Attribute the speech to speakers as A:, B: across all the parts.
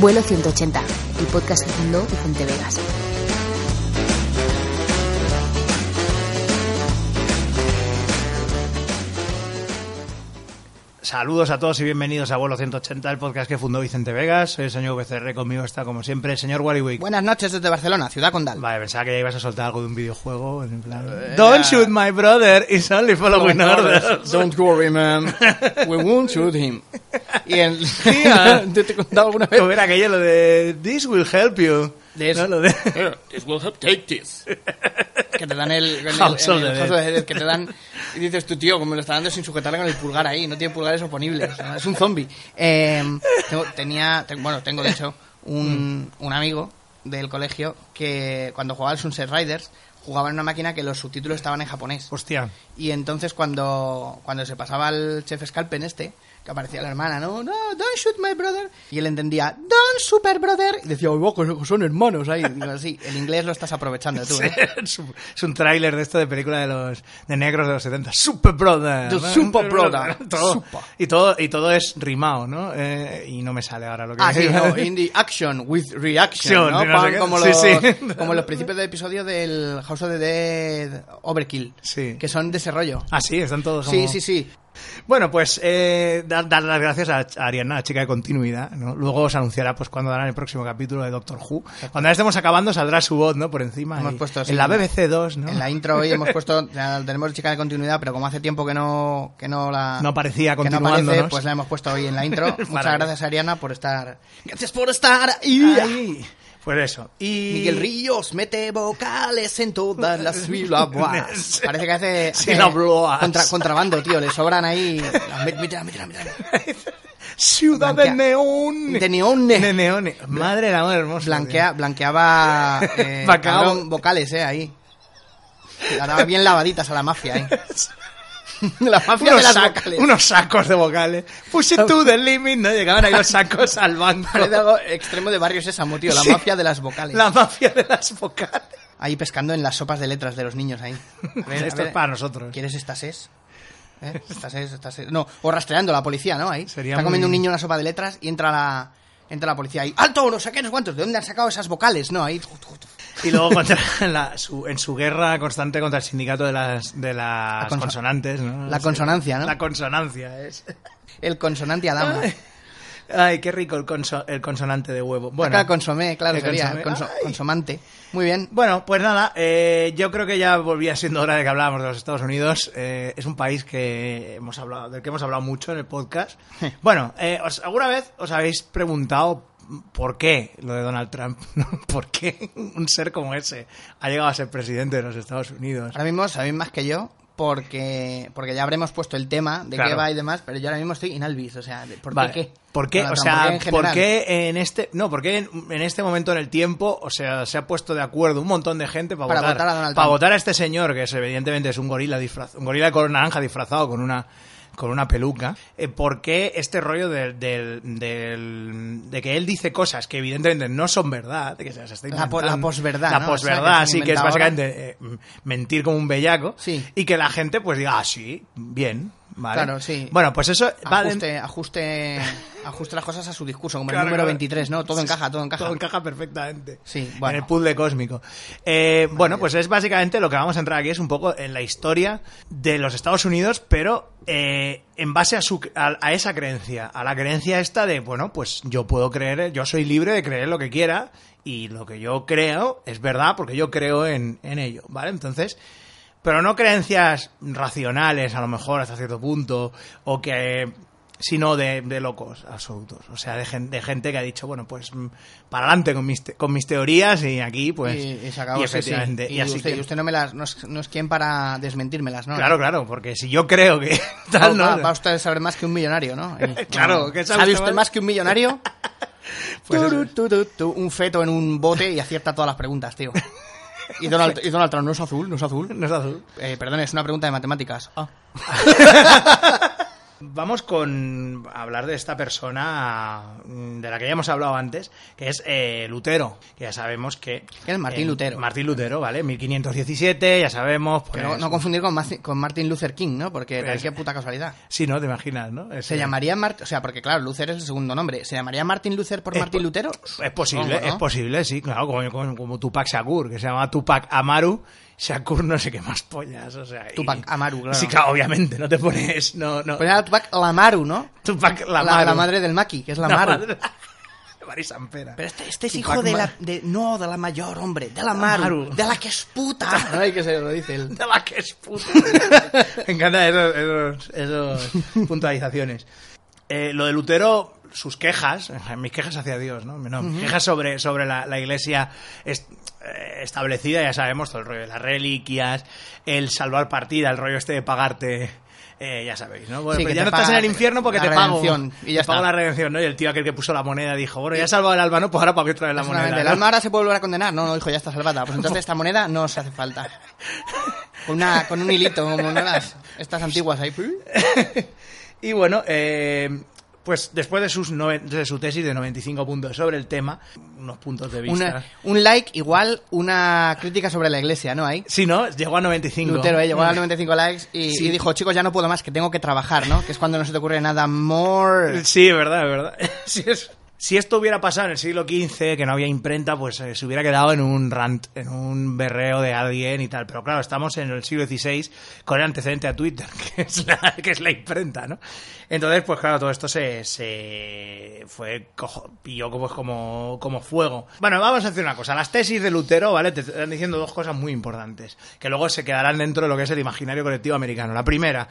A: Vuelo 180, el podcast que fundó Vicente Vegas.
B: Saludos a todos y bienvenidos a Vuelo 180, el podcast que fundó Vicente Vegas. Soy el señor BCR, conmigo está como siempre el señor Warwick.
C: Buenas noches desde Barcelona, Ciudad Condal.
B: Vale, pensaba que ya ibas a soltar algo de un videojuego. En plan,
C: Eh,
B: Don't
C: ya.
B: shoot my brother, it's only following orders.
C: Don't worry, man. We won't shoot him. Y en...
B: Tía.
C: ¿Te te he contado alguna vez?
B: Como era aquello lo de This will help you.
C: De eso.
B: ¿No? Lo de-
C: Que te dan el... en el-
B: House
C: en
B: of
C: el
B: the
C: House of
B: Dead.
C: the Dead, Que te dan... Y dices, tu tío, como me lo está dando sin sujetarle con el pulgar ahí. No tiene pulgares oponibles. ¿no? Es un zombie. Eh, tengo- tenía... te- bueno, tengo, de hecho, un, un amigo del colegio que cuando jugaba al Sunset Riders jugaba en una máquina que los subtítulos estaban en japonés.
B: Hostia.
C: Y entonces cuando, cuando se pasaba al chef Scalpen este, que aparecía la hermana, no, no, don't shoot my brother. Y él entendía, don't super brother. Y decía, oh, que son hermanos ahí. Digo, sí, el inglés lo estás aprovechando tú, ¿eh?
B: es un, es un tráiler de esto de película de los de negros de los 70. Super Brother.
C: The Super Brother.
B: Todo-
C: Super.
B: Y, todo, y todo es rimado, ¿no? Eh, y no me sale ahora lo que
C: Ah, sí, no, in the action with reaction,
B: Action,
C: ¿no?
B: sí, no
C: Pan,
B: sé qué.
C: como,
B: Sí,
C: los,
B: sí.
C: como los principios del episodio del House of the Dead Overkill,
B: Sí.
C: que son de ese rollo.
B: Ah, sí, están todos
C: Sí,
B: como-
C: sí, sí.
B: Bueno, pues eh, dar, dar las gracias a, a Ariana, la chica de continuidad. ¿no? Luego os anunciará pues cuando darán el próximo capítulo de Doctor Who. Cuando ya estemos acabando saldrá su voz, ¿no? Por encima.
C: Hemos
B: y-
C: puesto así.
B: en la BBC 2, ¿no?
C: En la intro hoy hemos puesto, ya tenemos chica de continuidad, pero como hace tiempo que no, que no la...
B: No aparecía
C: que no
B: continuándonos.
C: aparece, pues la hemos puesto hoy en la intro. Muchas
B: Maravilla.
C: gracias, Ariana, por estar... Gracias por estar ahí.
B: Ay, Pues eso. Y...
C: Miguel Ríos mete vocales en todas las sílabas. Parece que hace, hace
B: Sílabas.
C: contra- contrabando, tío. Le sobran ahí... las met- Métela, métela, métela.
B: Ciudad de
C: Blanquea-
B: Neón.
C: De neones.
B: De neones. Madre de amor hermoso.
C: Blanquea, blanqueaba eh,
B: Bacao.
C: cabrón, vocales, eh, ahí. La daba bien lavaditas a la mafia, eh. La
B: tío.
C: mafia de
B: Unos,
C: las
B: sac-
C: vocales.
B: unos sacos de vocales. Push it to the limit, ¿no? Llegaban ahí los sacos al banco.
C: Parece algo extremo de Barrio Sésamo, tío. La
B: Sí.
C: mafia de las vocales.
B: La mafia de las vocales.
C: Ahí pescando en las sopas de letras de los niños ahí. A ver,
B: Esto
C: a ver,
B: es para nosotros.
C: ¿Quieres estas es? ¿Eh? Estas es, estas es. No, o rastreando la policía, ¿no? Ahí.
B: Sería
C: Está comiendo
B: muy-
C: un niño una sopa de letras y entra la, entra la policía ahí. ¡Alto! No sé qué, no sé cuántos. ¿De dónde han sacado esas vocales? No, ahí.
B: Y luego contra la- su- en su guerra constante contra el sindicato de las, de las
C: La conso-
B: consonantes, ¿no?
C: La consonancia, ¿no?
B: La consonancia es.
C: El consonante alamo.
B: Ay, Ay, qué rico el, conso- el consonante de huevo. Bueno,
C: Acá consomé, claro,
B: el
C: sería.
B: consomé.
C: conso-
B: Ay.
C: consomante. Muy bien.
B: Bueno, pues nada, eh, yo creo que ya volvía siendo hora de que hablábamos de los Estados Unidos. Eh, es un país que hemos hablado, del que hemos hablado mucho en el podcast. Bueno, eh, os- ¿alguna vez os habéis preguntado por qué lo de Donald Trump? ¿Por qué un ser como ese ha llegado a ser presidente de los Estados Unidos?
C: Ahora mismo sabéis más que yo porque, porque ya habremos puesto el tema de qué
B: Claro.
C: va y demás, pero yo ahora mismo estoy inalvis. O sea, de- ¿por
B: Vale.
C: qué qué?
B: ¿Por qué?
C: Jonathan,
B: o sea,
C: en
B: ¿por
C: general?
B: qué en este no? ¿Por qué en, en este momento en el tiempo, o sea, se ha puesto de acuerdo un montón de gente para,
C: Para
B: votar,
C: votar a Donald
B: para
C: Trump.
B: votar a este señor que es, evidentemente es un gorila disfraz, un gorila de color naranja disfrazado con una con una peluca, eh, ¿por qué este rollo del, del- del- de que él dice cosas que evidentemente no son verdad? de Que se las está
C: La po-
B: inventando?
C: la posverdad,
B: La
C: ¿no?
B: posverdad,
C: O sea, que se
B: sí,
C: han
B: que es
C: inventado ahora.
B: básicamente eh, m- mentir como un bellaco
C: Sí.
B: y que la gente pues diga, ah, sí, bien, vale.
C: Claro, sí.
B: Bueno, pues eso va dentro-
C: ajuste, ajuste, ajuste las cosas a su discurso, como
B: Claro,
C: el número
B: claro.
C: 23, ¿no? Todo
B: Sí,
C: encaja, todo encaja.
B: Todo encaja perfectamente.
C: Sí, bueno.
B: En el puzzle cósmico. Eh, bueno, pues es básicamente lo que vamos a entrar aquí, es un poco en la historia de los Estados Unidos, pero eh, en base a, su, a, a esa creencia, a la creencia esta de, bueno, pues yo puedo creer, yo soy libre de creer lo que quiera y lo que yo creo es verdad porque yo creo en, en ello, ¿vale? Entonces... Pero no creencias racionales, a lo mejor, hasta cierto punto, o que sino de, de locos absolutos. O sea, de, gen- de gente que ha dicho, bueno, pues mm, para adelante con mis, te- con mis teorías y aquí, pues.
C: y, y se acabó,
B: y
C: sí, sí.
B: efectivamente.
C: Y,
B: y así
C: usted,
B: que-
C: y usted no, me las, no, es, no es quien para desmentírmelas, ¿no?
B: Claro, claro, porque si yo creo que.
C: Va,
B: Tal,
C: va-
B: no,
C: va usted a saber más que un millonario, ¿no? Eh,
B: Claro,
C: bueno,
B: que sabe
C: ¿Sabe
B: usted
C: usted
B: más?
C: más que un millonario?
B: Pues
C: Turu,
B: eso.
C: turu, tu, un feto en un bote y acierta todas las preguntas, tío. Y Donald, y Donald Trump no es azul, no es azul.
B: no es azul.
C: Eh, perdón, es una pregunta de matemáticas. Ah.
B: Vamos con hablar de esta persona mm, de la que ya hemos hablado antes, que es eh, Lutero, que ya sabemos que...
C: Que es Martín Lutero.
B: Martín Lutero, ¿vale? 1517, ya sabemos.
C: Que
B: Pues,
C: no, no confundir con, Maci- con Martin Luther King, ¿no? Porque era qué puta casualidad.
B: Sí, ¿no? Te imaginas, ¿no?
C: Se llamaría Martin, o sea, porque claro, Luther es el segundo nombre. ¿Se llamaría Martin Luther por
B: Es
C: Martín
B: po-
C: Lutero? Pues
B: Es posible,
C: Supongo, ¿no?
B: es posible, sí, claro, como, como, como Tupac Shakur, que se llama Tupac Amaru, Shakur no sé qué más pollas, o sea... y-
C: Tupac Amaru, claro.
B: Sí, claro, obviamente, no te pones... No, no.
C: Pues era Tupac Lamaru, ¿no?
B: Tupac
C: La,
B: la, Amaru.
C: la madre del Maki, que es
B: La
C: Lamaru.
B: madre- Marisa Ampera.
C: Pero este, este es
B: Tupac
C: hijo de
B: Ma-
C: la... de- no, de la mayor, hombre. De la Maru.
B: Lamaru.
C: De la que es puta. Ay, que se lo dice él.
B: de la que es puta. Me encantan esos, esos- esos puntualizaciones. Eh, lo de Lutero, sus quejas, mis quejas hacia Dios, ¿no? No, mis quejas sobre, sobre la, la iglesia est- eh, establecida, ya sabemos, todo el rollo de las reliquias, el salvar partida, el rollo este de pagarte. eh, ya sabéis, ¿no? Bueno,
C: Sí,
B: pero
C: que
B: ya
C: te
B: no estás en
C: paga
B: el infierno porque
C: la
B: te pago.
C: redención y ya
B: te pago
C: está.
B: la redención, ¿no? Y el tío aquel que puso la moneda dijo, bueno, ya he salvado el albano, pues ahora pago otra vez la moneda.
C: Exactamente. El
B: ¿no?
C: alma ahora se puede volver a condenar. No, no, hijo, ya está salvada. Pues entonces esta moneda no os hace falta. Con, una, con un hilito, como no las, estas antiguas ahí.
B: Y bueno, eh, pues después de, sus noven- de su tesis de 95 puntos sobre el tema, unos puntos de vista.
C: Una- un like igual una crítica sobre la iglesia, ¿no? Ahí.
B: Sí, ¿no? Llegó a 95.
C: Lutero eh, llegó a 95 likes y,
B: Sí.
C: y dijo, chicos, ya no puedo más, que tengo que trabajar, ¿no? Que es cuando no se te ocurre nada more.
B: Sí, es verdad, es verdad. Si, es- si esto hubiera pasado en el siglo XV, que no había imprenta, pues eh, se hubiera quedado en un rant, en un berreo de alguien y tal. Pero claro, estamos en el siglo XVI con el antecedente a Twitter, que es la, que es la imprenta, ¿no? Entonces, pues claro, todo esto se, se fue, cojo- pilló como, como, como fuego. Bueno, vamos a hacer una cosa. Las tesis de Lutero, ¿vale? Te están diciendo dos cosas muy importantes, que luego se quedarán dentro de lo que es el imaginario colectivo americano. La primera,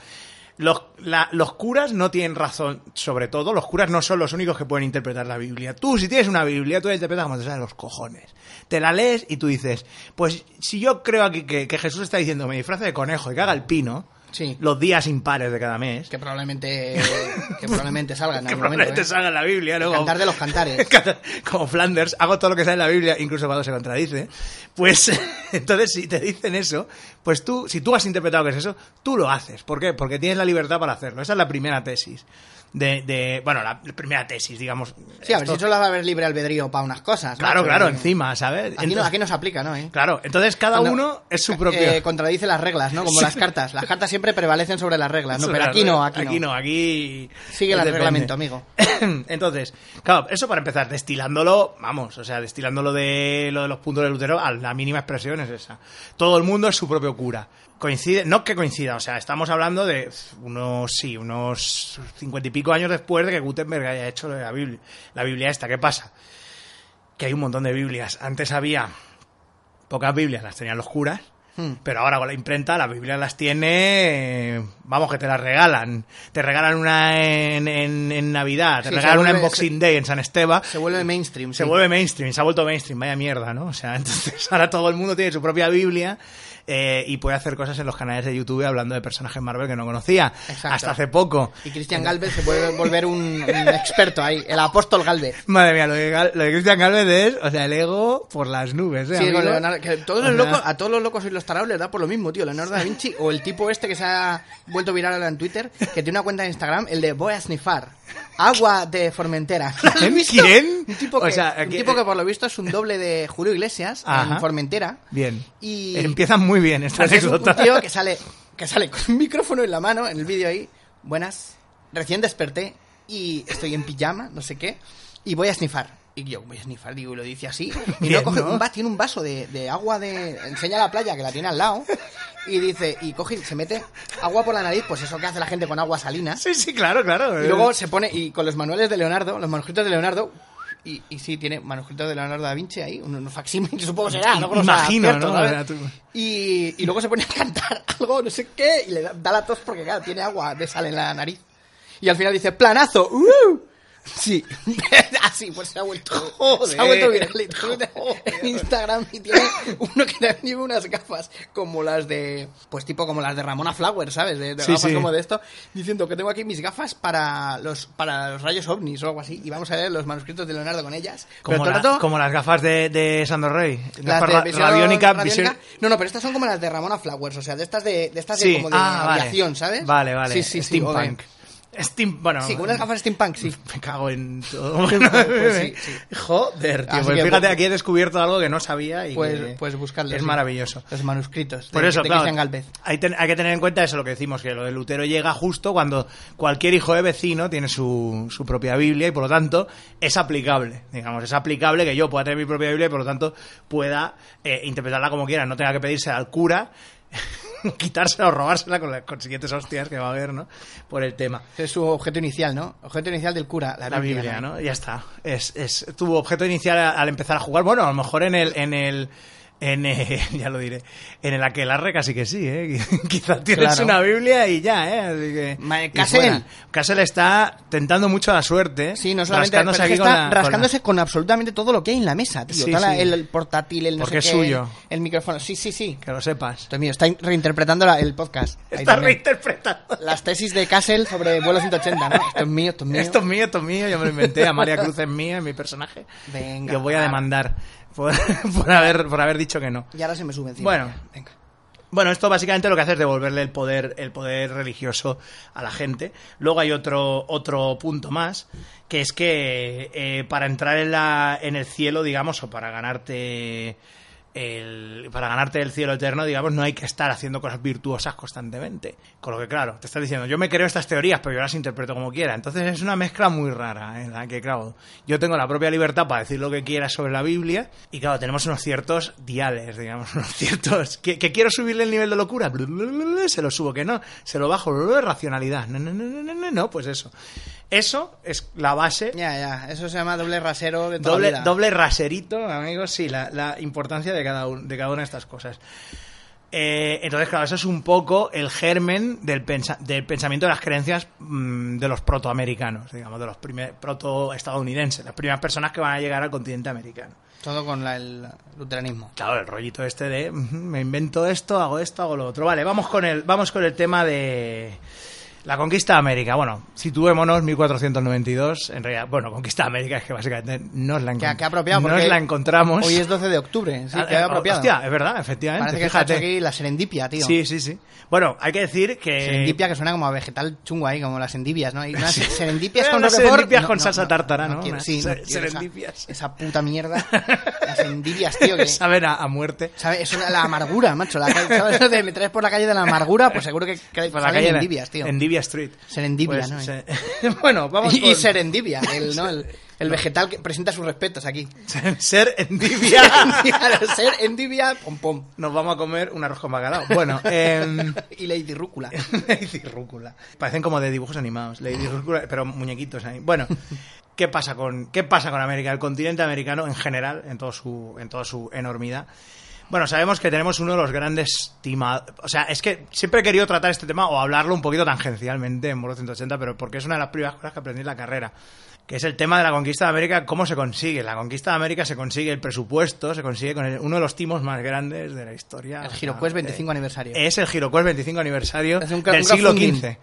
B: los, la- los curas no tienen razón, sobre todo, los curas no son los únicos que pueden interpretar la Biblia. Tú, si tienes una Biblia, tú la interpretas como te salen los cojones. Te la lees y tú dices, pues si yo creo aquí que, que Jesús está diciendo me disfrace de conejo y que haga el pino,
C: Sí.
B: los días impares de cada mes,
C: Que probablemente, que probablemente salga en
B: que
C: algún momento.
B: probablemente
C: ¿eh?
B: salga en la Biblia, luego...
C: Cantar de los cantares.
B: como Flanders, hago todo lo que sale en la Biblia, incluso cuando se contradice, pues entonces si te dicen eso, pues tú, si tú has interpretado que es eso, tú lo haces. ¿Por qué? Porque tienes la libertad para hacerlo. Esa es la primera tesis. De, de- bueno, la primera tesis, digamos.
C: Sí, a ver,
B: Esto-
C: si solo va a haber libre albedrío para unas cosas. ¿no?
B: Claro,
C: Pero
B: claro,
C: que-
B: encima, ¿sabes?
C: Aquí, no,
B: Entonces-
C: aquí no se aplica, ¿no? eh?
B: Claro, entonces cada
C: Cuando-
B: uno es su propio...
C: eh, contradice las reglas, ¿no? Como
B: Sí.
C: las cartas. Las cartas siempre prevalecen sobre las reglas, ¿no?
B: Eso
C: Pero
B: era-
C: aquí no, aquí,
B: aquí no. aquí-
C: Sigue el
B: depende.
C: reglamento, amigo.
B: Entonces, claro, eso para empezar, destilándolo, vamos, o sea, destilándolo de lo de los puntos de Lutero a la mínima expresión es esa. Todo el mundo es su propio cura. Coincide, no que coincida, o sea, estamos hablando de unos, sí, unos cincuenta y pico años después de que Gutenberg haya hecho lo de la Biblia, la Biblia esta. ¿Qué pasa? Que hay un montón de Biblias. Antes había pocas Biblias, las tenían los curas.
C: Hmm.
B: Pero ahora con la imprenta las Biblias las tiene, vamos, que te las regalan. Te regalan una en, en- en Navidad, te
C: Sí, se
B: regalan una en
C: vuelve-
B: Boxing Day, en San Esteban.
C: Se vuelve mainstream.
B: Se
C: sí.
B: vuelve mainstream, se ha vuelto mainstream, vaya mierda, ¿no? O sea, entonces ahora todo el mundo tiene su propia Biblia eh, y puede hacer cosas en los canales de YouTube hablando de personajes Marvel que no conocía
C: Exacto.
B: hasta hace poco.
C: Y Cristian Galvez se puede volver un, un experto ahí, el apóstol Galvez.
B: Madre mía, lo de, Gal- lo de Cristian Galvez es, o sea, el ego por las nubes, ¿eh?
C: Sí,
B: amigo?
C: con Leonardo- que todos los
B: Ajá.
C: locos, a todos los locos y los tarados les da por lo mismo, tío. Leonardo da Vinci o el tipo este que se ha vuelto viral ahora en Twitter, que tiene una cuenta de Instagram, el de voy a snifar. Agua de Formentera. ¿Lo has
B: ¿Quién?
C: visto?
B: ¿Quién?
C: Un tipo,
B: O
C: que,
B: sea,
C: un
B: aquí-
C: tipo que por lo visto es un doble de Julio Iglesias
B: Ajá.
C: en Formentera.
B: Bien.
C: Y-
B: Empiezan muy bien esta
C: Pues es un
B: anécdota.
C: tío que sale, que sale con un micrófono en la mano en el vídeo ahí. Buenas, recién desperté y estoy en pijama, no sé qué, y voy a snifar. Y yo voy a snifar, digo, y lo dice así. Y
B: Bien,
C: no coge
B: ¿no?
C: un vaso, tiene un vaso de, de agua de. Enseña la playa que la tiene al lado. Y dice, y coge y se mete agua por la nariz, pues eso que hace la gente con agua salina.
B: Sí, sí, claro, claro.
C: Y luego se pone, y con los manuales de Leonardo, los manuscritos de Leonardo. Y, y sí, tiene manuscritos de Leonardo da Vinci ahí, un, un facsímil que supongo será, no Lo
B: Imagino, ¿no?
C: ¿sabes?
B: O sea, tú-
C: y, y luego se pone a cantar algo, no sé qué, y le da, da la tos porque, claro, tiene agua de sal en la nariz. Y al final dice, planazo, ¡uh! Sí, así, pues se ha vuelto, se ha vuelto viral en Twitter, en Instagram y tiene uno que también lleva unas gafas como las de, pues tipo como las de Ramona Flower, ¿sabes? De, de
B: Sí,
C: gafas
B: sí.
C: como de esto, diciendo que tengo aquí mis gafas para los para los rayos ovnis o algo así y vamos a leer los manuscritos de Leonardo con ellas. Pero
B: Como,
C: todo el
B: la-
C: rato,
B: como las gafas de, de Sandor Rey.
C: las
B: Gafas
C: de
B: ra-
C: visión
B: radiónica,
C: radiónica.
B: visión-
C: No, no, pero estas son como las de Ramona Flowers, o sea, de estas de, de estas de
B: Sí,
C: como de
B: ah, vale.
C: aviación, ¿sabes?
B: Vale, vale.
C: Sí, sí, sí, o de-
B: Steampunk. Steam, bueno,
C: Sí, con unas gafas steampunk, sí.
B: me cago en todo.
C: Pues sí, sí.
B: Joder, tío.
C: Así
B: pues
C: que,
B: fíjate,
C: pues-
B: aquí he descubierto algo que no sabía y que
C: Pues, pues buscarlos.
B: es
C: sí.
B: maravilloso.
C: Los manuscritos de,
B: Por eso,
C: de
B: claro,
C: Cristian Galvez.
B: Hay, ten- hay que tener en cuenta eso, lo que decimos, que lo de Lutero llega justo cuando cualquier hijo de vecino tiene su, su propia Biblia y por lo tanto es aplicable. Digamos, es aplicable que yo pueda tener mi propia Biblia y por lo tanto pueda eh, interpretarla como quiera, no tenga que pedirse al cura quitársela o robársela con las consiguientes hostias que va a haber, ¿no? Por el tema.
C: Ese Es su objeto inicial, ¿no? Objeto inicial del cura, la,
B: La Biblia, ¿no? Ya está. Es, es tu objeto inicial a- al empezar a jugar. Bueno, a lo mejor en el... En el en el- ya lo diré. En el aquelarre casi que sí, ¿eh? Quizás tienes
C: Claro.
B: una Biblia y ya, ¿eh? Así que...
C: Ma-
B: y
C: Casel.
B: fuera. Casel está tentando mucho la suerte.
C: Sí, no solamente pero
B: rascándose
C: es que
B: aquí con
C: está
B: la- con la-
C: rascándose con, absolutamente todo lo que hay en la mesa. tío.
B: Sí,
C: Está la-
B: sí.
C: El, el portátil, el no
B: Porque
C: sé
B: es
C: qué,
B: suyo.
C: El, micrófono. Sí, sí, sí.
B: Que lo sepas.
C: Entonces, mío, está in- reinterpretando la- el podcast. Ahí
B: Está
C: también.
B: reinterpretando.
C: Las tesis de Castle sobre vuelo 180, ¿no? Esto es mío, esto es mío.
B: Esto es mío, esto es mío, yo me lo inventé. A María Cruz es mía, es mi personaje.
C: Venga,
B: Que os voy a
C: va.
B: demandar por, por haber, por haber dicho que no.
C: Y ahora se me sube encima.
B: Bueno.
C: Ya, venga.
B: Bueno, esto básicamente lo que hace es devolverle el poder, el poder religioso a la gente. Luego hay otro, otro punto más, que es que eh, para entrar en, la, en el cielo, digamos, o para ganarte el, para ganarte el cielo eterno, digamos, no hay que estar haciendo cosas virtuosas constantemente. Con lo que, claro, te estás diciendo, yo me creo estas teorías, pero yo las interpreto como quiera. Entonces es una mezcla muy rara, en la que, claro, yo tengo la propia libertad para decir lo que quiera sobre la Biblia, y claro, tenemos unos ciertos diales, digamos, unos ciertos... ¿Que, que quiero subirle el nivel de locura? Blu, blu, blu, blu, se lo subo, que no, se lo bajo, blu, blu, racionalidad. No, no, no, no, no, no, no, pues eso. Eso es la base
C: Ya, ya. Eso se llama doble rasero de toda
B: doble,
C: la vida.
B: doble raserito, amigos, sí, la, la importancia de cada, un- de cada una de estas cosas. Eh, entonces, claro, eso es un poco el germen del, pensa- del pensamiento de las creencias mm, de los protoamericanos, digamos, de los primer- proto-estadounidenses, las primeras personas que van a llegar al continente americano.
C: Todo con la- el luteranismo.
B: Claro, el rollito este de "Ujú, me invento esto, hago esto, hago lo otro. Vale, vamos con el, vamos con el tema de la conquista de América. Bueno, situémonos 1492, en realidad, bueno, conquista de América es que básicamente nos la,
C: Que,
B: encon-
C: que apropiado.
B: nos
C: porque
B: la encontramos.
C: Hoy es 12 de octubre. Sí,
B: Ah,
C: que ha
B: eh,
C: apropiado.
B: Hostia, es verdad, efectivamente.
C: Parece que está
B: fíjate.
C: hecho aquí la serendipia, tío.
B: sí, sí, sí. Bueno, hay que decir que
C: Serendipia que suena como a vegetal chungo ahí, como las endivias, ¿no? Hay unas
B: Sí.
C: serendipias
B: Eran
C: con
B: unas
C: roquefort.
B: serendipias con salsa tártara, ¿no?
C: quiero-
B: Unas
C: sí, no
B: ser-
C: quiero esa-
B: serendipias.
C: Esa, puta mierda. Las endivias, tío, que...
B: saben a, a muerte.
C: ¿sabe? Es una- la amargura, macho. La calle, ¿sabes? Eso de me traes por la calle de la amargura, pues seguro que, que
B: Por
C: salen
B: en-
C: endivias, tío.
B: Endivia Street.
C: Serendipia,
B: Pues,
C: ¿no?
B: se- bueno, vamos
C: Y, y
B: con-
C: serendipia, el, ¿no? el, el vegetal que presenta sus respetos aquí.
B: ser endivia.
C: Ser endivia, pom pom.
B: Nos vamos a comer un arroz con bacalao. Bueno, em,
C: Y Lady Rúcula.
B: Lady Rúcula. Parecen como de dibujos animados, Lady Rúcula, pero muñequitos ahí. Bueno, ¿qué pasa con qué pasa con América, el continente americano en general, en todo su en toda su enormidad? Bueno, sabemos que tenemos uno de los grandes timadores. O sea, es que siempre he querido tratar este tema o hablarlo un poquito tangencialmente en Moro 180, pero porque es una de las primeras cosas que aprendí en la carrera. Que es el tema de la conquista de América, cómo se consigue. La conquista de América se consigue el presupuesto, se consigue con el- uno de los timos más grandes de la historia.
C: El pues,
B: O sea,
C: Girocues 25
B: eh,
C: aniversario.
B: es el Girocuest 25 aniversario
C: Es un cro-
B: del
C: un
B: siglo
C: crowdfunding.
B: XV.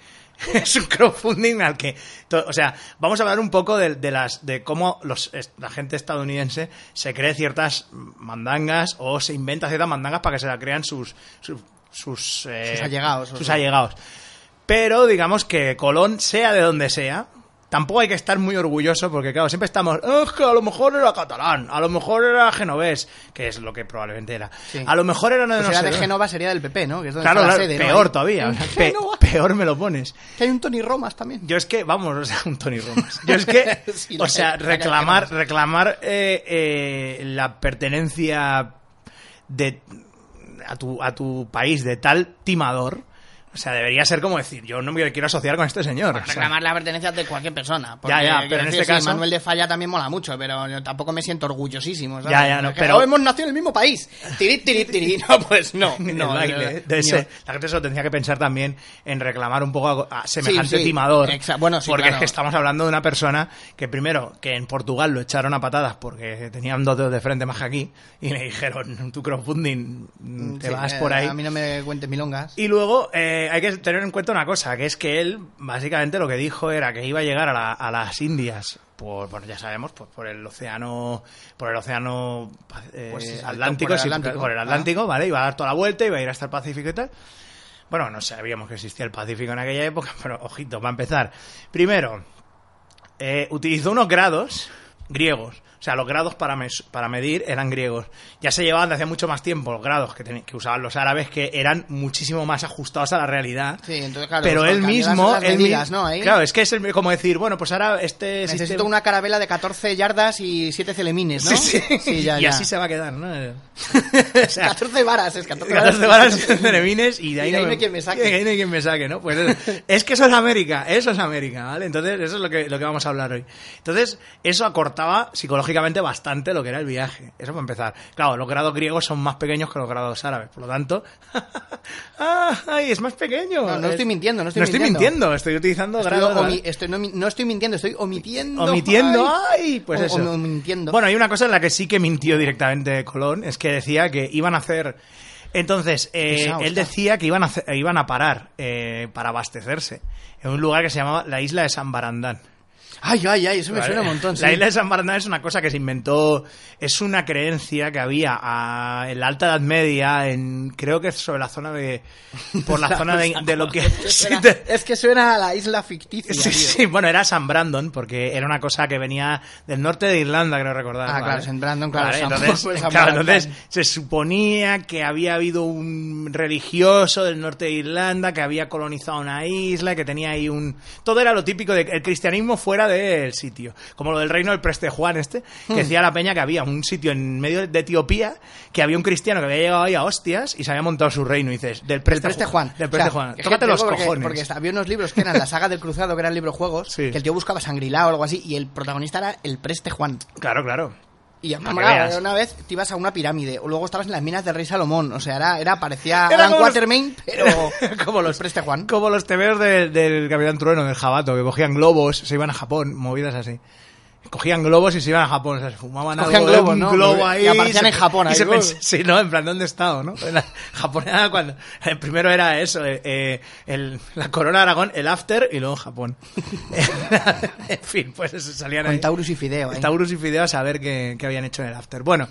B: Es un crowdfunding al que, to- o sea, vamos a hablar un poco de, de las de cómo los, es- la gente estadounidense se cree ciertas mandangas o se inventa ciertas mandangas para que se la crean sus sus sus, eh,
C: Sus allegados, o
B: sus
C: sea.
B: allegados. Pero digamos que Colón, sea de donde sea, tampoco hay que estar muy orgulloso porque, claro, siempre estamos, es que a lo mejor era catalán, a lo mejor era genovés, que es lo que probablemente era.
C: Sí.
B: A lo mejor era no,
C: Pues
B: no
C: era
B: sé
C: de
B: dónde.
C: Génova sería del PP, ¿no? Que es donde
B: Claro,
C: está la
B: claro,
C: sede, ¿no?
B: peor
C: Ahí.
B: todavía. o
C: En
B: sea, pe-
C: Génova.
B: peor me lo pones.
C: Que hay un Tony Romas también.
B: Yo es que, vamos, o sea, un Tony Romas. Yo es que,
C: Sí,
B: o
C: la-
B: sea,
C: la- la-
B: reclamar, reclamar eh, eh, la pertenencia de a tu, a tu país de tal timador, o sea, debería ser como decir, yo no me quiero asociar con este señor. o sea.
C: reclamar la pertenencia de cualquier persona.
B: Ya, ya,
C: quiero
B: pero en
C: decir,
B: este
C: sí,
B: caso-
C: Manuel de Falla también mola mucho, pero yo tampoco me siento orgullosísimo. ¿sabes?
B: Ya, ya, no,
C: Es que,
B: pero-
C: "Oh, hemos nacido en el mismo país. Tirit, tirit, tirit. No, pues no.
B: El
C: no
B: baile
C: yo-
B: de ese.
C: yo-
B: La gente solo tendría que pensar también en reclamar un poco a, a semejante
C: sí.
B: timador.
C: Exa- bueno, sí,
B: porque
C: claro.
B: es que estamos hablando de una persona que primero, que en Portugal lo echaron a patadas porque tenían dos dedos de frente más que aquí y le dijeron, tu crowdfunding mm, te
C: sí,
B: vas
C: eh,
B: por ahí.
C: A mí no me cuentes milongas.
B: Y luego eh, hay que tener en cuenta una cosa, que es que él básicamente lo que dijo era que iba a llegar a, la- a las Indias, por, bueno, ya sabemos, pues por el océano, por el océano eh,
C: Pues sí, saltó
B: Atlántico,
C: por el
B: sí,
C: Atlántico. Ah.
B: por el Atlántico, ¿vale? Iba a dar toda la vuelta, iba a ir hasta el Pacífico y tal. Bueno, no sabíamos que existía el Pacífico en aquella época, pero ojito, para empezar. Primero, eh, utilizó unos grados griegos. O sea, los grados para, mes- para medir eran griegos. Ya se llevaban de hace mucho más tiempo los grados que, teni- que usaban los árabes, que eran muchísimo más ajustados a la realidad.
C: Sí, entonces, claro,
B: pero
C: pues,
B: él
C: cambiaban
B: mismo...
C: las
B: él mi-
C: medidas, ¿no? Ahí.
B: Claro, es que es el- como decir, bueno, pues ahora este
C: Necesito
B: sistema-
C: una carabela de 14 yardas y 7 celemines, ¿no?
B: Sí, sí.
C: ya,
B: y
C: ya.
B: así se va a quedar, ¿no? O sea,
C: 14 varas, es 14 varas.
B: 14 varas de ceremines y de ahí,
C: Y de ahí
B: no
C: no hay quien me saque.
B: y de ahí no hay quien me saque, ¿no? Pues eso. es que eso es América, eso es América, ¿vale? Entonces, eso es lo que, lo que vamos a hablar hoy. Entonces, eso acortaba psicológicamente bastante lo que era el viaje. Eso para empezar. Claro, los grados griegos son más pequeños que los grados árabes, por lo tanto. ¡Ay, es más pequeño!
C: No, no estoy mintiendo, no estoy
B: mintiendo.
C: mintiendo.
B: estoy utilizando
C: Estoy
B: grados.
C: omi- estoy- no, mi- no estoy mintiendo, estoy omitiendo.
B: Omitiendo, ay, pues
C: O-
B: eso.
C: o- mintiendo.
B: Bueno, hay una cosa en la que sí que mintió directamente Colón, es que decía que iban a hacer. Entonces, eh,
C: Pesado
B: él
C: está.
B: decía que iban a, hacer- eh, iban a parar eh, para abastecerse en un lugar que se llamaba la isla de San Barandán.
C: Ay, ay, ay, eso me
B: ¿vale?
C: suena un montón. sí.
B: La isla de San Barandán es una cosa que se inventó, es una creencia que había a- en la Alta Edad Media, en creo que sobre la zona de. por la zona de, de lo que. sí,
C: Suena-
B: de-
C: Es que suena a la isla ficticia.
B: Sí,
C: tío.
B: sí, bueno, era San Brandon, porque era una cosa que venía del norte de Irlanda, creo recordar.
C: Ah, claro, San Brandon, claro, San-
B: entonces,
C: pues, San
B: claro,
C: Brandon.
B: entonces se suponía que había habido un religioso del norte de Irlanda que había colonizado una isla, que tenía ahí un... Todo era lo típico del cristianismo fuera del sitio, como lo del reino del preste Juan este,
C: Hmm.
B: que decía la peña que había un sitio en medio de Etiopía, que había un cristiano que había llegado ahí a hostias y se había montado su reino, y dices, del
C: Del
B: preste,
C: Preste Juan.
B: Del
C: O
B: preste
C: sea,
B: Juan.
C: es que
B: Tócate
C: te digo
B: los
C: porque-
B: cojones.
C: Porque había unos libros que eran la saga del cruzado, que eran libros juegos,
B: Sí.
C: que el tío buscaba sangrilá o algo así, y el protagonista era el Preste Juan.
B: Claro, claro.
C: Y ya me
B: que
C: molaba,
B: veas.
C: una vez te ibas a una pirámide, o luego estabas en las minas del Rey Salomón, o sea, era, era parecía
B: Era
C: Alan
B: como los-
C: Quatermain, pero
B: como los-
C: el Preste Juan.
B: Como los tebeos de- del Capitán Trueno, del Jabato, que cogían globos, se iban a Japón, movidas así. Cogían globos y se iban a Japón, o sea, se fumaban
C: Cogían
B: algo de
C: globos,
B: un
C: ¿no?
B: globo
C: Y
B: ahí.
C: aparecían
B: se-
C: en Japón
B: y
C: ahí,
B: se
C: ¿no?
B: pens- sí, ¿no? En plan, ¿dónde he estado, no? En la- Japón era cuando... El primero era eso, eh, eh, el- la Corona Aragón, el After y luego Japón. en fin, pues eso, salían
C: Con
B: ahí.
C: Taurus y Fideo. ¿eh? ahí.
B: Taurus y Fideo a saber qué, qué habían hecho en el after. Bueno,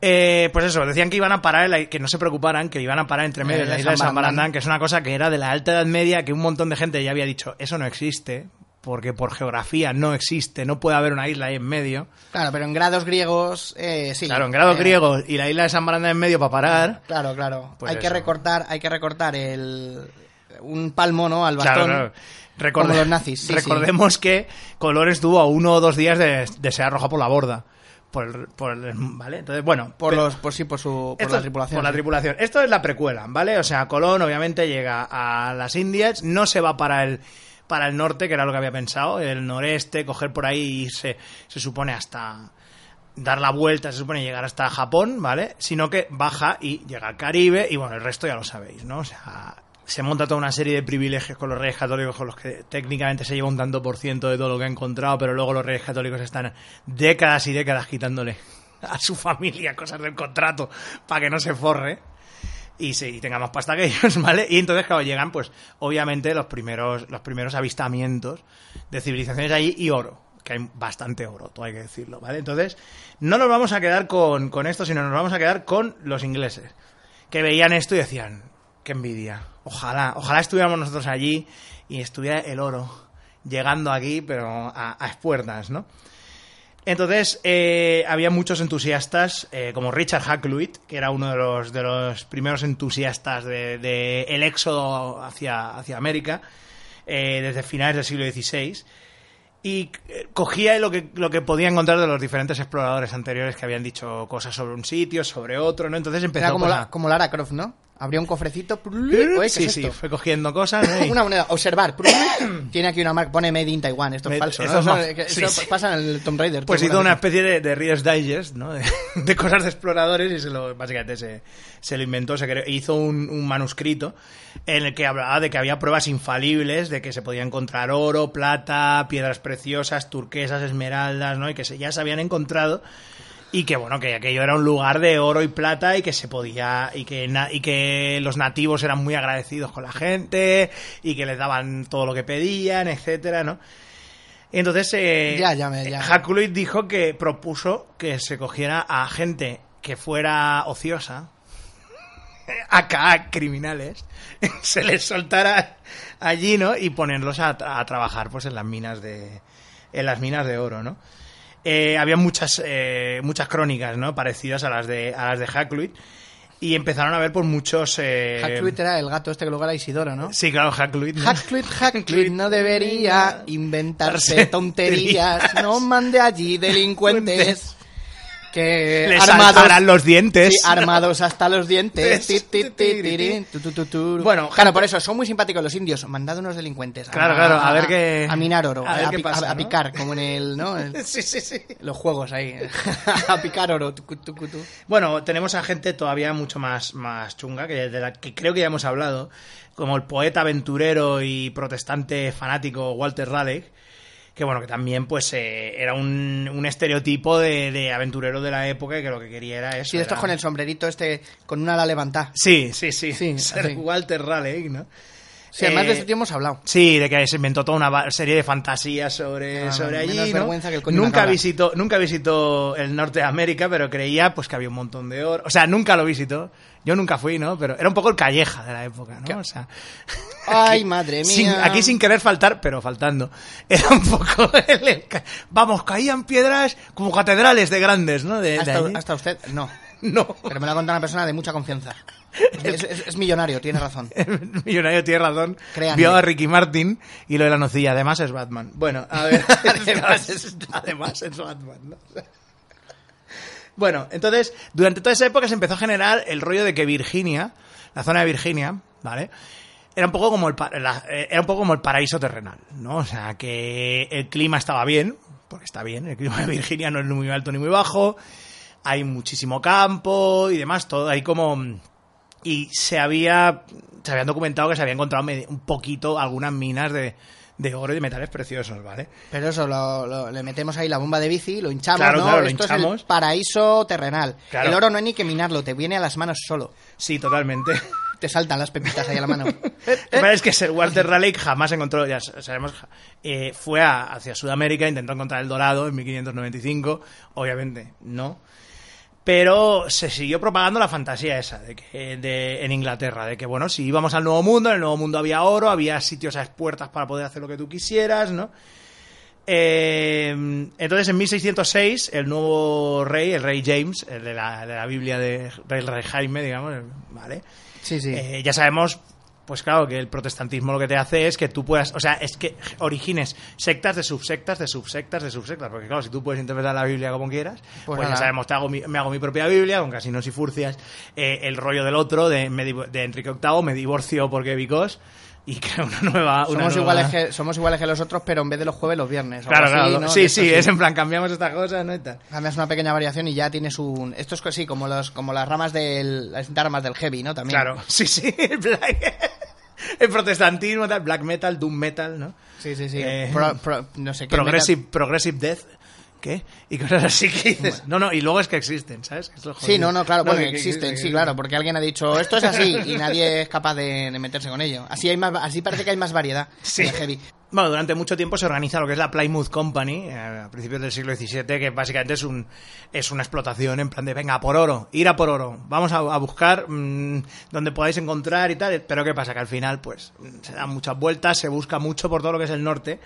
B: eh, pues eso, decían que iban a parar, en la- que no se preocuparan, que iban a parar entre medio de
C: Eh,
B: la isla de San Barandán, que es una cosa que era de la Alta Edad Media, que un montón de gente ya había dicho, eso no existe, porque por geografía no existe, no puede haber una isla ahí en medio.
C: Claro, pero en grados griegos, eh, sí.
B: Claro, en grado
C: Eh,
B: griego y la isla de San Barandán en medio para parar.
C: Claro, claro.
B: Pues
C: hay
B: eso.
C: que recortar, hay que recortar el un palmo, ¿no? Al
B: Claro,
C: bastón.
B: claro. Recorde-
C: Como los nazis, sí,
B: recordemos que Color estuvo a uno o dos días de, de ser arrojado por la borda. Por, el- por el- ¿Vale? Entonces, bueno.
C: Por
B: pero-
C: los, por sí, por su, por
B: Esto-
C: la tripulación.
B: Por la
C: sí.
B: tripulación. Esto es la precuela, ¿vale? O sea, Colón obviamente llega a las Indias, no se va para el para el norte, que era lo que había pensado, el noreste, coger por ahí y se, se supone hasta dar la vuelta, se supone llegar hasta Japón, ¿vale? Sino que baja y llega al Caribe y bueno, el resto ya lo sabéis, ¿no? O sea, se monta toda una serie de privilegios con los reyes católicos, con los que técnicamente se lleva un tanto por ciento de todo lo que ha encontrado, pero luego los reyes católicos están décadas y décadas quitándole a su familia cosas del contrato para que no se forre y, se, y tenga más pasta que ellos, ¿vale? Y entonces, claro, llegan, pues, obviamente, los primeros, los primeros avistamientos de civilizaciones allí y oro, que hay bastante oro, todo hay que decirlo, ¿vale? Entonces, no nos vamos a quedar con, con esto, sino nos vamos a quedar con los ingleses, que veían esto y decían, qué envidia, ojalá, ojalá estuviéramos nosotros allí y estuviera el oro llegando aquí, pero a, a espuertas, ¿no? Entonces, eh, había muchos entusiastas, eh, como Richard Hakluyt, que era uno de los, de los primeros entusiastas del de, el éxodo hacia, hacia América, eh, desde finales del siglo XVI, y eh, cogía lo que, lo que podía encontrar de los diferentes exploradores anteriores que habían dicho cosas sobre un sitio, sobre otro, ¿no? Entonces empezó
C: Era como,
B: pues,
C: la-
B: a-
C: como Lara Croft, ¿no? Abría un cofrecito. plul, oye, ¿qué Pues es
B: ¿Eh? sí,
C: esto?
B: sí, fue cogiendo cosas. ¿eh? ¿no? Y-
C: Una moneda, observar. plul, Tiene aquí una marca, pone Made in Taiwan. Esto
B: Made-
C: es falso. ¿no?
B: esto es
C: Eso-
B: más-
C: que-
B: sí,
C: eso
B: sí.
C: pasa en el Tomb Raider.
B: Pues hizo una
C: seguramente.
B: especie de, de Reader's Digest, ¿no? De, de cosas de exploradores y se lo, básicamente se, se lo inventó, se creó- hizo un, un manuscrito en el que hablaba de que había pruebas infalibles de que se podía encontrar oro, plata, piedras preciosas, turquesas, esmeraldas, ¿no? Y que se- ya se habían encontrado y que bueno que aquello era un lugar de oro y plata y que se podía y que na- y que los nativos eran muy agradecidos con la gente y que les daban todo lo que pedían etcétera no entonces eh,
C: Ya, ya me- ya.
B: Hakluyt dijo que propuso que se cogiera a gente que fuera ociosa acá criminales se les soltara allí, ¿no? Y ponerlos a, tra- a trabajar pues en las minas de en las minas de oro, ¿no? Eh, había muchas eh, muchas crónicas, ¿no? Parecidas a las de a las de Hakluyt y empezaron a haber pues muchos eh,
C: Hackfluid era el gato este que luego era Isidoro, ¿no?
B: Sí, claro, Hakluyt. ¿no?
C: Hackfluid, Hackfluid, no debería inventarse tonterías. No mande allí delincuentes que
B: Les
C: eh, armados
B: saltarán los dientes.
C: Sí, armados hasta los dientes. Ti, ti, ti, tirirín, tu, tu, tu, tu. Bueno, claro, por eso son muy simpáticos los indios. Mandad unos delincuentes.
B: Claro, claro, a ver qué-
C: A minar oro,
B: a
C: a,
B: ver
C: a
B: qué
C: pi-
B: pasa,
C: a- a
B: ¿no?
C: picar, como en el, ¿no? El-
B: sí, sí, sí.
C: los juegos ahí. ¿eh? a picar oro. tucu, tucu, tu.
B: Bueno, tenemos a gente todavía mucho más, más chunga, que, de la que creo que ya hemos hablado, como el poeta aventurero y protestante fanático Walter Radek, que bueno, que también pues eh, era un, un estereotipo de, de aventurero de la época y que lo que quería era eso.
C: Sí, esto
B: era-
C: con el sombrerito este, con una ala levantada.
B: Sí, sí, sí,
C: Sí,
B: ser
C: sí.
B: Walter Radek, ¿no?
C: Sí, además de
B: Eh,
C: este tío hemos hablado.
B: Sí, de que se inventó toda una va- serie de fantasías sobre,
C: Ah,
B: sobre
C: menos
B: allí. ¿no?
C: vergüenza que el coño de una
B: nunca
C: cabra.
B: visitó, nunca visitó el norte de América, pero creía pues que había un montón de oro. O sea, nunca lo visitó. Yo nunca fui, ¿no? Pero era un poco el calleja de la época, ¿no? O sea,
C: Ay, madre mía.
B: sin- aquí sin querer faltar, pero faltando. Era un poco el- el ca- Vamos, caían piedras como catedrales de grandes, ¿no? De- de
C: Hasta,
B: allí.
C: hasta usted, no.
B: No.
C: Pero me lo ha contado una persona de mucha confianza. Es, es- es millonario, tiene razón.
B: El millonario tiene razón.
C: Créanme.
B: Vio a Ricky Martin y lo de la nocilla. Además es Batman. Bueno, a ver. además, es, además es Batman. ¿no? Bueno, entonces, durante toda esa época se empezó a generar el rollo de que Virginia, la zona de Virginia, ¿vale? Era un poco como el, pa- la- eh, era un poco como el paraíso terrenal, ¿no? O sea, que el clima estaba bien, porque está bien, el clima de Virginia no es ni muy alto ni muy bajo, hay muchísimo campo y demás, todo, hay como y se había se habían documentado que se había encontrado me- un poquito algunas minas de, de oro y de metales preciosos, ¿vale?
C: Pero eso, lo- lo- le metemos ahí la bomba de bici, lo hinchamos,
B: Claro,
C: ¿no?
B: claro, lo
C: Esto
B: hinchamos.
C: es el paraíso terrenal.
B: Claro.
C: El oro no hay ni que minarlo, te viene a las manos solo.
B: Sí, totalmente.
C: Te saltan las pepitas ahí a la mano.
B: Lo que pasa es que Sir Walter Raleigh jamás encontró, ya sa- sabemos, ja- eh, fue a- hacia Sudamérica, intentó encontrar el dorado en 1595, obviamente no. Pero se siguió propagando la fantasía esa de que, eh, de- en Inglaterra, de que, bueno, si íbamos al Nuevo Mundo, en el Nuevo Mundo había oro, había sitios a puertas para poder hacer lo que tú quisieras, ¿no? Eh, entonces, en 1606, el nuevo rey, el rey James, el de la, de la Biblia de- del rey Jaime, digamos, ¿vale?
C: Sí, sí.
B: Eh, ya sabemos, pues claro, que el protestantismo lo que te hace es que tú puedas, o sea, es que origines sectas de subsectas, de subsectas, de subsectas, porque claro, si tú puedes interpretar la Biblia como quieras, pues,
C: Pues
B: ya
C: nada.
B: sabemos, te hago mi- me hago mi propia Biblia, con casinos y furcias, eh, el rollo del otro, de, me divo- de Enrique VIII, me divorcio porque vicos, y creo una nueva... una
C: somos,
B: nueva-
C: iguales que, somos iguales que los otros, pero en vez de los jueves, los viernes. o
B: Claro,
C: algo
B: claro,
C: así, ¿no?
B: sí,
C: Esto
B: sí, es en plan, cambiamos estas cosas, ¿no? Y tal.
C: Cambias una pequeña variación y ya tienes un... Esto es así, como, los, como las ramas del... Las distintas ramas del heavy, ¿no? También.
B: Claro, sí, sí, el, black- el protestantismo, tal, black metal, doom metal, ¿no?
C: Sí, sí, sí.
B: Eh,
C: Pro- pro- no sé qué.
B: Progressive, progressive Death. ¿Qué? Y cosas así que dices. No, no, y luego es que existen, ¿sabes? Que es lo jodido.
C: Sí, no, no, claro, bueno,
B: que- que-
C: existen,
B: que-
C: sí, claro, porque alguien ha dicho esto es así y nadie es capaz de, de meterse con ello. Así hay más, así parece que hay más variedad.
B: Sí.
C: de heavy.
B: Bueno, durante mucho tiempo se organiza lo que es la Plymouth Company, eh, a principios del siglo XVII, que básicamente es, un, es una explotación en plan de, venga, por oro, ir a por oro, vamos a, a buscar mm, donde podáis encontrar y tal. Pero ¿qué pasa? Que al final, pues, mm, se dan muchas vueltas, se busca mucho por todo lo que es el norte,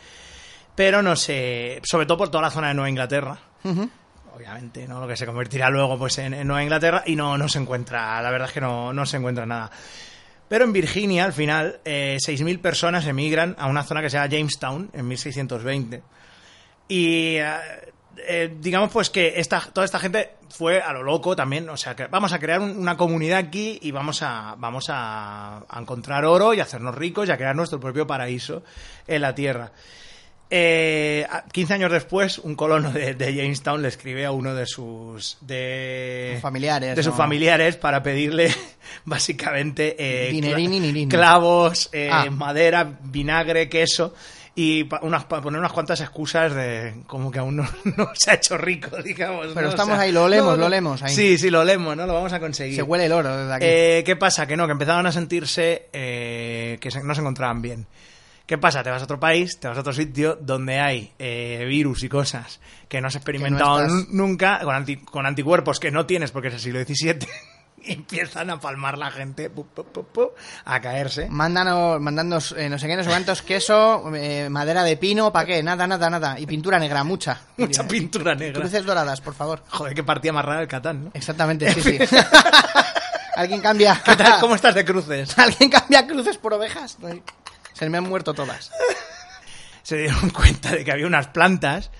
B: pero no sé, sobre todo por toda la zona de Nueva Inglaterra. Obviamente, ¿no? Lo que se convertirá luego pues en, en Nueva Inglaterra y no, no se encuentra, la verdad es que no, no se encuentra nada. Pero en Virginia, al final, eh, 6.000 personas emigran a una zona que se llama Jamestown en 1620. Y eh, eh, digamos pues que esta, toda esta gente fue a lo loco también. O sea, que vamos a crear un- una comunidad aquí y vamos, a, vamos a, a encontrar oro y a hacernos ricos y a crear nuestro propio paraíso en la tierra. Eh, a- 15 años después, un colono de, de Jamestown le escribe a uno de sus de,
C: Sus familiares,
B: Eh, de sus
C: ¿no?
B: familiares para pedirle básicamente eh,
C: Dinerín y nirín.
B: clavos, eh,
C: Ah.
B: madera, vinagre, queso y pa- unas, pa- poner unas cuantas excusas de como que aún no, no se ha hecho rico, digamos.
C: Pero
B: ¿no?
C: estamos ahí, lo olemos, lo olemos ahí.
B: Sí, sí, lo olemos, ¿no? Lo vamos a conseguir.
C: Se huele el oro desde aquí.
B: Eh, ¿Qué pasa? Que no, que empezaban a sentirse eh, que se- no se encontraban bien. ¿Qué pasa? Te vas a otro país, te vas a otro sitio donde hay eh, virus y cosas que no has experimentado
C: estás-
B: nun- nunca, con, anti- con anticuerpos que no tienes porque es el siglo XVII. y empiezan a palmar la gente, pu, pu, pu, pu, a caerse.
C: Mm. Mándanos, mandadnos, eh, no sé qué, no sé cuántos, queso, eh, madera de pino, ¿para qué? Nada, nada, nada. Y pintura negra, mucha.
B: Mucha pintura negra.
C: Cruces doradas, por favor.
B: Joder, qué partida más rara el Catán, ¿no?
C: Exactamente, sí, sí. ¿Alguien cambia?
B: ¿Qué tal? ¿Cómo estás de cruces?
C: ¿Alguien cambia cruces por ovejas? No hay- Se me han muerto todas.
B: se dieron cuenta de que había unas plantas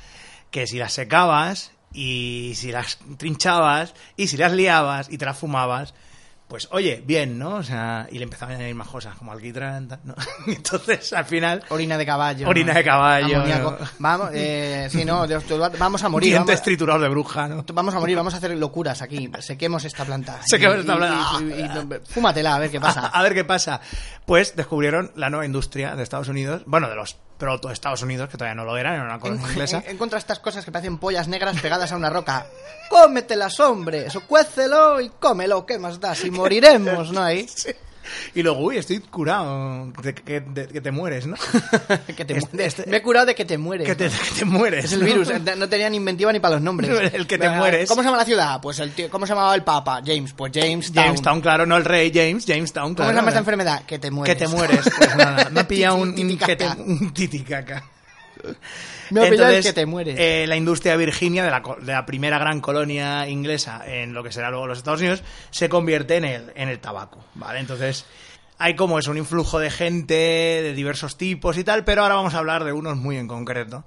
B: que si las secabas y si las trinchabas y si las liabas y te las fumabas, pues oye, bien, ¿no? O sea, y le empezaban a añadir más cosas como alquitrán, tal, ¿no? Y Entonces, al final,
C: Orina de caballo.
B: Orina de caballo,
C: Amoníaco.
B: ¿no?
C: Vamos, eh, sí, no, Dios, tú- vamos a morir.
B: dientes
C: Vamos,
B: triturados de bruja, ¿no?
C: vamos a morir, vamos a hacer locuras aquí. Sequemos esta planta.
B: Sequemos
C: Y-
B: esta
C: y-
B: planta. Ah,
C: y- y- y- no, fúmatela, a ver qué pasa.
B: A ver qué pasa. Pues descubrieron la nueva industria de Estados Unidos, bueno, de los proto Estados Unidos, que todavía no lo eran, era una
C: En-
B: colonia inglesa.
C: en- encuentra estas cosas que parecen pollas negras pegadas a una roca. Cómetelas, hombre. Eso cuécelo y cómelo. ¿Qué más da? Si moriremos, ¿no? Ahí. eh.
B: Y luego, uy, estoy curado, que, que- de- que te mueres, ¿no?
C: Que te
B: Este-
C: mueres.
B: este-
C: Me he curado de que te mueres.
B: que, te,
C: ¿no?
B: que te mueres.
C: Es el
B: ¿no?
C: virus. eh, No tenían inventiva ni para los nombres.
B: El que te mueres.
C: ¿Cómo se llama la ciudad? Pues el tío- ¿Cómo se llamaba el papa? James. Pues James.
B: Jamestown, claro, no el rey, James, Jamestown,
C: ¿Cómo
B: claro.
C: se llama esta enfermedad? Que te mueres.
B: Que te mueres. Pues nada, me ha pillado un, un,
C: Titicaca.
B: que te- un titicaca.
C: Me ha pillado el
B: Entonces,
C: que te mueres.
B: eh, la industria Virginia, de la, co- de la primera gran colonia inglesa en lo que será luego los Estados Unidos, se convierte en el, en el tabaco, ¿vale? Entonces, hay como es un influjo de gente de diversos tipos y tal, pero ahora vamos a hablar de unos muy en concreto,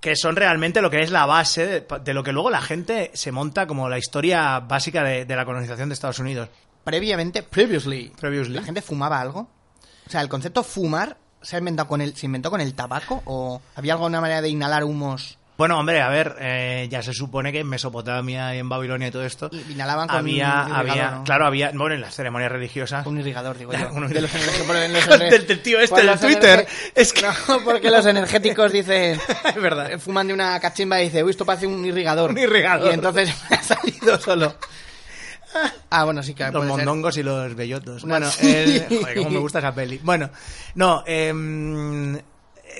B: que son realmente lo que es la base de, de lo que luego la gente se monta como la historia básica de, de la colonización de Estados Unidos.
C: Previamente, previously,
B: Previously.
C: ¿la gente fumaba algo? O sea, el concepto fumar se, ha inventado con el, se inventó con el tabaco o había alguna manera de inhalar humos.
B: Bueno, hombre, a ver, eh, ya se supone que en Mesopotamia y en Babilonia y todo esto
C: Y inhalaban con
B: había,
C: un
B: había,
C: irrigador, ¿no?
B: claro, había, bueno, en las ceremonias religiosas,
C: Un irrigador, digo yo.
B: Un
C: De los
B: irrigador.
C: que ponen en los
B: Joder,
C: ener-
B: del tío este
C: Pues
B: del
C: los
B: Twitter.
C: energe-
B: Es que-
C: No, porque los energéticos dicen...
B: es verdad.
C: eh, Fuman de una cachimba y dicen, uy, esto parece un irrigador.
B: Un irrigador.
C: Y entonces me ha salido solo. Ah, bueno, sí que
B: Los
C: puede ser.
B: mondongos y los bellotos.
C: Una-
B: Bueno, el- joder, cómo me gusta esa peli. Bueno, no, em,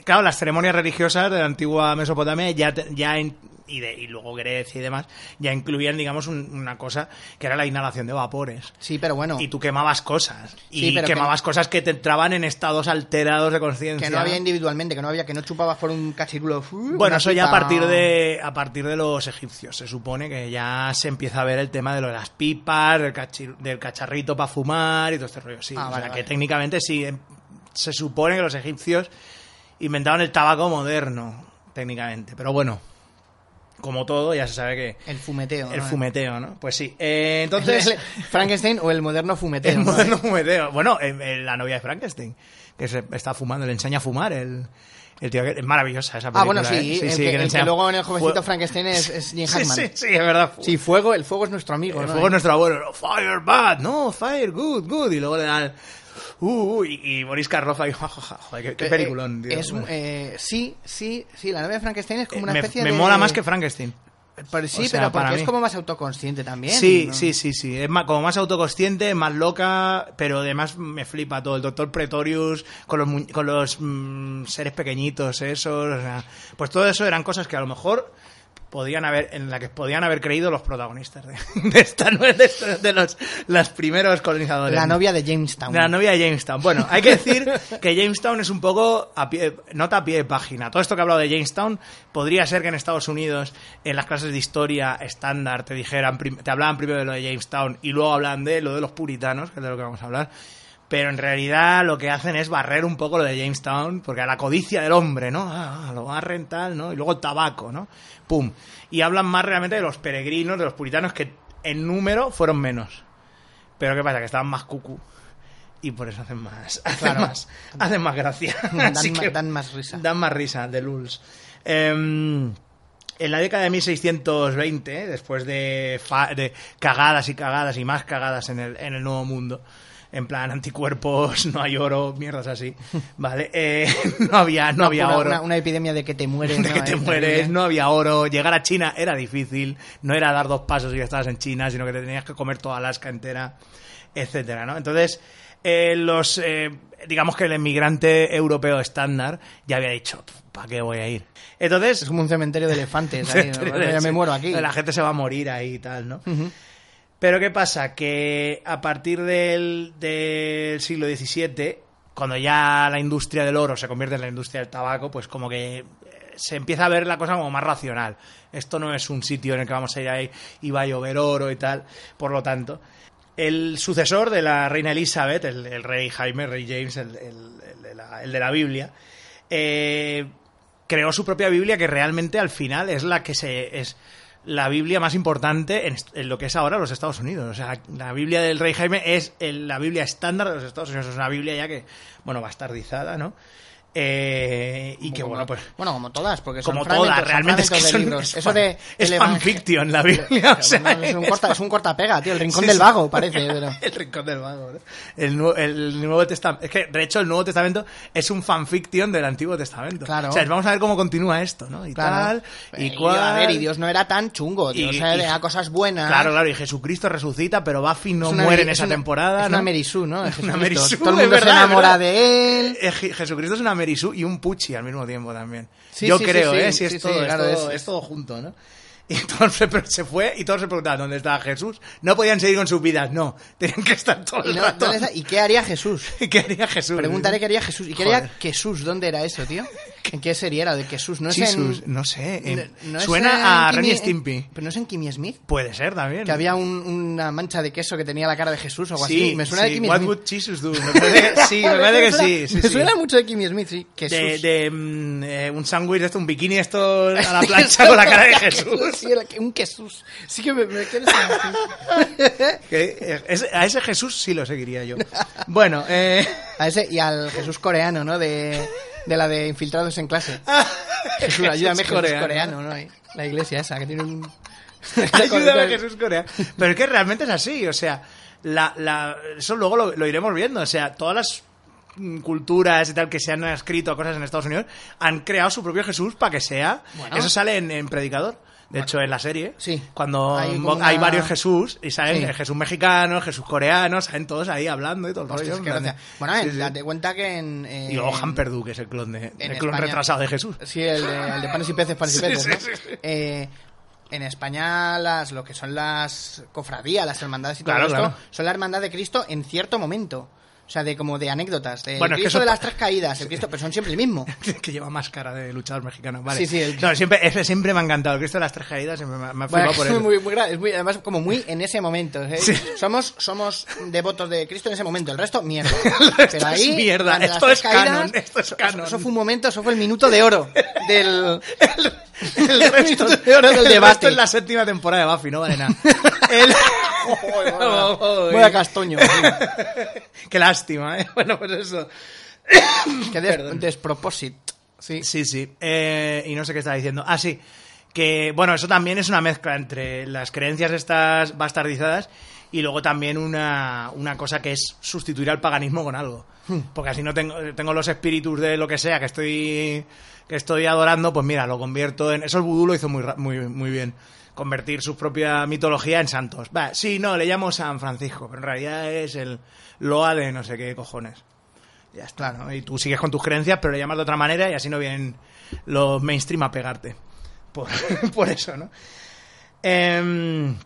B: claro, las ceremonias religiosas de la antigua Mesopotamia ya, te- ya en- y, de- y luego Grecia y demás, ya incluían, digamos, un- una cosa que era la inhalación de vapores.
C: Sí, pero bueno.
B: Y tú quemabas cosas.
C: Sí,
B: y
C: pero que
B: quemabas cosas que te entraban en estados alterados de conciencia.
C: Que no había individualmente, que no había, que no chupabas por un cachirulo. uh,
B: Bueno,
C: una
B: eso ya a
C: pipa.
B: partir de a partir de los egipcios. Se supone que ya se empieza a ver el tema de lo de las pipas, del, cachi- del cacharrito para fumar y todo este rollo. Sí,
C: Ah,
B: o
C: vale,
B: sea,
C: vale.
B: que técnicamente sí. em, Se supone que los egipcios inventaron el tabaco moderno, técnicamente. Pero bueno, como todo, ya se sabe que
C: El fumeteo.
B: el
C: ¿no?
B: fumeteo, ¿no? Pues sí. Eh, entonces,
C: El- Frankenstein o el moderno fumeteo.
B: el
C: ¿no?
B: moderno fumeteo. Bueno, em, em, la novia de Frankenstein, que se está fumando, le enseña a fumar el... El tío que- es maravillosa esa película.
C: Ah, bueno,
B: ¿eh?
C: sí. el que,
B: que le
C: el que
B: enseña-
C: luego en el jovencito
B: Fue-
C: Frankenstein es, es Gene
B: Sí,
C: Hackman.
B: sí, sí, es verdad.
C: Sí, fuego, el fuego es nuestro amigo.
B: el
C: ¿no? Eh,
B: fuego es nuestro abuelo. Fire bad, no, fire good, good. Y luego le dan. Uh, uh, y, y Boris Karloff ahí. jajaja, Joder, qué, qué
C: Eh, eh,
B: peliculón, tío. Eh,
C: es un- eh, sí, sí, sí. La novia de Frankenstein es como una
B: me,
C: especie
B: me
C: de.
B: mola más que Frankenstein.
C: Pero sí,
B: o sea,
C: pero
B: para
C: porque es
B: mí.
C: como más autoconsciente también.
B: sí,
C: ¿no?
B: sí, sí, sí. Es más, como más autoconsciente, más loca, pero además me flipa todo. El doctor Pretorius con los, mu- con los mm, seres pequeñitos, esos. o sea, pues todo eso eran cosas que a lo mejor podían haber en la que podían haber creído los protagonistas de, de esta nue- de, esta- de los, los primeros colonizadores
C: La novia de Jamestown.
B: De la novia de Jamestown. Bueno, hay que decir que Jamestown es un poco a pie, nota a pie de página. Todo esto que he hablado de Jamestown podría ser que en Estados Unidos, en las clases de historia estándar, te dijeran, prim- te hablaban primero de lo de Jamestown y luego hablan de lo de los puritanos, que es de lo que vamos a hablar. Pero en realidad lo que hacen es barrer un poco lo de Jamestown, porque a la codicia del hombre, ¿no? Ah, lo barren tal, ¿no? Y luego el tabaco, ¿no? Pum. Y hablan más realmente de los peregrinos, de los puritanos, que en número fueron menos. Pero ¿qué pasa? Que estaban más cucu. Y por eso hacen más. Hacen
C: Claro.
B: más. Hacen más gracia.
C: Dan
B: Así
C: ma-
B: que-
C: dan más risa.
B: Dan más risa, de Lulz. Em, en la década de 1620, después de, fa- de cagadas y cagadas y más cagadas en el, en el Nuevo Mundo, en plan anticuerpos, no hay oro, mierdas así, ¿vale? Eh, no había, no, había
C: una,
B: oro.
C: Una, una epidemia de que te mueres.
B: De que
C: ¿no?
B: te
C: Eh,
B: mueres,
C: terrible.
B: no había oro, llegar a China era difícil, no era dar dos pasos y ya estabas en China, sino que te tenías que comer toda Alaska entera, etcétera, ¿no? Entonces, eh, los eh, digamos que el emigrante europeo estándar ya había dicho, ¿para qué voy a ir? Entonces,
C: Es
B: Pues,
C: como un cementerio de elefantes. ahí, ¿no? Ya me muero aquí.
B: Hmm. la gente se va a morir ahí y tal, ¿no? Pero ¿qué pasa? Que a partir del, del siglo XVII, cuando ya la industria del oro se convierte en la industria del tabaco, pues como que eh, se empieza a ver la cosa como más racional. Esto no es un sitio en el que vamos a ir ahí y va a llover oro y tal. Por lo tanto, el sucesor de la reina Elizabeth, el, el rey Jaime, el rey James, el, el- el de, la, el de la Biblia, eh, creó su propia Biblia que realmente al final es la que se es la Biblia más importante en, est- en lo que es ahora los Estados Unidos. O sea, la Biblia del Rey Jaime es el- la Biblia estándar de los Estados Unidos. Es una Biblia ya que, bueno, bastardizada, ¿no? Eh, y que,
C: Como-
B: bueno, pues
C: Bueno, como todas, porque son
B: como
C: fragmentos,
B: todas,
C: son
B: realmente es que
C: fragmentos de
B: son,
C: libros.
B: es,
C: Eso de...
B: es
C: el evangel-
B: fanfiction la Biblia. o sea,
C: Bueno, es, un corta, es un cortapega, tío. El rincón
B: Sí,
C: del
B: sí.
C: vago, parece. Pero...
B: El rincón del vago. ¿no? El, nu- el Nuevo Testamento. Es que, de hecho, el Nuevo Testamento es un fanfiction del Antiguo Testamento.
C: Claro.
B: O sea, vamos a ver cómo continúa esto, ¿no? Y
C: Claro.
B: tal. Y
C: Eh,
B: cuál.
C: A ver, y Dios no era tan chungo, tío.
B: Y-
C: o sea,
B: y-
C: le da cosas buenas.
B: Claro, claro. Y Jesucristo resucita, pero Buffy no
C: Es una
B: muere en
C: Mary- es
B: esa
C: una-
B: temporada.
C: Es una
B: ¿no?
C: Merisú, ¿no? Es
B: Una
C: Jesucristo.
B: Merisú,
C: Todo el
B: es
C: mundo
B: verdad,
C: se enamora
B: ¿verdad?
C: de él.
B: Eh, Je- Jesucristo es una Merisú y un Pucci al mismo tiempo también.
C: Sí,
B: Yo
C: sí, sí,
B: creo,
C: sí,
B: ¿eh? Si es,
C: sí, sí,
B: todo, es
C: claro,
B: todo-
C: es-
B: es todo junto, ¿no? Y todos se, pero se fue y todos se preguntaban dónde estaba Jesús. No podían seguir con sus vidas, no. Tenían que estar todo
C: Y,
B: el
C: no-
B: rato.
C: ¿dónde está? ¿Y qué haría Jesús?
B: ¿Qué haría Jesús?
C: Preguntaré qué haría Jesús. ¿Y qué haría
B: Joder.
C: Jesús? ¿Dónde era eso, tío? ¿En qué serie era? ¿De Jesús? No es
B: Jesús,
C: en...
B: no sé. en-
C: no- no es eh, en
B: Em, suena a
C: Kimmy-
B: Renny
C: en-
B: Stimpy.
C: Pero no es en Kimmy Smith.
B: Puede ser también.
C: Que había un- una mancha de queso que tenía la cara de Jesús o algo así. Me suena
B: sí,
C: de Kimmy
B: What
C: Smith.
B: would Jesus do? Me parece que- sí, me parece que sí. sí,
C: me
B: sí.
C: suena mucho de Kimmy Smith, sí. Jesús.
B: De, de, mm, eh, un sándwich, de esto, un bikini, esto a la plancha con la cara de Jesús.
C: Sí, era que- un Jesús. Sí que me, me quieres
B: Que, eh, ese- a ese Jesús sí lo seguiría yo. Bueno, eh,
C: A ese y al Jesús coreano, ¿no? De, de la de infiltrados en clase. Jesús, ayúdame, Jesús coreano, ¿no? Ahí, La iglesia esa, que tiene un...
B: Ayúdame Jesús Corea. Pero es que realmente es así, o sea, la, la, eso luego lo, lo iremos viendo, o sea, todas las mm, culturas y tal que se han escrito cosas en Estados Unidos han creado su propio Jesús para que sea...
C: Bueno.
B: Eso sale en, en Predicador. De hecho, en la serie,
C: Sí.
B: cuando
C: Hay
B: hay,
C: como una-
B: varios Jesús, y salen
C: Sí.
B: el Jesús mexicano, el Jesús coreano, salen todos ahí hablando y todo el
C: Hostia,
B: rollo.
C: es que
B: en plan
C: gracia.
B: de-
C: Bueno,
B: Sí,
C: en-
B: sí.
C: date cuenta que en... eh,
B: Y luego Han
C: en-
B: Perdú, que es el clon, de,
C: en
B: el clon
C: España-
B: retrasado de Jesús.
C: Sí, el de, el de panes y peces, panes y
B: Sí,
C: peces,
B: sí,
C: ¿no?
B: sí, sí.
C: Eh, en España, las, lo que son las cofradías, las hermandades y todo
B: Claro,
C: esto,
B: claro.
C: son la hermandad de Cristo en cierto momento. O sea, de como de anécdotas. De
B: Bueno, es que
C: Cristo
B: eso-
C: de las tres caídas, el Cristo, pero son siempre el mismo.
B: que lleva máscara de luchador mexicano. Vale.
C: Sí, sí, el-
B: No, siempre, ese siempre me ha encantado. El Cristo de las tres caídas siempre me ha, me ha
C: Bueno,
B: flipado por
C: es
B: él.
C: muy, muy gra- es muy- además, como muy en ese momento. ¿eh?
B: Sí.
C: Somos, somos devotos de Cristo en ese momento. El resto, mierda.
B: resto
C: Pero
B: es
C: ahí,
B: mierda,
C: durante las
B: esto
C: tres
B: es canon, esto es
C: eso-
B: canon.
C: Eso fue un momento, eso fue el minuto de oro del,
B: El resto,
C: minuto de oro del
B: el resto
C: debate.
B: es la séptima temporada de Buffy, no vale nada. El-
C: Joder,
B: Oh,
C: vaya-
B: joder.
C: vaya castoño. tío.
B: Qué lástima, ¿eh? Bueno, pues eso.
C: Qué des- despropósito. Sí.
B: Sí, sí. Eh, y no sé qué estaba diciendo. Ah, sí. Que, bueno, eso también es una mezcla entre las creencias estas bastardizadas y luego también una, una cosa que es sustituir al paganismo con algo. Porque así no tengo, tengo los espíritus de lo que sea que estoy, que estoy adorando, pues mira, lo convierto en... Eso el vudú lo hizo muy, ra- muy, muy bien. Convertir su propia mitología en santos. Va, sí, no, le llamo San Francisco, pero en realidad es el Loa de no sé qué cojones. Ya está, ¿no? Y tú sigues con tus creencias, pero le llamas de otra manera y así no vienen los mainstream a pegarte. Por, por eso, ¿no? Em,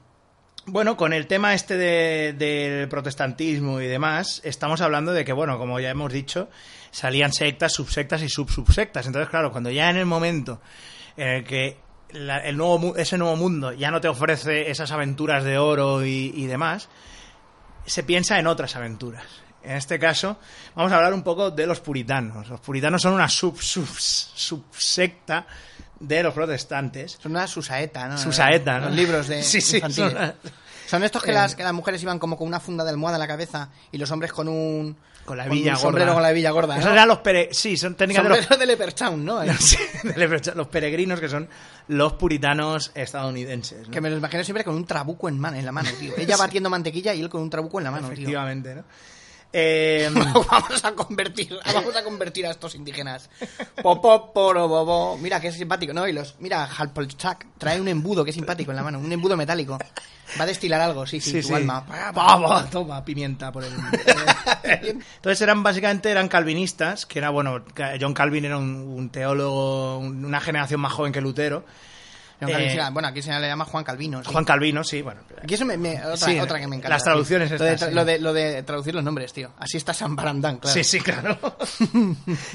B: bueno, con el tema este de- del protestantismo y demás, estamos hablando de que, bueno, como ya hemos dicho, salían sectas, subsectas y subsubsectas. Entonces, claro, cuando ya en el momento en el que la- el nuevo, mu- ese nuevo mundo ya no te ofrece esas aventuras de oro y- y demás, se piensa en otras aventuras. En este caso, vamos a hablar un poco de los puritanos. Los puritanos son una sub, sub, subsecta de los protestantes.
C: Son una susaeta, ¿no?
B: Susaeta, ¿no?
C: Los libros de
B: Sí, sí,
C: infantiles.
B: son una-
C: Son estos que
B: Eh.
C: las, que las mujeres iban como con una funda de almohada en la cabeza y los hombres con un...
B: Con la
C: un
B: villa gorda.
C: sombrero con la villa gorda,
B: Esos
C: ¿no?
B: eran los pere- Sí, son técnicas de los
C: Sombrero de Leperchaun, ¿no? Eh,
B: Sí, de los- los peregrinos que son los puritanos estadounidenses. ¿no?
C: Que me los imagino siempre con un trabuco en, mano, en la mano, tío. Ella batiendo mantequilla y él con un trabuco en la mano, tío.
B: Efectivamente, ¿no? Eh,
C: vamos a convertir vamos a convertir a estos indígenas Popo, poro, bobo. mira que es simpático no y los mira Halpolchak trae un embudo que es simpático en la mano un embudo metálico va a destilar algo sí sí,
B: sí,
C: tu
B: sí.
C: alma
B: Vamos, toma, pimienta por el... Entonces eran básicamente eran calvinistas, que era, bueno, John Calvin era un, un teólogo, un- una generación más joven que Lutero,
C: León Calvino
B: Eh,
C: Sila. bueno, aquí se le llama Juan Calvino. sí.
B: Juan Calvino, sí, bueno.
C: Aquí eso me, me- otra,
B: Sí,
C: otra que me encanta.
B: las
C: sí.
B: traducciones
C: lo, de
B: estas,
C: tra-
B: sí.
C: lo de, lo de traducir los nombres, tío. Así está San Barandán, claro.
B: Sí, sí, claro.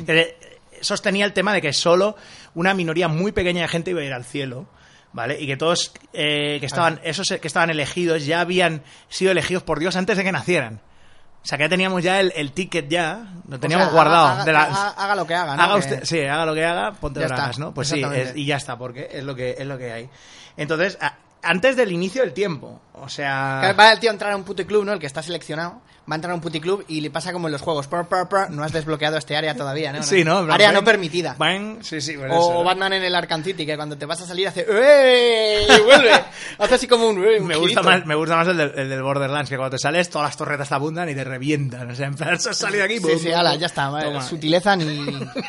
B: Eh, Sostenía el tema de que solo una minoría muy pequeña de gente iba a ir al cielo, ¿vale? Y que todos eh,
C: Ah.
B: que estaban, esos que estaban elegidos ya habían sido elegidos por Dios antes de que nacieran. O sea, que ya teníamos ya el, el ticket ya, lo
C: O
B: teníamos
C: sea,
B: guardado.
C: Haga,
B: de la-
C: haga- haga lo que haga, ¿no?
B: haga
C: Que-
B: usted- sí, haga lo que haga, ponte
C: Ya
B: bragas,
C: está,
B: ¿no? Pues sí,
C: exactamente.
B: es- y ya está, porque es lo que, es lo que hay. Entonces, a- antes del inicio del tiempo, o sea...
C: Claro, Va el tío a entrar a un puticlub, ¿no? El que está seleccionado. Va a entrar a un puticlub y le pasa como en los juegos. Prr, prr, prr, no has desbloqueado este área todavía, ¿no?
B: Sí, ¿no? En plan,
C: Área no
B: bang,
C: permitida.
B: bang, sí, sí, por eso.
C: O Batman en el Arkham City, que cuando te vas a salir hace ¡Ey! Y vuelve. Hace así como un... "Ey", un
B: Me gusta,
C: girito.
B: más, me gusta más el del, el del Borderlands, que cuando te sales todas las torretas te abundan y te revientan. O sea, en plan, has salido aquí.
C: Sí,
B: pum,
C: sí,
B: pum,
C: ala,
B: pum.
C: ya está. vale,
B: Toma.
C: Sutileza ni,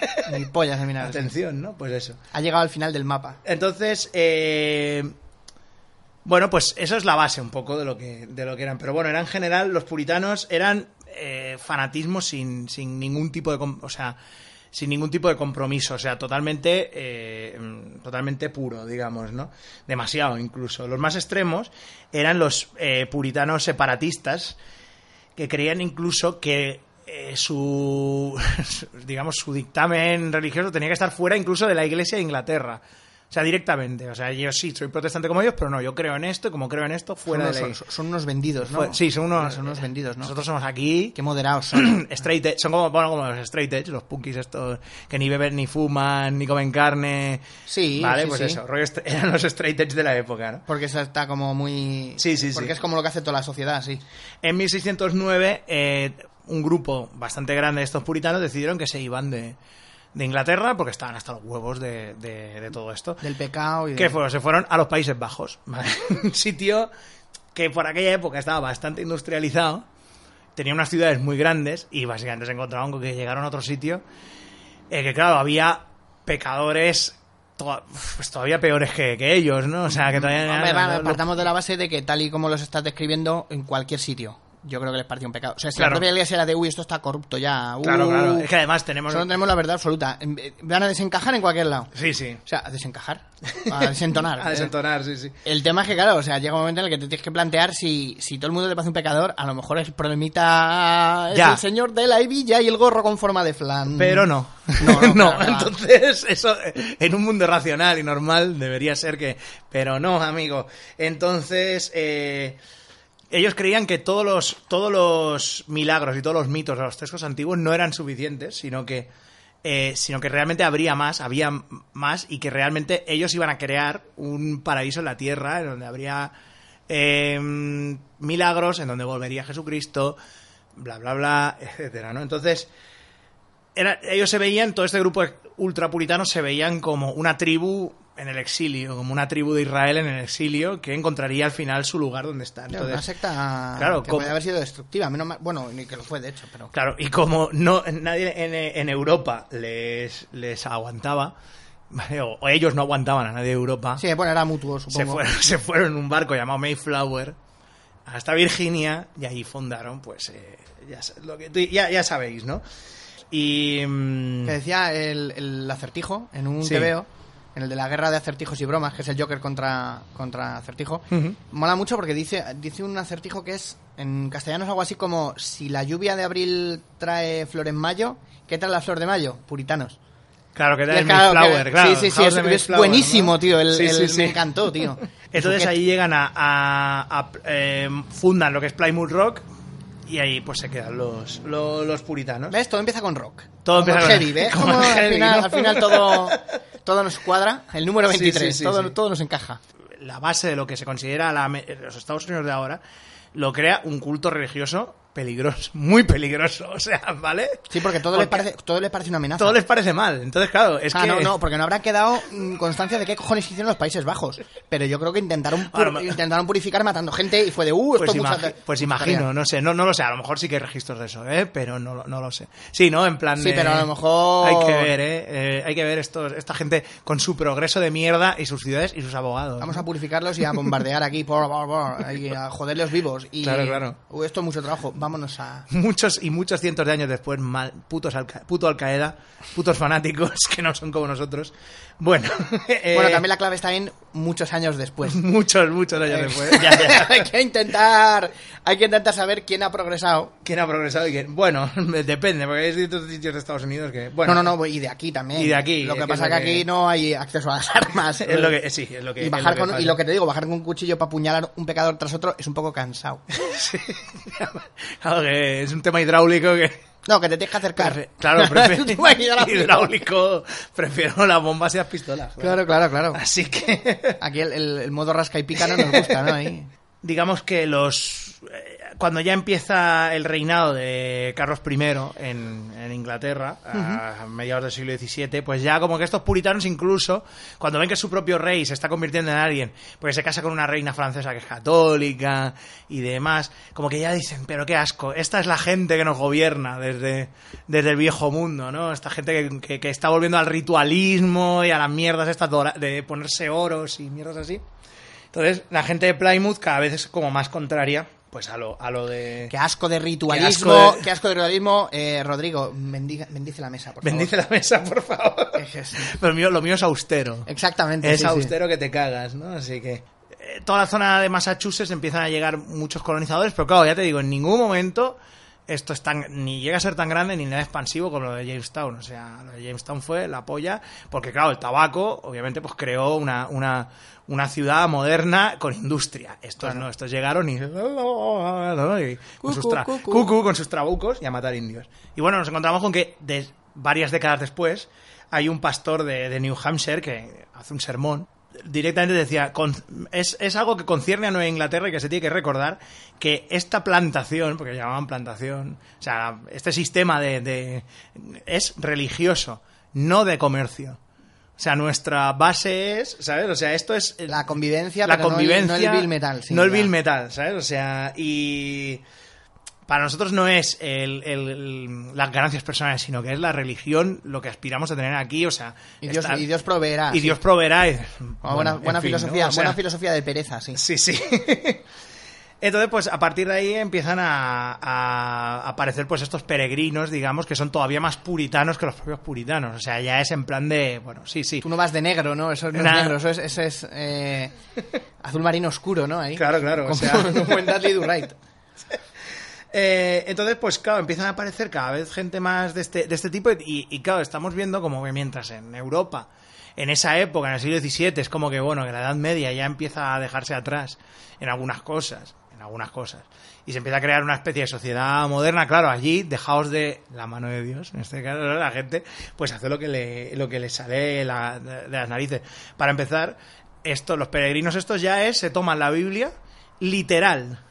C: ni pollas al final.
B: Atención, ¿no? Pues eso.
C: Ha llegado al final del mapa.
B: Entonces, eh, bueno, pues eso es la base un poco de lo que, de lo que eran. Pero bueno, eran en general, los puritanos eran eh, fanatismo sin, sin ningún tipo de... com- O sea, sin ningún tipo de compromiso, o sea, totalmente, eh, mm, totalmente puro, digamos, ¿no? Demasiado incluso. Los más extremos eran los eh, puritanos separatistas, que creían incluso que eh, su, su- digamos su dictamen religioso tenía que estar fuera incluso de la Iglesia de Inglaterra. O sea, directamente. O sea, yo sí, soy protestante como ellos, pero no, yo creo en esto, y como creo en esto, fuera
C: Son
B: de la
C: unos, son, son unos vendidos, ¿no?
B: Fue- sí, son unos,
C: Son unos vendidos, ¿no?
B: Nosotros somos aquí,
C: Qué moderados son.
B: straight edge, son como, bueno, como los straight edge, los punkis estos que ni beben, ni fuman, ni comen carne.
C: Sí,
B: Vale,
C: sí,
B: pues
C: sí.
B: eso, rollo est- eran los straight edge de la época, ¿no?
C: Porque eso está como muy...
B: Sí, sí, sí.
C: Porque es como lo que hace toda la sociedad, sí.
B: En 1609, eh, un grupo bastante grande de estos puritanos decidieron que se iban de, de Inglaterra porque estaban hasta los huevos de, de- de todo esto.
C: Del pecado y de...
B: ¿Qué fueron? Se fueron a los Países Bajos, ¿vale? un sitio que por aquella época estaba bastante industrializado, tenía unas ciudades muy grandes y básicamente se encontraron con que llegaron a otro sitio eh, que, claro, había pecadores to- pues, todavía peores que, que ellos, ¿no? O sea, que todavía...
C: Hombre, va,
B: los-
C: partamos de la base de que tal y como los estás describiendo en cualquier sitio, yo creo que les pareció un pecado. O sea, si
B: Claro.
C: la propia iglesia era de, uy, esto está corrupto ya. uh,
B: Claro, claro. Es que además tenemos...
C: Solo tenemos la verdad absoluta. En- eh, Van a desencajar en cualquier lado.
B: Sí, sí.
C: O sea, a desencajar. A desentonar. ¿eh?
B: A desentonar, sí, sí.
C: El tema es que, claro, o sea, llega un momento en el que te tienes que plantear si, si todo el mundo te parece un pecador, a lo mejor el problemita es
B: Ya.
C: el señor de la hebilla y el gorro con forma de flan.
B: Pero no.
C: No, no, claro, claro.
B: entonces eso eh, en un mundo racional y normal debería ser que... Pero no, amigo. Entonces, eh, ellos creían que todos los, todos los milagros y todos los mitos de los textos antiguos no eran suficientes, sino que, eh, sino que realmente habría más, había m- más, y que realmente ellos iban a crear un paraíso en la tierra en donde habría eh, milagros, en donde volvería Jesucristo, bla, bla, bla, etcétera, ¿no? Entonces, era- ellos se veían, todo este grupo ultrapuritano se veían como una tribu en el exilio, como una tribu de Israel en el exilio que encontraría al final su lugar donde está.
C: Claro,
B: Entonces,
C: una secta
B: Claro,
C: que
B: como-
C: puede haber sido destructiva. menos mal- bueno, ni que lo fue, de hecho, pero...
B: Claro, y como no nadie en, en Europa les, les aguantaba, ¿vale? o, o ellos no aguantaban a nadie de Europa,
C: Sí, bueno, era mutuo,
B: se,
C: supongo.
B: fueron, se fueron en un barco llamado Mayflower hasta Virginia y ahí fundaron, pues, eh, ya, sa- lo que, tú- ya, ya sabéis, ¿no? Y... mm,
C: Que decía el, el acertijo en un
B: Sí.
C: TVO, en el de la guerra de acertijos y bromas, que es el Joker contra, contra acertijo.
B: Ujú.
C: Mola mucho porque dice, dice un acertijo que es, en castellano es algo así como, si la lluvia de abril trae flor en mayo, ¿qué trae la flor de mayo? Puritanos.
B: Claro, que
C: Y
B: tal
C: es
B: el
C: claro que-
B: Mayflower, claro.
C: Sí, sí, sí,
B: House
C: es,
B: de
C: es
B: Mayflower,
C: buenísimo,
B: ¿no?
C: tío. El,
B: Sí,
C: el-
B: sí, sí.
C: Me encantó, tío.
B: Entonces
C: Sujeto.
B: ahí llegan a... a- a- eh, fundan lo que es Plymouth Rock y ahí pues se quedan los, los, los puritanos.
C: ¿Ves? Todo empieza con rock.
B: Todo
C: Como
B: empieza
C: el
B: con-
C: heavy, ¿ves?
B: como
C: Como
B: el
C: al,
B: heavy,
C: final,
B: ¿no?
C: al final todo, todo nos cuadra. El número
B: Sí, sí,
C: 23,
B: sí,
C: todo,
B: sí.
C: todo nos encaja.
B: la base de lo que se considera la Ame- los Estados Unidos de ahora, lo crea un culto religioso peligroso, muy peligroso, o sea, ¿vale?
C: Sí, porque todo, les, parece, todo les parece una amenaza.
B: todo les parece mal. Entonces, claro, es
C: ah,
B: que
C: no, no, porque no habrá quedado mm, constancia de qué cojones hicieron los Países Bajos. Pero yo creo que intentaron, pur-
B: Ahora, ma-
C: intentaron purificar matando gente y fue de, uh, esto
B: pues,
C: es mucha-
B: imagi- pues
C: mucha
B: imagino,
C: tarea".
B: no sé, no, no lo sé, a lo mejor sí que hay registros de eso, ¿eh? pero no, lo- no lo sé. Sí, ¿no? En plan
C: Sí,
B: de-
C: pero a lo mejor-
B: Hay que ver, ¿eh? Eh, hay que ver estos, esta gente con su progreso de mierda y sus ciudades y sus abogados.
C: Vamos
B: ¿no?
C: a purificarlos y a bombardear aquí, por, por, por, y a joderlos vivos. Y,
B: Claro, claro.
C: "Uh, esto es mucho trabajo, vámonos a...
B: muchos y muchos cientos de años después, mal, putos Alca- puto Al Qaeda, putos fanáticos que no son como nosotros. Bueno, eh,
C: Bueno, también la clave está en muchos años después. Eh,
B: Muchos, muchos años después.
C: hay que intentar, hay que intentar saber quién ha progresado.
B: ¿Quién ha progresado y quién? Bueno, depende, porque hay ciertos sitios de Estados Unidos que. Bueno,
C: no, no, no, y de aquí también.
B: Y de aquí,
C: Lo
B: es
C: que
B: que
C: pasa
B: es
C: que
B: lo
C: aquí
B: que-
C: no hay acceso a las armas.
B: Es lo que, sí, es lo que.
C: eh, y,
B: es
C: bajar con,
B: pasa.
C: y lo que te digo, bajar con un cuchillo para apuñalar un pecador tras otro es un poco cansado.
B: Claro que es un tema hidráulico que.
C: No, que te tienes que acercar.
B: Claro,
C: Te voy a ayudar a
B: prefiero.
C: apuntar.
B: hidráulico. Prefiero las bombas y las pistolas.
C: Claro, claro, claro.
B: Así que.
C: Aquí el, el- el modo rasca y pica no nos gusta, ¿no? Ahí.
B: digamos que los eh, cuando ya empieza el reinado de Carlos I en, en Inglaterra, a mediados del siglo XVII, pues ya como que estos puritanos incluso, cuando ven que su propio rey se está convirtiendo en alguien, porque se casa con una reina francesa que es católica y demás, como que ya dicen, pero qué asco, esta es la gente que nos gobierna desde, desde el viejo mundo, ¿no? Esta gente que, que- que está volviendo al ritualismo y a las mierdas estas dora- de ponerse oros y mierdas así. Entonces, la gente de Plymouth cada vez es como más contraria pues a lo, a lo de...
C: Qué asco de ritualismo. Qué asco de,
B: de-
C: ritualismo. Eh, Rodrigo, bendiga- bendice la mesa, por favor.
B: Bendice la mesa, por favor.
C: Ejes.
B: Pero mío, lo mío es austero.
C: Exactamente.
B: Es
C: sí, sí.
B: austero que te cagas, ¿no? Así que... eh, Toda la zona de Massachusetts empiezan a llegar muchos colonizadores, pero claro, ya te digo, en ningún momento esto es tan, ni llega a ser tan grande ni nada expansivo como lo de Jamestown. O sea, lo de Jamestown fue la polla, porque claro, el tabaco, obviamente, pues creó una, una, una ciudad moderna con industria. Estos no, estos llegaron y, y con, sus tra-
C: Cucu, cucu.
B: cucu, con sus trabucos y a matar indios. Y bueno, nos encontramos con que de- varias décadas después hay un pastor de, de New Hampshire que hace un sermón. Directamente decía, con- es, es algo que concierne a Nueva Inglaterra y que se tiene que recordar que esta plantación, porque llamaban plantación, o sea, este sistema de- de es religioso, no de comercio. O sea, nuestra base es, ¿sabes? O sea, esto es...
C: La convivencia,
B: la
C: pero no el-
B: convivencia.
C: no el bill metal, sí,
B: no el
C: ya.
B: bill metal, ¿sabes? O sea, y... Para nosotros no es el- el- las ganancias personales, sino que es la religión lo que aspiramos a tener aquí, o sea...
C: Y Dios,
B: estar-
C: y Dios proveerá.
B: y
C: sí.
B: Dios proveerá. y- bueno,
C: Ah, buena
B: en
C: buena
B: fin, ¿no?
C: filosofía,
B: O sea,
C: buena filosofía de pereza, sí.
B: Sí, sí. Entonces, pues a partir de ahí empiezan a, a aparecer pues estos peregrinos, digamos, que son todavía más puritanos que los propios puritanos. O sea, ya es en plan de, bueno, sí, sí.
C: Tú no vas de negro, ¿no? Eso no es
B: Nah.
C: negro, eso es, eso es eh, azul marino oscuro, ¿no? Ahí.
B: Claro, claro, o
C: Como
B: sea.
C: un buen Dudley Do Right.
B: Eh, entonces, pues claro, empiezan a aparecer cada vez gente más de este, de este tipo y, y, claro, estamos viendo como que mientras en Europa, en esa época, en el siglo XVII, es como que, bueno, que la Edad Media ya empieza a dejarse atrás en algunas cosas, en algunas cosas. Y se empieza a crear una especie de sociedad moderna, claro, allí, dejaos de la mano de Dios, en este caso la gente, pues hace lo que le, lo que le sale la- de las narices. Para empezar, esto, los peregrinos estos ya es, se toman la Biblia literal.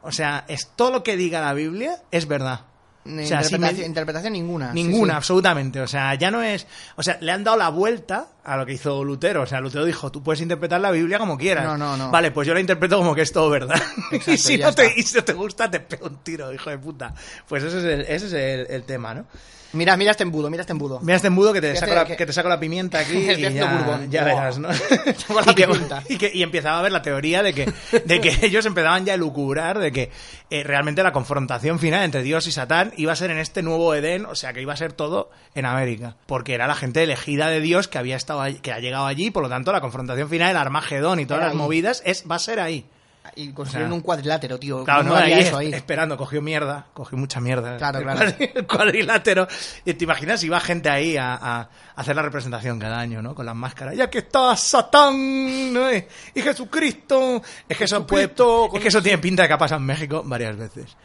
B: O sea, es todo lo que diga la Biblia es verdad.
C: Ni
B: o sea, si me-
C: interpretación, interpretación ninguna. sí,
B: ninguna,
C: sí.
B: absolutamente. O sea, ya no es. O sea, le han dado la vuelta a lo que hizo Lutero. O sea, Lutero dijo: tú puedes interpretar la Biblia como quieras.
C: No, no, no.
B: Vale, pues yo la interpreto como que es todo verdad.
C: Exacto,
B: y, si
C: ya
B: no te,
C: está.
B: y si no te gusta, te pego un tiro, hijo de puta. Pues ese es el, ese es el, el tema, ¿no?
C: Mira, mira este embudo, mira este embudo.
B: Mira este embudo que te,
C: Fíjate
B: saco la,
C: que-
B: que te saco la pimienta aquí
C: Estoy
B: y
C: haciendo
B: ya,
C: Bourbon.
B: ya
C: Wow.
B: verás, ¿no?
C: Saco la
B: y, que,
C: pimienta.
B: y que- y empezaba a ver la teoría de que, de que ellos empezaban ya a lucubrar de que eh, realmente la confrontación final entre Dios y Satán iba a ser en este nuevo Edén, o sea que iba a ser todo en América, porque era la gente elegida de Dios que había estado allí- que ha llegado allí, por lo tanto la confrontación final, el Armagedón y todas
C: Era
B: las
C: ahí.
B: movidas es va a ser ahí.
C: Y construyeron
B: O sea,
C: un cuadrilátero, tío.
B: Claro,
C: ¿Cómo
B: no,
C: haría
B: ahí
C: eso
B: es-
C: ahí?
B: esperando, cogió mierda, cogió mucha mierda.
C: Claro,
B: el
C: claro.
B: cuadri- el cuadrilátero. Y te imaginas, iba gente ahí a, a hacer la representación cada año, ¿no? Con las máscaras. Ya que está Satán ¿no? y y Jesucristo. Es que eso, puede-
C: Jesucristo,
B: es que eso tiene pinta de que ha pasado en México varias veces.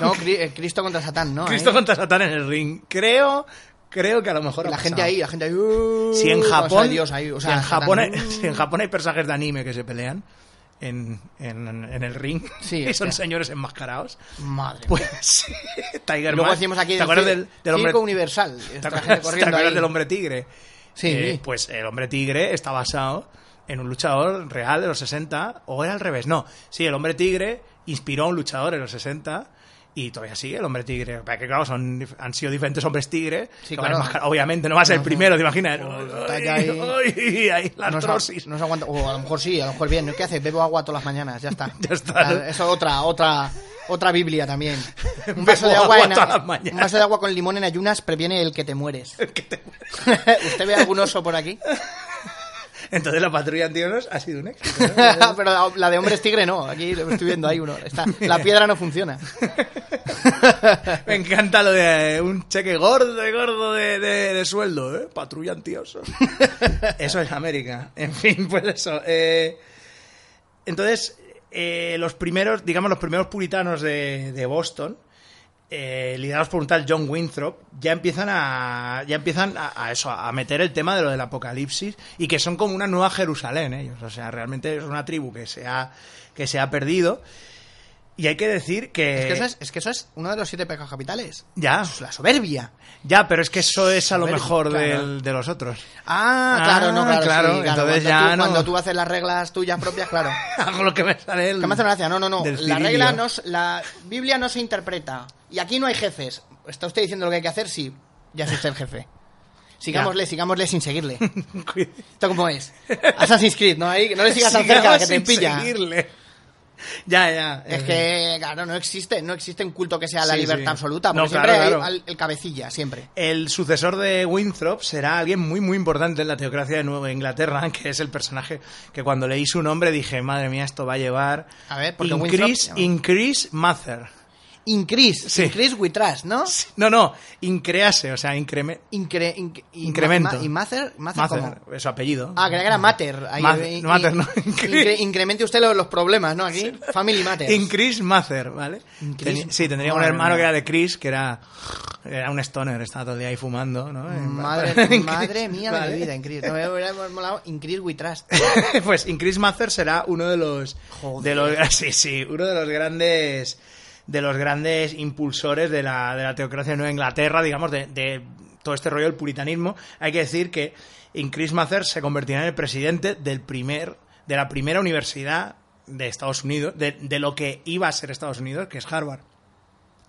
C: No, Cri- eh, Cristo contra Satán, ¿no?
B: Cristo
C: Ahí.
B: contra Satán en el ring. Creo, creo que a lo mejor ha
C: La
B: pasado.
C: gente ahí, la gente ahí. uh,
B: Si en
C: o sea,
B: Japón,
C: Dios ahí, o
B: si
C: sea,
B: en
C: Satán,
B: Japón, hay-
C: uh.
B: si en Japón hay personajes de anime que se pelean en, en- en el ring
C: Sí,
B: y son
C: hostia.
B: señores enmascarados.
C: Madre. mía.
B: Pues sí, Tiger
C: Luego
B: Man.
C: decimos aquí
B: ¿Te
C: del,
B: acuerdas
C: cir-
B: del, del hombre
C: circo universal.
B: ¿Te
C: Esta gente
B: acuerdas, te
C: corriendo
B: acuerdas
C: ahí.
B: del hombre tigre?
C: Sí.
B: Eh, pues el hombre tigre está basado en un luchador real de los 60, o era al revés, no. Sí, el hombre tigre inspiró a un luchador en los 60 y todavía sigue el hombre tigre. Para que, claro, son, dif- han sido diferentes hombres tigre.
C: Sí,
B: que van
C: claro.
B: enmascar- Obviamente, no va a ser el
C: No,
B: primero, ¿te imaginas?
C: no,
B: Ay,
C: ya ahí-
B: ay, ay, la
C: No se,
B: artrosis.
C: no se aguanta. O a lo mejor sí, a lo mejor bien. ¿no? ¿Qué haces? Bebo agua todas las mañanas, ya está.
B: Ya está.
C: Ah, Eso otra, otra, otra Biblia también. Un
B: Bebo
C: vaso, de agua
B: agua
C: en-
B: todas las mañanas.
C: un vaso de agua con limón en ayunas previene el que te mueres. ¿Usted ve algún oso por aquí?
B: Entonces la patrulla antiguos ha sido un éxito.
C: Pero la, la de hombres tigre no, aquí lo estoy viendo, hay uno. Está, la piedra no funciona.
B: Me encanta lo de eh, un cheque gordo y gordo de, de- de sueldo, ¿eh? Patrulla antioso. eso es América. En fin, pues eso. eh, entonces, eh, los primeros, digamos, los primeros puritanos de, de Boston, eh, liderados por un tal John Winthrop, ya empiezan a ya empiezan a, a eso, a meter el tema de lo del apocalipsis y que son como una nueva Jerusalén ellos, o sea, realmente es una tribu que se ha que se ha perdido y hay que decir que,
C: Es que, eso es, es que eso es uno de los siete pecados capitales.
B: ya
C: Eso es la soberbia.
B: Pues ya, pero es que eso es a lo
C: Soberbia,
B: mejor
C: claro.
B: del- de los otros.
C: Ah,
B: Ah,
C: claro, no, claro.
B: claro,
C: sí,
B: entonces
C: cuando
B: ya
C: tú,
B: no.
C: Cuando tú haces las reglas tuyas propias, claro.
B: Hago lo que me sale el-
C: Que me hace gracia, no, no, no.
B: del
C: La regla
B: cirilio.
C: no, se- la Biblia no se interpreta. Y aquí no hay jefes. ¿Está usted diciendo lo que hay que hacer? Sí, ya es usted el jefe. Sigámosle, sigámosle sin seguirle.
B: Cuidado.
C: ¿Esto cómo es? Assassin's Creed, ¿no? Ahí, no le sigas tan
B: Sigamos
C: cerca que te
B: sin
C: pilla.
B: seguirle. Ya, ya.
C: Es
B: eh,
C: que, claro, no existe, no existe un culto que sea la
B: Sí,
C: libertad
B: sí.
C: absoluta,
B: No,
C: porque
B: claro,
C: siempre hay
B: claro.
C: al- el cabecilla, siempre.
B: El sucesor de Winthrop será alguien muy, muy importante en la teocracia de Nueva Inglaterra, que es el personaje que cuando leí su nombre dije, madre mía, esto va a llevar...
C: A ver, porque
B: Increase,
C: Winthrop-
B: increase Mather.
C: Increase,
B: Sí.
C: increase we trust, ¿no?
B: No, no, increase, o sea, increme...
C: Incre- inc- y ma-
B: Incremento.
C: ma- ¿Y Mather? Mather,
B: Mather,
C: ¿cómo?
B: su apellido.
C: Ah, creía que era Mater. Ahí,
B: Mather,
C: eh,
B: no, Mather, no.
C: incre- incremente usted los, los problemas, ¿no? Aquí, Family Matter.
B: Increase Mather, ¿vale?
C: In Chris-
B: Teni- sí, tendría un
C: madre
B: hermano
C: mía.
B: que era de Chris, que era, era un stoner, estaba todo el día ahí fumando, ¿no? En-
C: madre,
B: en
C: madre
B: Chris,
C: mía de
B: ¿vale?
C: mi vida, Increase. No me hubiera molado Increase we trust.
B: pues Increase Mather será uno de los
C: Joder.
B: de los sí, sí, uno de los grandes de los grandes impulsores de la, de la teocracia de Nueva Inglaterra, digamos, de, de todo este rollo del puritanismo. Hay que decir que Increase Mather se convertirá en el presidente del primer, de la primera universidad de Estados Unidos, de, de lo que iba a ser Estados Unidos, que es Harvard,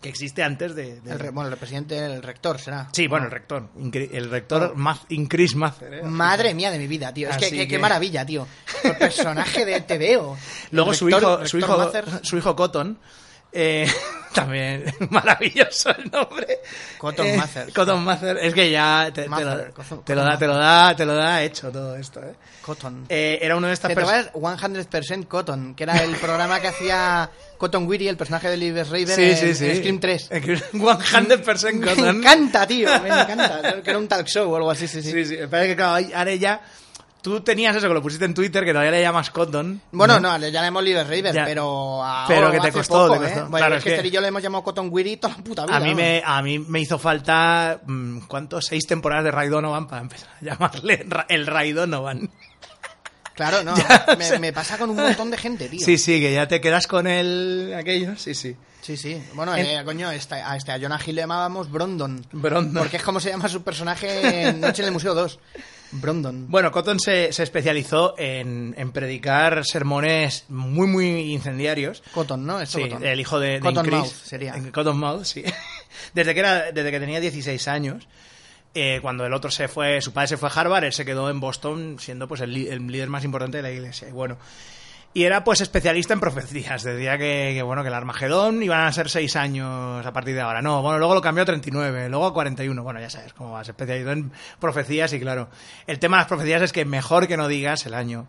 B: que existe antes de, de-
C: El re- bueno, el presidente, el rector será.
B: sí, bueno, el rector, Incri- el rector Math- Increase Mather. ¿eh?
C: Madre mía de mi vida, tío. Es que,
B: Así
C: que- qué
B: que-
C: maravilla, tío. El personaje de Te veo.
B: Luego
C: El
B: su
C: rector-
B: hijo, su
C: rector
B: hijo,
C: Mather.
B: su hijo Cotton, eh, también maravilloso el nombre.
C: Cotton
B: Eh,
C: Mather.
B: Cotton Mather. Es que ya te, te
C: Mather,
B: lo,
C: Cotton-
B: te lo da, te lo da, te lo da hecho todo esto. Eh.
C: Cotton.
B: Eh, era uno de estas
C: ¿Te
B: personas.
C: acuerdas? 100% Cotton, que era el programa que hacía Cotton Weary, el personaje de Lives Raven en, en Scream 3.
B: 100%
C: Me
B: Cotton.
C: encanta, tío, me encanta. Que era un talk show o algo así, sí, sí.
B: Sí, sí. Me parece que claro, ahí- ahora ya. Tú tenías eso que lo pusiste en Twitter, que todavía le llamas Cotton.
C: Bueno, no, le llamamos Lives Raven,
B: Ya.
C: pero ahora,
B: Pero que te
C: hace
B: costó,
C: poco,
B: te
C: ¿eh?
B: costó.
C: Bueno,
B: Claro,
C: es
B: es
C: que
B: que-
C: este y yo le hemos llamado Cotton Weary toda la puta vida.
B: A mí,
C: vamos.
B: me, a mí me hizo falta, mm, ¿cuánto? Seis temporadas de Ray Donovan para empezar a llamarle Ra- el Ray Donovan.
C: Claro, no, me, me pasa con un montón de gente, tío.
B: Sí, sí, que ya te quedas con el aquello, sí, sí.
C: Sí, sí. Bueno,
B: En-
C: eh, coño, este- a, este, a Jonah Hill le llamábamos Brondon.
B: Brondon.
C: Porque es como se llama su personaje en Noche en el Museo 2. Brondon.
B: Bueno, Cotton se, se especializó en, en predicar sermones muy, muy incendiarios.
C: Cotton, ¿no? Esto
B: Sí,
C: Cotton.
B: el hijo de, de
C: Cotton
B: Increase.
C: Mouth sería.
B: Eh, Cottonmouth, sí. Desde que, era, desde que tenía 16 años, eh, cuando el otro se fue, su padre se fue a Harvard, él se quedó en Boston siendo pues el, li- el líder más importante de la iglesia. Y bueno, y era pues especialista en profecías. Decía que, que, bueno, que el Armagedón iban a ser 6 años a partir de ahora. No, bueno, luego lo cambió a 39, luego a 41. Bueno, ya sabes cómo vas, especializado en profecías y claro. El tema de las profecías es que mejor que no digas el año.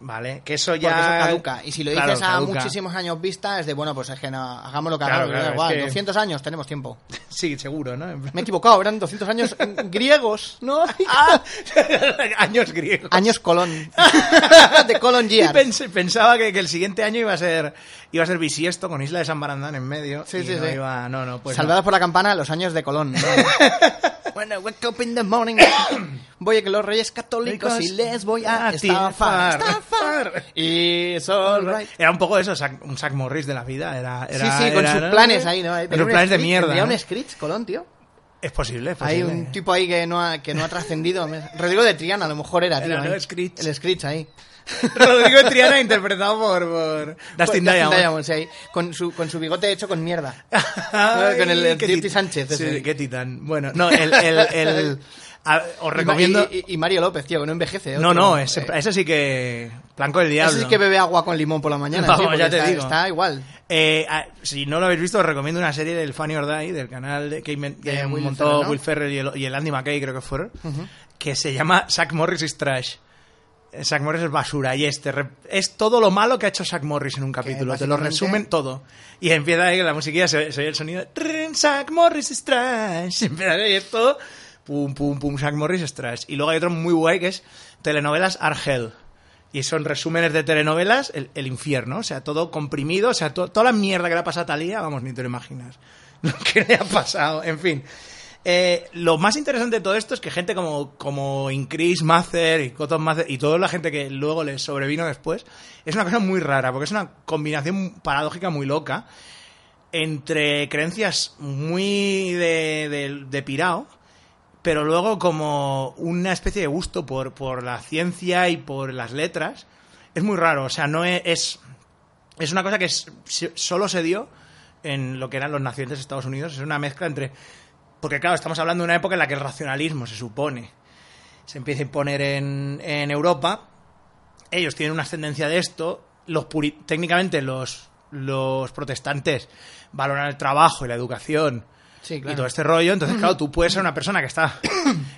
B: ¿Vale? Que eso
C: Porque
B: ya...
C: eso caduca. Y si lo dices
B: Claro,
C: a
B: caduca.
C: muchísimos años vista, es de, bueno, pues es que no, hagamos lo que
B: Claro,
C: hagamos. da
B: claro, es
C: igual,
B: que-
C: 200 años tenemos tiempo.
B: Sí, seguro, ¿no? En plan-
C: Me he equivocado, eran 200 años griegos, ¿no?
B: Ah, años griegos.
C: años Colón. de Colón
B: Y
C: Years.
B: pens- pensaba que, que el siguiente año iba a ser iba a ser bisiesto con Isla de San Barandán en medio.
C: Sí,
B: y
C: sí,
B: no
C: sí.
B: iba- no, no, pues.
C: Salvadas por la campana, los años de Colón. ¿no? Bueno, wake up in the morning. Voy a que los reyes
B: no.
C: católicos y les voy a
B: estafar.
C: estafar. Estafar. Y it's alright.
B: Era un poco eso, Zac- un Zack Morris de la vida. Era, era-
C: sí, sí, con
B: era,
C: sus
B: ¿no?
C: planes ahí, ¿no?
B: Con sus planes de mierda.
C: Había
B: ¿no? Pues
C: un script, Colón, tío.
B: Es posible, es
C: Hay
B: posible.
C: un tipo ahí que no ha, que no ha trascendido. Me- Rodrigo de Triana, a lo mejor era, tío.
B: Era, ¿no?
C: ahí.
B: Screech.
C: El Screech ahí.
B: Rodrigo de Triana interpretado por, por Dustin
C: Con-
B: Diamond.
C: Pues sí, ahí. Con su, con su bigote hecho con mierda.
B: Ay,
C: Con el- el
B: qué
C: Dirty
B: tit-
C: Sánchez
B: Sí,
C: ese.
B: qué titán. Bueno, no, el. el, el- a- os recomiendo.
C: Y, y- y Mario López, tío, que no envejece.
B: No,
C: otro.
B: no,
C: Eh,
B: ese, ese sí que. Blanco del
C: ese
B: Diablo.
C: sí que bebe agua con limón por la mañana.
B: Vamos,
C: sí, porque
B: ya te
C: está,
B: digo.
C: Está igual.
B: Eh, ah, si no lo habéis visto, os recomiendo una serie del Funny or Die, del canal de- que, inven- que
C: De Will
B: montó
C: Ferrell, ¿no?
B: Will Ferrell y el, y el Andy McKay, creo que fueron, que se llama Zack Morris is Trash. Zack Morris es basura y este re- es todo lo malo que ha hecho Zack Morris en un capítulo. Te lo
C: básicamente-
B: resumen todo. Y empieza ahí la musiquilla, se, se oye el sonido. "Trin, Zack Morris es trash. Y Empieza ahí todo. Pum, pum, pum, Zack Morris es trash. Y luego hay otro muy guay que es telenovelas Argel. Y son resúmenes de telenovelas, el, el infierno. O sea, todo comprimido. O sea, to- toda la mierda que le ha pasado a Talía, vamos, ni te lo imaginas. Lo que le ha pasado. En fin. Eh, lo más interesante de todo esto es que gente como, como Increase Mather y Cotton Mather y toda la gente que luego les sobrevino después, es una cosa muy rara, porque es una combinación paradójica muy loca entre creencias muy de, de, de pirao, pero luego como una especie de gusto por, por la ciencia y por las letras. Es muy raro, o sea, no e- es... Es una cosa que es- se- solo se dio en lo que eran los nacientes Estados Unidos. Es una mezcla entre... Porque claro, estamos hablando de una época en la que el racionalismo, se supone, se empieza a imponer en, en Europa. Ellos tienen una ascendencia de esto. Los puri- técnicamente los, los protestantes valoran el trabajo y la educación
C: Sí,
B: y
C: claro.
B: todo este rollo. Entonces, claro, tú puedes ser una persona que está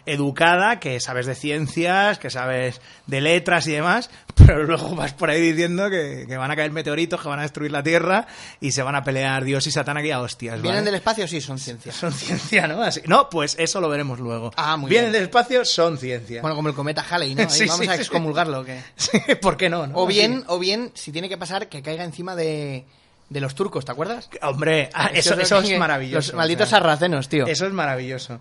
B: educada, que sabes de ciencias, que sabes de letras y demás, pero luego vas por ahí diciendo que, que van a caer meteoritos, que van a destruir la Tierra y se van a pelear Dios y Satán aquí a hostias.
C: ¿Vienen
B: ¿vale?
C: del espacio? Sí, son ciencias.
B: Son ciencia, ¿no? Así- No, pues eso lo veremos luego.
C: Ah, muy
B: Vienen
C: bien.
B: del espacio, son ciencia.
C: Bueno, como el cometa Halley, ¿no? Ahí
B: Sí,
C: vamos
B: sí,
C: a
B: sí.
C: excomulgarlo. ¿o qué?
B: Sí, ¿Por qué no? no?
C: O bien,
B: Así.
C: o bien, si tiene que pasar, que caiga encima de, de los turcos, ¿te acuerdas?
B: Hombre, ah, eso,
C: lo
B: eso
C: que-
B: es maravilloso.
C: Los malditos
B: o sea.
C: sarracenos, tío.
B: Eso es maravilloso.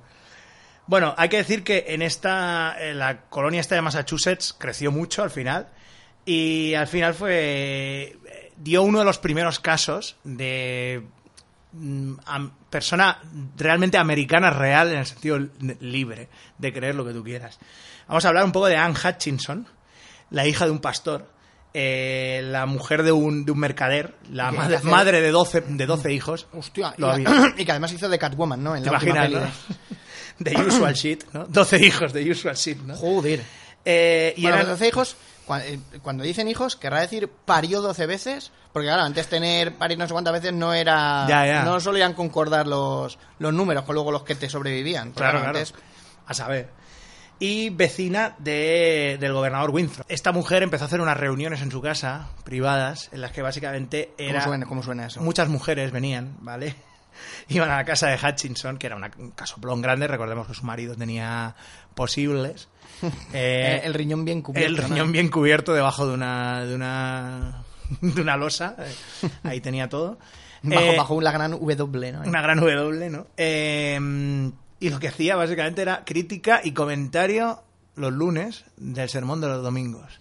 B: Bueno, hay que decir que en esta en la colonia esta de Massachusetts creció mucho al final y al final fue dio uno de los primeros casos de mm, am- persona realmente americana real en el sentido li- libre de creer lo que tú quieras. Vamos a hablar un poco de Anne Hutchinson, la hija de un pastor, eh, la mujer de un, de un mercader, la
C: Que
B: madre,
C: hace-
B: madre de 12, de 12 hijos.
C: Hostia, y,
B: Lo
C: la-
B: había.
C: y que además hizo de Catwoman, ¿no? En
B: ¿Te
C: la última
B: imaginas,
C: peli de-
B: no? De usual shit, ¿no? 12 hijos de usual shit, ¿no?
C: Joder.
B: Eh, y
C: Y bueno,
B: eran-
C: los 12 hijos, cua- eh, cuando, dicen hijos, querrá decir parió 12 veces, porque claro, antes tener parir no sé cuántas veces no era...
B: Ya, ya.
C: No solían concordar los, los números con luego los que te sobrevivían. porque,
B: Claro,
C: claro,
B: claro.
C: antes-
B: A saber. Y vecina de- del gobernador Winthrop. Esta mujer empezó a hacer unas reuniones en su casa, privadas, en las que básicamente
C: ¿Cómo,
B: era...
C: suena, cómo suena eso?
B: Muchas mujeres venían, ¿vale? Iban a la casa de Hutchinson, que era una- un casoplón grande, recordemos que su marido tenía posibles. Eh,
C: Eh, el riñón bien cubierto.
B: El
C: ¿no?
B: riñón bien cubierto debajo de una de una de una losa. Eh, Ahí tenía todo.
C: Bajo,
B: Eh,
C: bajo la gran W, ¿no?
B: Una gran W, ¿no? Eh, y lo que hacía básicamente era crítica y comentario los lunes del sermón de los domingos.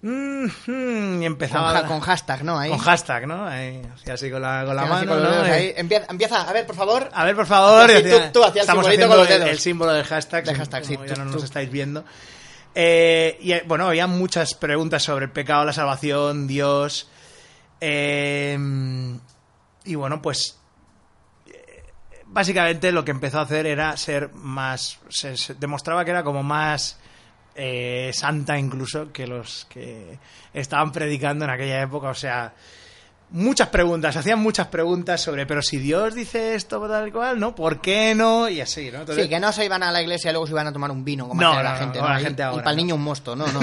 B: Mm, mm, y
C: Con,
B: empezaba
C: ha- con hashtag, ¿no? Ahí.
B: con hashtag, ¿no? Ahí, hacía así con la, con la
C: Hacían así
B: mano.
C: con los
B: ¿no?
C: dedos,
B: Eh, Ah,
C: ahí. Empieza, empieza, a ver, por favor.
B: a ver, por favor. y
C: Hacía así,
B: hacía-
C: tú- tú hacías el
B: estamos
C: simbolito
B: haciendo
C: con los
B: el-
C: dedos.
B: El, símbolo del hashtag.
C: Del
B: sí,
C: hashtag, sí,
B: como ya
C: tú-
B: no nos
C: tú.
B: estáis viendo. Eh, y eh, bueno, había muchas preguntas sobre el pecado, la salvación, Dios. Eh, y bueno, pues eh, básicamente lo que empezó a hacer era ser más... Se, se demostraba que era como más eh, santa incluso que los que estaban predicando en aquella época. O sea, muchas preguntas, hacían muchas preguntas sobre, pero si Dios dice esto tal cual, ¿no? ¿Por qué no? Y así, ¿no? Entonces,
C: Sí, que no se iban a la iglesia y luego se iban a tomar un vino, como
B: No,
C: hace
B: no,
C: la gente,
B: no, la
C: Ahí-
B: gente
C: Y
B: ahora,
C: para el
B: no.
C: niño un mosto, no, no.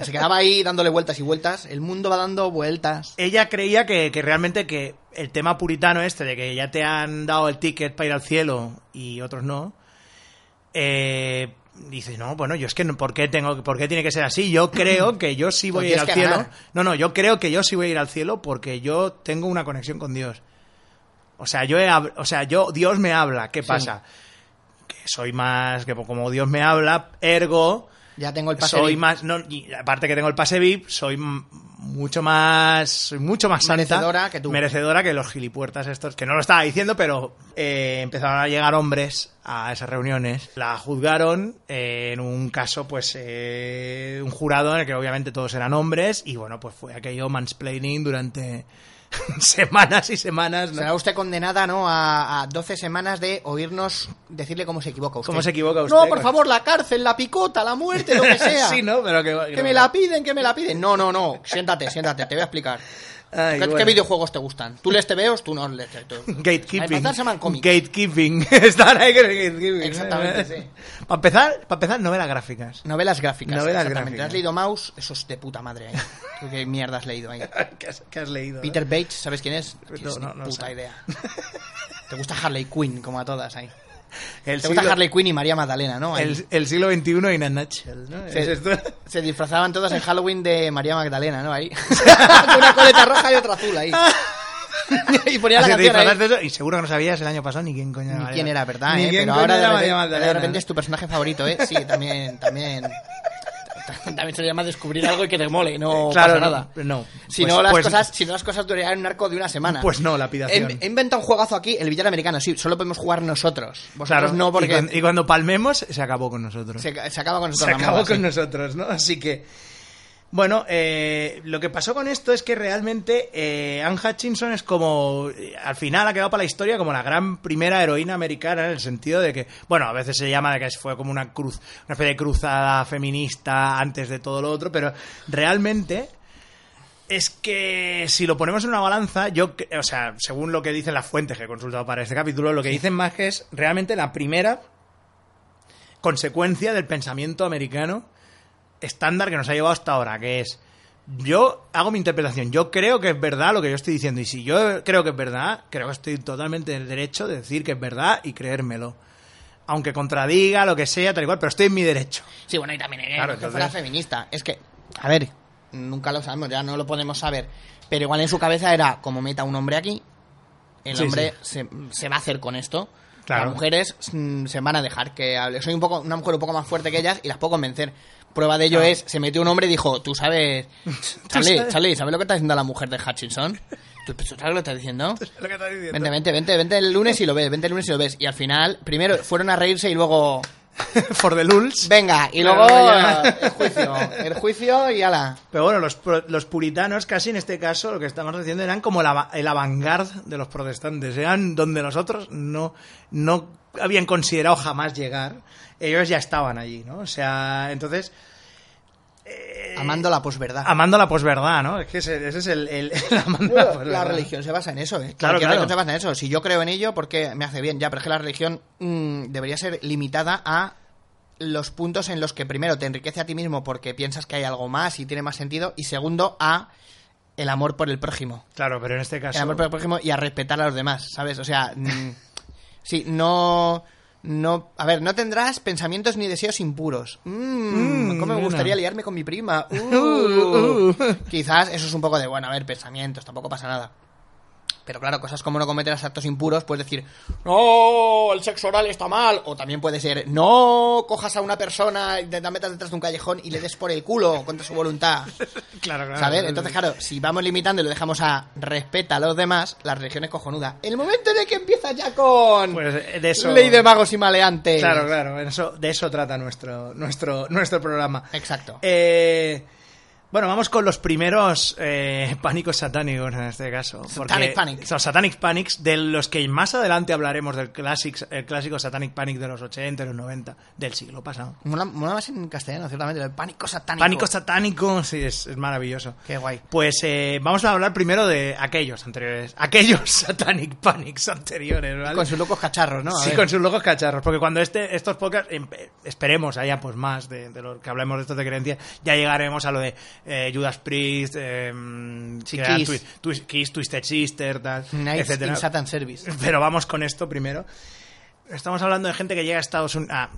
C: se quedaba ahí dándole vueltas y vueltas. El mundo va dando vueltas.
B: Ella creía que, que realmente que el tema puritano este de que ya te han dado el ticket para ir al cielo y otros no, eh, dices, no, bueno, yo es que no, ¿por qué, tengo, que- ¿por qué tiene que ser así? Yo creo que yo sí voy a ir al
C: Porque es que
B: cielo.
C: ganar.
B: No, no, yo creo que yo sí voy a ir al cielo porque yo tengo una conexión con Dios. O sea, yo, he hab- o sea, yo Dios me habla, ¿qué pasa? Que soy más, que como Dios me habla, ergo,
C: Ya tengo el pase.
B: soy
C: de-
B: más no, y aparte que tengo el pase VIP soy m- mucho más soy mucho más santa,
C: Merecedora que tú.
B: merecedora que los gilipuertas estos que no lo estaba diciendo pero eh, empezaron a llegar hombres a esas reuniones la juzgaron eh, en un caso pues eh, un jurado en el que obviamente todos eran hombres y bueno pues fue aquello mansplaining durante semanas y semanas ¿no?
C: Será usted condenada, ¿no? A, a 12 semanas de oírnos decirle cómo se equivoca usted.
B: ¿Cómo se equivoca usted?
C: No, por favor, la cárcel, la picota, la muerte, lo que sea.
B: sí no pero que,
C: Que me la piden, que me la piden. No, no, no. Siéntate, siéntate, te voy a explicar.
B: Ay,
C: ¿Qué, qué
B: bueno.
C: videojuegos te gustan? ¿Tú lees TVOs? ¿Tú no lees TVOs? Para
B: Gatekeeping.
C: empezar se llaman cómics.
B: Gatekeeping. Están ahí con el gatekeeping.
C: Exactamente, sí.
B: Para empezar, para empezar, novelas gráficas.
C: Novelas gráficas.
B: Novelas
C: exactamente.
B: gráficas.
C: ¿Has leído Mouse? Eso es de puta madre ahí. ¿Tú ¿Qué mierda has leído ahí?
B: ¿Qué has, qué has leído? eh?
C: Peter Bates, ¿sabes quién es? No
B: No,
C: tienes
B: Pues no,
C: ni
B: no
C: puta
B: sé.
C: idea. Te gusta Harley Quinn, como a todas ahí.
B: El
C: Te gusta
B: siglo-
C: Harley Quinn y María Magdalena, ¿no? Ahí.
B: El, el siglo XXI in a nutshell, ¿no?
C: Sí.
B: ¿Es esto?
C: Se disfrazaban todas en Halloween de María Magdalena, ¿no? Ahí. Con una coleta roja y otra azul ahí. y ponía la
B: Así te
C: canción ahí.
B: disfrazaste de eso, y seguro que no sabías el año pasado ni quién coño
C: Ni
B: María-
C: quién era, ¿verdad?
B: ni
C: eh?
B: quién
C: Pero
B: coño
C: ahora de
B: era
C: repente,
B: María
C: ahora de
B: Magdalena.
C: repente es tu personaje favorito, ¿eh? Sí, también, también... También se llama descubrir algo que te mole, no
B: Eh, Claro,
C: pasa
B: no,
C: nada.
B: no.
C: Si,
B: Pues-
C: no las
B: pues-
C: cosas, si no las cosas durarían un arco de una semana.
B: Pues no, lapidación.
C: He, he inventado un juegazo aquí, el billar americano, sí, solo podemos jugar nosotros. Vosotros
B: Claro,
C: pues no,
B: y cuan- y
C: porque
B: cuando, palmemos, se acabó con nosotros.
C: se, se acaba con nosotros.
B: se
C: la
B: acabó
C: moda,
B: con
C: sí.
B: nosotros, ¿no? Así que. Bueno, eh, lo que pasó con esto es que realmente eh, Anne Hutchinson es como, eh, al final ha quedado para la historia como la gran primera heroína americana en el sentido de que, bueno, a veces se llama de que fue como una cruz, una especie de cruzada feminista antes de todo lo otro, pero realmente es que si lo ponemos en una balanza, yo, cre- o sea, según lo que dicen las fuentes que he consultado para este capítulo, lo que dicen más que es realmente la primera consecuencia del pensamiento americano estándar que nos ha llevado hasta ahora, que es yo hago mi interpretación, yo creo que es verdad lo que yo estoy diciendo y si yo creo que es verdad, creo que estoy totalmente en el derecho de decir que es verdad y creérmelo. Aunque contradiga lo que sea, tal y cual, pero estoy en mi derecho.
C: Sí, bueno, y también era
B: Claro,
C: que fuera
B: entonces-
C: feminista. Es que, a ver, nunca lo sabemos, ya no lo podemos saber. Pero igual en su cabeza era, como meta un hombre aquí, el
B: Sí,
C: hombre Se, se va a hacer con esto.
B: Claro.
C: Las mujeres mm, se van a dejar que hable. Soy un poco, una mujer un poco más fuerte que ellas y las puedo convencer. Prueba de ello es, se metió un hombre y dijo, tú sabes, Charlie,
B: sabes.
C: Charlie, ¿sabes lo que está diciendo la mujer de Hutchinson? ¿Tú tú sabes lo que está diciendo?
B: Lo que estás diciendo.
C: Vente, vente, vente, vente el lunes y lo ves, vente el lunes y lo ves. Y al final, primero fueron a reírse y luego...
B: For the lulz.
C: Venga, y
B: Pero
C: luego
B: ya.
C: eh, el juicio. El juicio y ala.
B: Pero bueno, los, pro- los puritanos casi en este caso lo que estamos diciendo eran como la, el avant-garde de los protestantes. Eran donde los otros no, no habían considerado jamás llegar. Ellos ya estaban allí, ¿no? O sea, entonces... Eh,
C: Amando la posverdad.
B: Amando la posverdad, ¿no? Es que ese, ese es el... el- el amando la
C: la,
B: posverdad.
C: religión se basa en eso, ¿eh?
B: Claro,
C: Cualquier
B: claro.
C: religión se basa en eso. Si yo creo en ello, porque me hace bien. Ya, pero es que la religión mm, debería ser limitada a los puntos en los que primero te enriquece a ti mismo porque piensas que hay algo más y tiene más sentido. Y segundo, a el amor por el prójimo.
B: Claro, pero en este caso...
C: El amor por el prójimo y a respetar a los demás, ¿sabes? O sea, mm, sí, no... No, a ver, no tendrás pensamientos ni deseos impuros. Mm,
B: Mm,
C: ¿Cómo me
B: nena.
C: gustaría liarme con mi prima? Uh.
B: Uh, uh.
C: Quizás eso es un poco de, bueno, a ver, pensamientos, tampoco pasa nada. Pero claro, cosas como no cometer actos impuros, puedes decir, no, el sexo oral está mal. O también puede ser, no cojas a una persona y te la metas detrás de un callejón y le des por el culo contra su voluntad.
B: Claro, claro.
C: ¿Sabes? Entonces, claro, si vamos limitando y lo dejamos a respeta a los demás, la religión es cojonuda. El momento en el que empieza ya con
B: Pues, eh, de eso-
C: ley de magos y maleantes.
B: Claro, claro. en Eso, de eso trata nuestro, nuestro, nuestro programa.
C: Exacto.
B: Eh, bueno, vamos con los primeros eh, pánicos satánicos en este caso. porque
C: Satanic Panic.
B: Son Satanic Panics, de los que más adelante hablaremos del classic, el clásico Satanic Panic de los 80 y los 90, del siglo pasado.
C: Mola, mola más en castellano, ciertamente, el pánico satánico.
B: Pánico satánico, sí, es, es maravilloso.
C: Qué guay.
B: Pues eh, vamos a hablar primero de aquellos anteriores, aquellos Satanic Panics anteriores, ¿vale?
C: Con sus locos cacharros, ¿no? A
B: sí,
C: ver.
B: con sus locos cacharros. Porque cuando este, estos podcasts, em, esperemos haya pues más de, de lo que hablemos de estos de creencias, ya llegaremos a lo de eh, Judas Priest, eh,
C: Sí,
B: que eran
C: Kiss.
B: Twi- Twi- Kiss, Twisted Sister, tal,
C: Nights
B: etcétera.
C: in Satan Service.
B: Pero vamos con esto primero. Estamos hablando de gente que llega a Estados Unidos.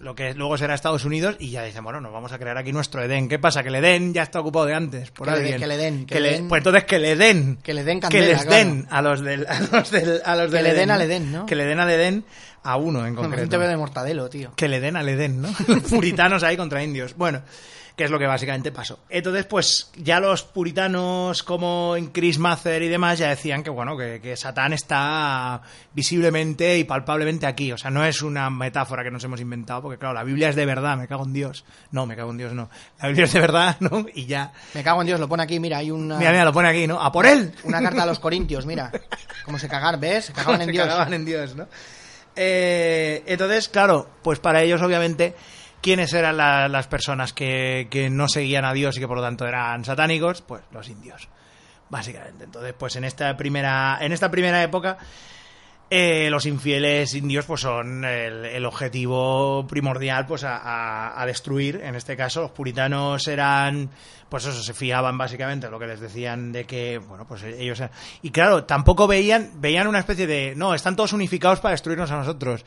B: lo que luego será Estados Unidos y ya dicen, bueno, nos vamos a crear aquí nuestro Edén. ¿Qué pasa? Que el Edén ya está ocupado de antes por
C: Que le-
B: alguien.
C: que le den, que
B: Que
C: le
B: le-
C: den-
B: Pues entonces que le den.
C: Que le den
B: Que
C: candela,
B: les
C: claro.
B: den a los del, a los del, a los
C: Que
B: del
C: le den
B: ¿no?
C: al Edén, ¿no?
B: Que le den al Edén a uno en
C: Bueno,
B: concreto.
C: te veo de mortadelo, tío.
B: Que le den al Edén, ¿no? Los puritanos ahí contra indios. Bueno, que es lo que básicamente pasó. Entonces, pues ya los puritanos como en Chris Mather y demás ya decían que, bueno, que, que Satán está visiblemente y palpablemente aquí. O sea, no es una metáfora que nos hemos inventado, porque claro, la Biblia es de verdad, me cago en Dios. No, me cago en Dios, no. La Biblia es de verdad, ¿no? Y ya.
C: Me cago en Dios, lo pone aquí, mira, hay una,
B: Mira, mira, lo pone aquí, ¿no? ¡A por él!
C: una carta a los corintios, mira. Cómo se cagar, ¿ves? Se cagaban en
B: Se
C: Dios.
B: cagaban en Dios, ¿no? Eh, entonces, claro, pues para ellos, obviamente, ¿quiénes eran la- las personas que, que no seguían a Dios y que por lo tanto eran satánicos? Pues los indios. básicamente. Entonces, pues en esta primera, en esta primera época, eh, los infieles indios pues son el, el objetivo primordial pues a, a- a destruir. En este caso, los puritanos eran, pues eso, se fiaban básicamente de lo que les decían de que, bueno, pues ellos... Y claro, tampoco veían, veían una especie de, no, están todos unificados para destruirnos a nosotros.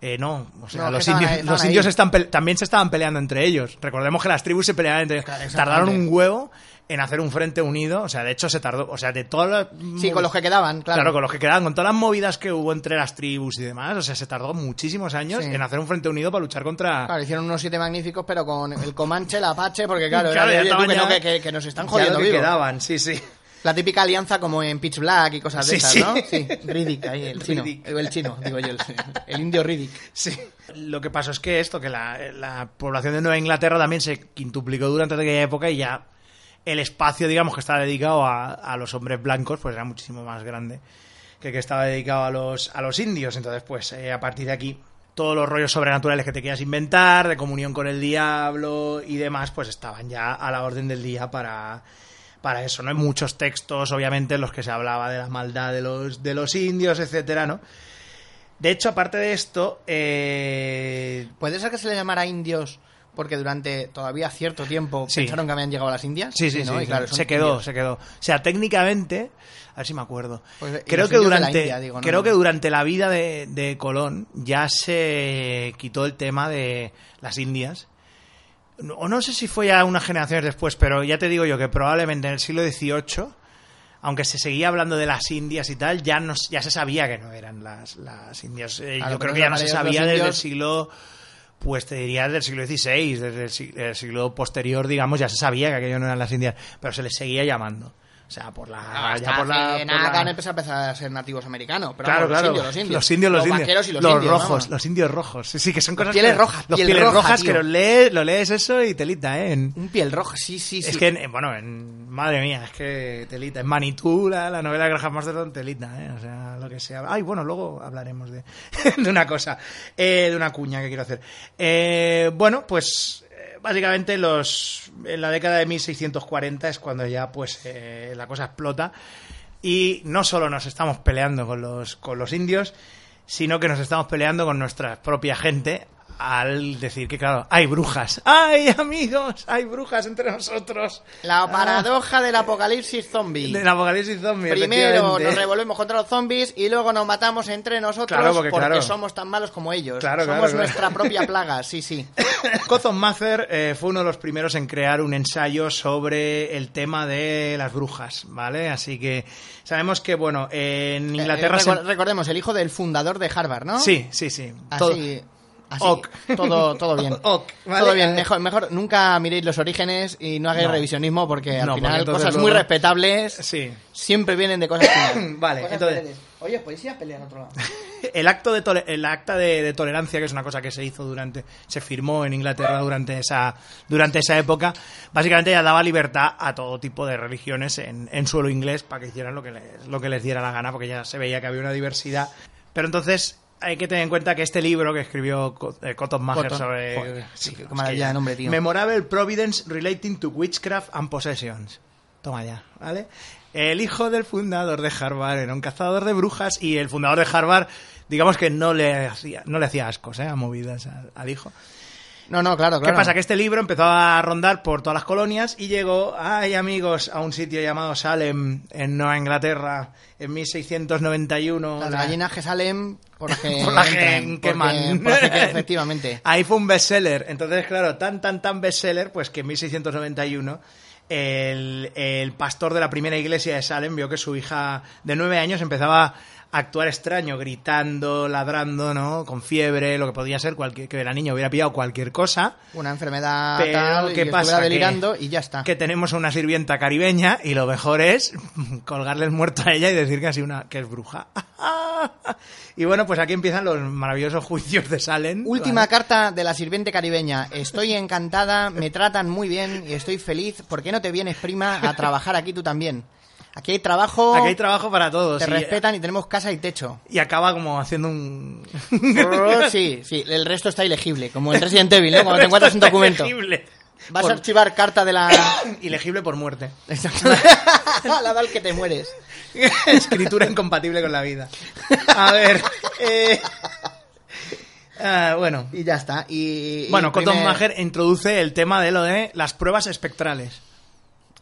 B: Eh, no, o sea,
C: No, que
B: los,
C: estaban
B: indios,
C: ahí- estaban
B: los
C: ahí.
B: indios están pe- también se estaban peleando entre ellos. Recordemos que las tribus se peleaban entre ellos.
C: Claro, exactamente.
B: Tardaron un huevo en hacer un frente unido. O sea, de hecho se tardó. O sea, de todas las.
C: Sí, con los que quedaban, claro.
B: Claro, con los que quedaban, con todas las movidas que hubo entre las tribus y demás, o sea, se tardó muchísimos años
C: Sí.
B: en hacer un frente unido para luchar contra...
C: Claro, hicieron unos siete magníficos, pero con el Comanche, el Apache, porque claro,
B: Claro,
C: era de,
B: ya
C: "Oye,
B: estaban
C: tú, que,
B: ya-
C: no, que, que- que nos están
B: ya lo
C: jodiendo
B: que
C: vivo".
B: quedaban, sí, sí.
C: La típica alianza como en Pitch Black y cosas
B: Sí,
C: de esas,
B: sí.
C: ¿no? Sí, Riddick, ahí, el chino.
B: Riddick.
C: El chino, digo yo, el, el indio Riddick.
B: Sí. Lo que pasó es que esto, que la, la población de Nueva Inglaterra también se quintuplicó durante aquella época y ya el espacio, digamos, que estaba dedicado a, a los hombres blancos, pues era muchísimo más grande que el que estaba dedicado a los, a los indios. Entonces, pues, eh, a partir de aquí, todos los rollos sobrenaturales que te quieras inventar, de comunión con el diablo y demás, pues estaban ya a la orden del día para, para eso, ¿no? Hay muchos textos, obviamente, en los que se hablaba de la maldad de los, de los indios, etcétera, ¿no? De hecho, aparte de esto, eh,
C: ¿Puede ser que se le llamara indios porque durante todavía cierto tiempo
B: Sí.
C: pensaron que habían llegado a las Indias?
B: sí, sí,
C: ¿no?
B: sí,
C: Y claro, son
B: se quedó,
C: indios.
B: se quedó. O sea, técnicamente, a ver si me acuerdo.
C: Pues, eh, y
B: creo
C: los
B: que
C: indios de la
B: durante,
C: India, digo, ¿no?
B: creo que durante la vida de, de Colón ya se quitó el tema de las Indias. No- O no sé si fue ya unas generaciones después, pero ya te digo yo que probablemente en el siglo XVIII, aunque se seguía hablando de las Indias y tal, ya no, ya se sabía que no eran las, las Indias. Eh,
C: Claro,
B: yo
C: pero
B: creo que ya no
C: para
B: se
C: ellos los
B: sabía desde el
C: indios-
B: siglo pues te diría del siglo XVI, desde el si- el siglo posterior, digamos, ya se sabía que aquello no eran las Indias, pero se les seguía llamando. O sea, por la.
C: Ah,
B: ya por la, por
C: nada,
B: la-
C: acaban de empezar a empezar a ser nativos americanos. Pero
B: Claro,
C: vamos,
B: claro.
C: Los indios, los
B: Los
C: indios.
B: indios, los indios.
C: vaqueros y los,
B: Los
C: indios,
B: rojos,
C: vamos.
B: los indios rojos. Sí, sí, que son cosas.
C: pieles
B: que-
C: rojas,
B: Los
C: piel
B: pieles
C: roja,
B: rojas,
C: tío.
B: que los lees, lo lees eso y telita, ¿eh? En-
C: Un piel roja, sí, sí, sí.
B: Es que, en- bueno, en, madre mía, es que telita. En Manitú, la, la novela de Graham Masterton, telita, ¿eh? O sea, lo que sea. Ay, bueno, luego hablaremos de, de una cosa, eh, de una cuña que quiero hacer. Eh, bueno, pues eh, básicamente los en la década de 1640 es cuando ya pues eh, la cosa explota y no solo nos estamos peleando con los, con los indios, sino que nos estamos peleando con nuestra propia gente al decir que, claro, hay brujas. ¡Ay, amigos! Hay brujas entre nosotros. Ah,
C: La paradoja del apocalipsis zombie.
B: Del apocalipsis zombie.
C: Primero nos
B: efectivamente.
C: revolvemos contra los zombies y luego nos matamos entre nosotros
B: Claro, porque, claro.
C: somos tan malos como ellos.
B: Claro,
C: somos
B: claro, claro.
C: nuestra propia plaga, sí, sí.
B: Cotton Mather eh, fue uno de los primeros en crear un ensayo sobre el tema de las brujas, ¿vale? Así que sabemos que, bueno, en Inglaterra...
C: Eh,
B: se-
C: recor- Recordemos, el hijo del fundador de Harvard, ¿no?
B: Sí, sí, sí. Todo-
C: Así, así,
B: Ok.
C: todo, Ah, todo bien.
B: Ok, ¿vale?
C: Todo bien, mejor, mejor nunca miréis los orígenes y no hagáis
B: No.
C: revisionismo porque al
B: No, porque
C: final
B: entonces
C: cosas
B: luego-
C: muy respetables
B: Sí.
C: siempre vienen de cosas que-
B: Vale,
C: cosas
B: entonces-
C: que dices, Oye, podéis ir a pelear a otro lado.
B: El acto de tole- el acta de, de tolerancia, que es una cosa que se hizo durante, se firmó en Inglaterra durante esa, durante esa época, básicamente ya daba libertad a todo tipo de religiones en, en suelo inglés para que hicieran lo que, les, lo que les diera la gana, porque ya se veía que había una diversidad. Pero entonces hay que tener en cuenta que este libro que escribió Co- eh, Cotton Mather
C: Cotton.
B: sobre...
C: Joder, qué
B: es
C: maravilla
B: que ya-
C: de nombre, tío.
B: Memorable Providence Relating to Witchcraft and Possessions. Toma ya, ¿vale? El hijo del fundador de Harvard era un cazador de brujas y el fundador de Harvard, digamos que no le hacía, no le hacía ascos, ¿eh? A movidas al, al hijo.
C: No, no, claro,
B: ¿Qué
C: claro.
B: pasa? Que este libro empezó a rondar por todas las colonias y llegó, ay amigos, a un sitio llamado Salem, en Nueva Inglaterra, en 1691.
C: Las
B: La-
C: gallinas que salen porque
B: por la
C: entran,
B: gen
C: porque-
B: queman.
C: porque que- efectivamente.
B: Ahí fue un bestseller. Entonces, claro, tan, tan, tan bestseller, pues que en 1691 el, el pastor de la primera iglesia de Salem vio que su hija de nueve años empezaba a actuar extraño, gritando, ladrando, ¿no? Con fiebre, lo que podía ser cualquier, que la niña hubiera pillado cualquier cosa.
C: Una enfermedad
B: Pero,
C: tal, y
B: ¿qué
C: estuviera
B: pasa?
C: delirando
B: Que-
C: y ya está.
B: Que tenemos una sirvienta caribeña y lo mejor es colgarle el muerto a ella y decir que, ha sido una, que es bruja. y bueno, pues aquí empiezan los maravillosos juicios de Salem.
C: Última
B: ¿vale?
C: carta de la sirviente caribeña. Estoy encantada, me tratan muy bien y estoy feliz. ¿Por qué no te vienes, prima, a trabajar aquí tú también? Aquí hay trabajo,
B: Aquí hay trabajo para todos.
C: te
B: y-
C: respetan y tenemos casa y techo.
B: Y acaba como haciendo un.
C: Sí, sí, el resto está ilegible, como en Resident Evil, ¿no? Cuando te encuentras un
B: Esto es
C: documento.
B: ilegible.
C: Vas
B: Por-
C: a archivar carta de la...
B: Ilegible por muerte.
C: la da al que te mueres.
B: Escritura incompatible con la vida. A ver. eh, ah, bueno.
C: Y ya está. Y, y
B: Bueno,
C: imprime-
B: Cottonmacher introduce el tema de lo de las pruebas espectrales,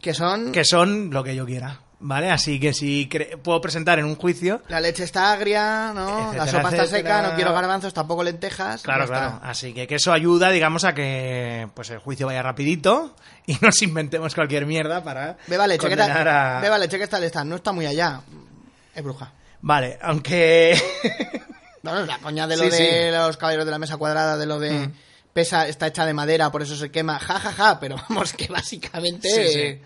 C: Que son...
B: que son lo que yo quiera, ¿vale? Así que si cre- puedo presentar en un juicio,
C: La leche está agria, ¿no?
B: Etcétera,
C: la sopa está
B: etcétera.
C: seca, no quiero garbanzos, tampoco lentejas.
B: claro,
C: ya está.
B: claro. Así que, que eso ayuda, digamos, a que pues el juicio vaya rapidito y nos inventemos cualquier mierda para
C: Beba leche, que
B: condenar
C: tal?
B: a-
C: Beba leche, que tal está? No está muy allá. Es bruja.
B: Vale, aunque
C: Bueno, la coña de lo
B: Sí, Mm.
C: de los caballeros de la mesa cuadrada, de lo de pesa, está hecha de madera, por eso se quema, ja, ja, ja, pero vamos, que básicamente
B: Sí,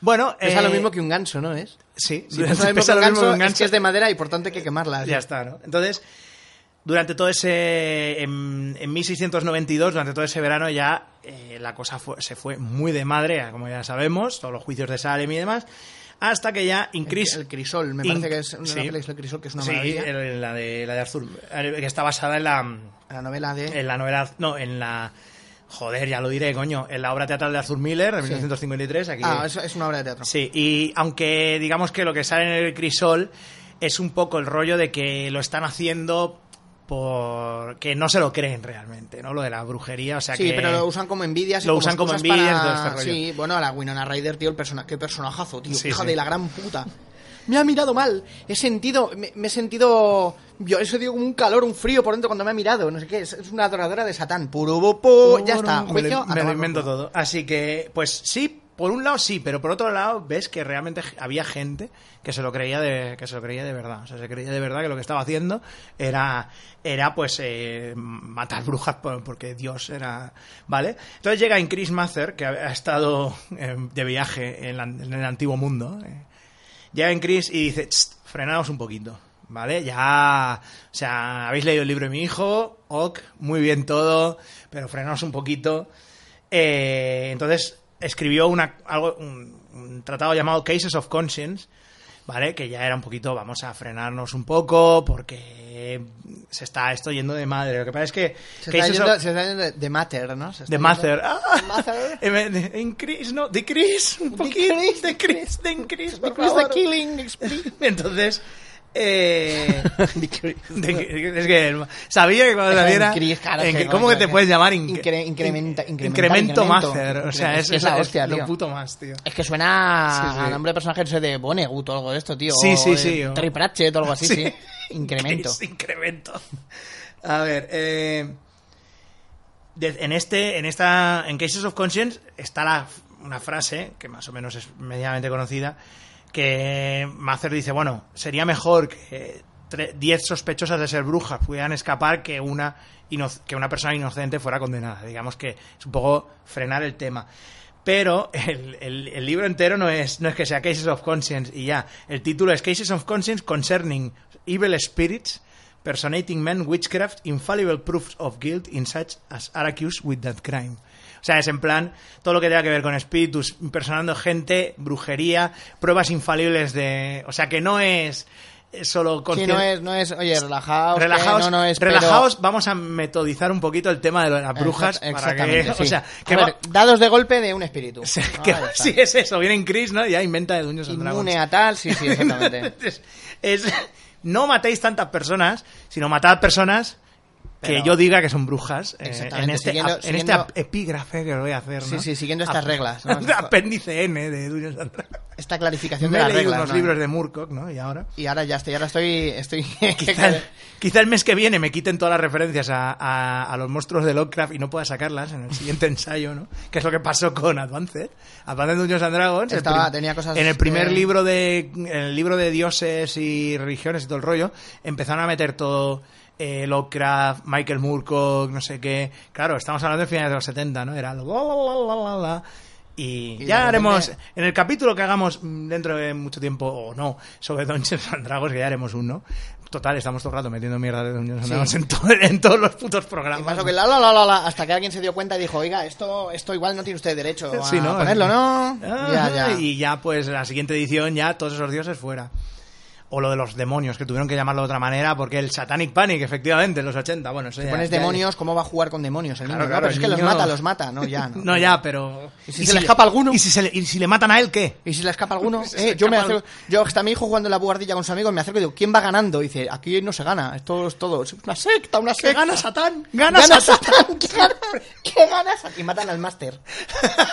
B: bueno,
C: es pesa
B: eh,
C: lo mismo que un ganso, ¿no es?
B: sí,
C: Si pesa lo mismo
B: pesa
C: que
B: lo mismo
C: un ganso,
B: que un
C: es que es de madera y por tanto hay que quemarla.
B: Ya está, ¿no? Entonces, durante todo ese. En, en 1692, durante todo ese verano, ya eh, la cosa fue- se fue muy de madre, como ya sabemos, todos los juicios de Salem y demás, hasta que ya
C: El, cri-
B: Incris.
C: el crisol, me parece
B: Inc-
C: que es una
B: sí.
C: novela, el crisol, que es una
B: sí,
C: maravilla.
B: el- la, de, la de Arthur, eh, que está basada en la,
C: La novela de...
B: en la novela. No, en la. Joder, ya lo diré, coño. En la obra teatral de Arthur Miller, de
C: Sí.
B: 1953. Aquí,
C: Ah, es, es una obra de teatro.
B: Sí, y aunque digamos que lo que sale en el crisol es un poco el rollo de que lo están haciendo porque no se lo creen realmente, ¿no? Lo de la brujería, o sea
C: Sí,
B: que...
C: pero lo usan como envidias. y
B: Lo usan como
C: excusas
B: envidias y
C: para-
B: todo este rollo.
C: Sí, bueno, la Winona Ryder, tío, el persona... qué personajazo, tío.
B: Sí,
C: hija
B: sí.
C: de la gran puta. Me ha mirado mal. He sentido. Me, me he sentido. Yo he sentido como un calor, un frío por dentro cuando me ha mirado. No sé qué. Es, es una adoradora de Satán. Purubopo. Ya está.
B: Me
C: juicio,
B: lo, me
C: a
B: lo
C: tomar por
B: invento
C: culo.
B: todo. Así que, pues sí, por un lado sí, pero por otro lado ves que realmente g- había gente que se lo creía de, que se lo creía de verdad. O sea, se creía de verdad que lo que estaba haciendo era, era pues eh, matar brujas por- porque Dios era. ¿Vale? Entonces llega en Chris Mather, que ha, ha estado eh, de viaje en, la- en el antiguo mundo. eh, Llega en Chris y dice, "Tst, frenaos un poquito, ¿vale? Ya, o sea, habéis leído el libro de mi hijo, ok, muy bien todo, pero frenaos un poquito. Eh, entonces escribió una, algo, un, un tratado llamado Cases of Conscience, ¿vale? Que ya era un poquito, vamos a frenarnos un poco porque se está esto yendo de madre. Lo que pasa es que...
C: Se está,
B: Cases
C: yendo,
B: of-
C: se está yendo de, de Mater, ¿no? Se está
B: de
C: yendo-
B: Mather.
C: De Mather.
B: En Chris, ¿no? De Chris, un poquito. De Chris, de Chris, por
C: The Chris the
B: favor.
C: Killing Spree.
B: Entonces, eh,
C: The Chris.
B: de que- es que el- sabía que cuando
C: Es
B: saliera.
C: incre- claro,
B: en-
C: que no,
B: ¿Cómo que
C: claro,
B: te
C: que-
B: puedes llamar? Inc-
C: Incre- incrementa-
B: inc-
C: incrementar,
B: incremento
C: incremento.
B: Mather. O sea,
C: Incre-
B: es,
C: es la
B: es-
C: hostia,
B: lo
C: tío.
B: puto más, tío.
C: Es que suena
B: Sí, sí.
C: a nombre de personaje no sé, de Vonnegut o algo de esto, tío.
B: Sí,
C: o
B: sí,
C: de
B: sí, o-
C: Terry Pratchett o algo así, sí. Incremento.
B: Es incremento. A ver, eh, de- en este, en esta, en Cases of Conscience está la, una frase que más o menos es medianamente conocida que Mather dice, bueno, sería mejor que tre- 10 sospechosas de ser brujas pudieran escapar que una, ino- que una persona inocente fuera condenada. Digamos que es un poco frenar el tema. Pero el, el- el libro entero no es, no es que sea Cases of Conscience y ya. El título es Cases of Conscience Concerning Evil Spirits Personating Men, Witchcraft, Infallible Proofs of Guilt in such as are accused with that crime. O sea, es en plan todo lo que tenga que ver con espíritus, impersonando gente, brujería, pruebas infalibles de... O sea, que no es eh, solo...
C: Sí,
B: conscien-
C: no es, no es, oye, relajaos. que
B: Relajaos,
C: no, no es, pero-
B: relajaos, vamos a metodizar un poquito el tema de lo de las
C: Exact-
B: brujas. para
C: Exactamente,
B: que,
C: sí.
B: O sea,
C: A
B: que,
C: ver,
B: va-
C: dados de golpe de un espíritu.
B: o sea,
C: Ah,
B: que
C: ya
B: va-
C: está.
B: sí, es eso, viene en Chris, ¿no? Ya inventa de Duños and Dragons.
C: Inmune a tal, sí, sí, exactamente.
B: Entonces, es- no matéis tantas personas, sino matad personas que
C: Pero-
B: yo diga que son brujas. eh, en
C: Exactamente,
B: este,
C: siguiendo-
B: ap- en este
C: siguiendo-
B: ap- epígrafe que os voy a hacer.
C: Sí,
B: ¿no?
C: sí, siguiendo estas
B: Ap-
C: reglas, ¿no?
B: Apéndice N de Dungeons and Dragons.
C: Esta clarificación
B: Me
C: de
B: he
C: las
B: leído
C: reglas.
B: unos
C: ¿no?
B: libros de Moorcock, ¿no? Y ahora.
C: Y ahora ya estoy, ahora estoy... estoy...
B: Quizá, quizá el mes que viene me quiten todas las referencias a, a- a los monstruos de Lovecraft y no pueda sacarlas en el siguiente ensayo, ¿no? Que es lo que pasó con Advanced. Advanced Dungeons and Dragons. el
C: Estaba-
B: prim-
C: tenía cosas
B: En el primer
C: de-
B: libro de en el libro de dioses y religiones y todo el rollo, empezaron a meter todo eh, Lovecraft, Michael Moorcock, no sé qué. Claro, estamos hablando de finales de los 70, ¿no? Era lo la, la, la, la, la. Y,
C: de
B: ya haremos,
C: repente-
B: en el capítulo que hagamos mm, dentro de mucho tiempo, o no, sobre Dungeons and Dragons, que ya haremos uno. Total, estamos todo el rato metiendo mierda de Dungeons and
C: Sí.
B: Dragons en, to- en todos los putos
C: Y
B: programas.
C: pasó que la, la, la, la, la, hasta que alguien se dio cuenta y dijo, oiga, esto, esto igual no tiene usted derecho a
B: Sí, ¿no? Ah,
C: ponerlo, ¿no?
B: Ajá,
C: ya, ya.
B: Y ya, pues, la siguiente edición, ya todos esos dioses fuera. o lo de los demonios, que tuvieron que llamarlo de otra manera, porque el Satanic Panic, efectivamente, en los 80, bueno, eso
C: Si
B: ya-
C: pones
B: ya-
C: demonios, ¿cómo va a jugar con demonios el niño?
B: Claro,
C: No,
B: claro,
C: pero es
B: el
C: que los
B: niño-
C: mata, los mata, ¿no? Ya. no.
B: No, ya, pero...
C: ¿Y si se le escapa alguno?
B: ¿Y si, se le, y si le matan a él, qué?
C: Y si le escapa alguno,
B: Si
C: eh,
B: se
C: yo me
B: escapa
C: acerco, yo está mi hijo jugando en la buhardilla con sus amigos, me acerco y digo, ¿quién va ganando? Y dice, aquí no se gana, esto es todo, es una secta, una secta.
B: gana Satán?
C: Gana,
B: Gana
C: Satán, ¿qué gana, qué gana Satán? Y matan al máster.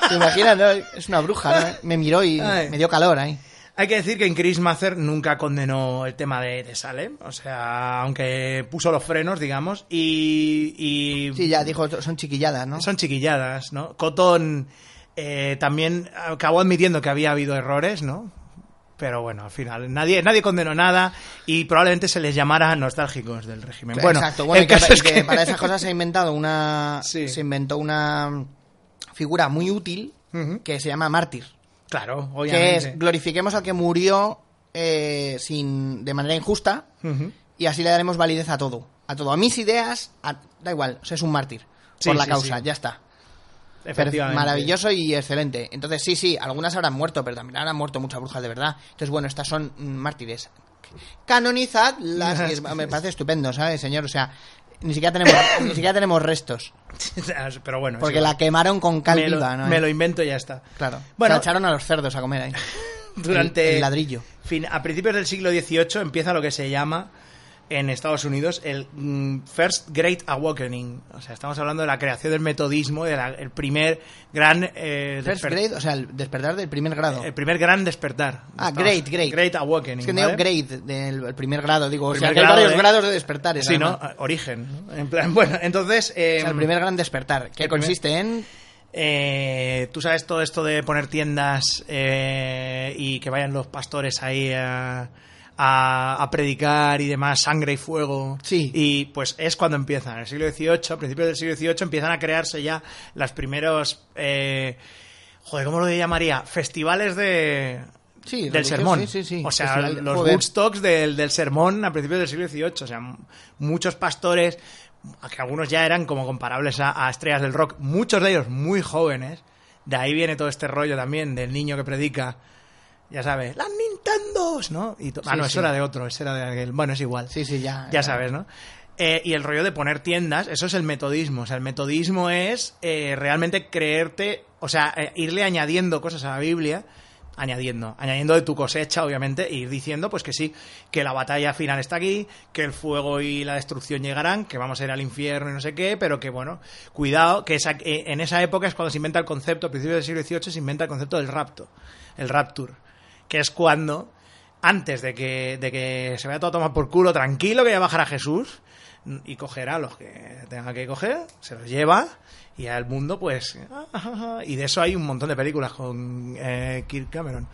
C: ¿Te imaginas? no? Es una bruja, ¿no? Me miró y
B: Ay.
C: me dio calor ahí.
B: Hay que decir que en Chris Mather nunca condenó el tema de, de Salem, o sea, aunque puso los frenos, digamos, y... y
C: Sí, ya dijo, son chiquilladas, ¿no?
B: Son chiquilladas, ¿no? Cotton eh, también acabó admitiendo que había habido errores, ¿no? Pero bueno, al final nadie, nadie condenó nada y probablemente se les llamara nostálgicos del régimen. Bueno,
C: Exacto, bueno,
B: el
C: y que,
B: caso es
C: y que
B: que-
C: para esas cosas se ha inventado una
B: Sí.
C: se inventó una figura muy útil
B: Ujú.
C: que se llama mártir.
B: Claro,
C: que
B: obviamente.
C: es glorifiquemos al que murió eh, sin de manera injusta
B: Ujú.
C: y así le daremos validez a todo a todo a mis ideas a- da igual o sea, es un mártir
B: Sí,
C: por la
B: sí,
C: causa
B: sí.
C: ya está
B: Efectivamente.
C: maravilloso y excelente entonces sí sí algunas habrán muerto pero también habrán muerto muchas brujas de verdad entonces bueno estas son mm, mártires canonizad las me parece estupendo sabes señor o sea ni siquiera tenemos ni siquiera tenemos restos
B: Pero bueno, es
C: porque
B: igual.
C: la quemaron con cal
B: Pues me, lo,
C: viva, ¿no?
B: me lo invento y ya está.
C: claro
B: Bueno,
C: bueno echaron a los cerdos a comer ahí
B: durante
C: el- el ladrillo.
B: Fin, a principios del siglo XVIII empieza lo que se llama en Estados Unidos el mm, First Great Awakening. O sea, estamos hablando de la creación del metodismo, del primer gran eh,
C: First
B: desper- Eh,
C: grade, o sea, el despertar del primer grado.
B: el primer gran despertar.
C: Ah,
B: Estamos-
C: great, great.
B: Great Awakening.
C: es que no
B: ¿vale?
C: digo grade del el primer grado, digo, o sea,
B: Primer
C: que hay
B: grado,
C: varios
B: ¿eh?
C: grados de despertares.
B: Sí, ¿no?
C: además.
B: Origen. ¿no? En plan, bueno, entonces...
C: O sea, el
B: em,
C: primer gran despertar, que
B: el primer-
C: consiste en...
B: Eh, Tú sabes todo esto de poner tiendas eh, y que vayan los pastores ahí a, a- a predicar y demás, sangre y fuego.
C: Sí.
B: Y pues es cuando empiezan, en el siglo XVIII, a principios del siglo XVIII, empiezan a crearse ya las primeros. eh, joder, ¿cómo lo llamaría? Festivales de.
C: Sí,
B: del
C: religioso,
B: sermón.
C: sí, sí, sí.
B: O sea,
C: Festival de-
B: los
C: joder.
B: Woodstocks del, del sermón a principios del siglo XVIII. O sea, m- muchos pastores, a que algunos ya eran como comparables a, a estrellas del rock, muchos de ellos muy jóvenes. De ahí viene todo este rollo también del niño que predica, ya sabes, las Nintendos, ¿no? Y to- ah,
C: Sí,
B: no,
C: sí.
B: eso era de otro, ese era de aquel. Bueno, es igual.
C: Sí, sí, ya.
B: Ya sabes, ¿no? Eh, y el rollo de poner tiendas, eso es el metodismo. O sea, el metodismo es eh, realmente creerte, o sea, eh, irle añadiendo cosas a la Biblia, añadiendo, añadiendo de tu cosecha, obviamente, e ir diciendo, pues que sí, que la batalla final está aquí, que el fuego y la destrucción llegarán, que vamos a ir al infierno y no sé qué, pero que bueno, cuidado, que esa- eh, en esa época es cuando se inventa el concepto, a principios del siglo XVIII se inventa el concepto del rapto, el rapture, que es cuando antes de que, de que se vaya todo a tomar por culo, tranquilo, que ya bajará Jesús y cogerá a los que tenga que coger, se los lleva y al mundo, pues. ah, ah, ah, Y de eso hay un montón de películas con eh, Kirk Cameron.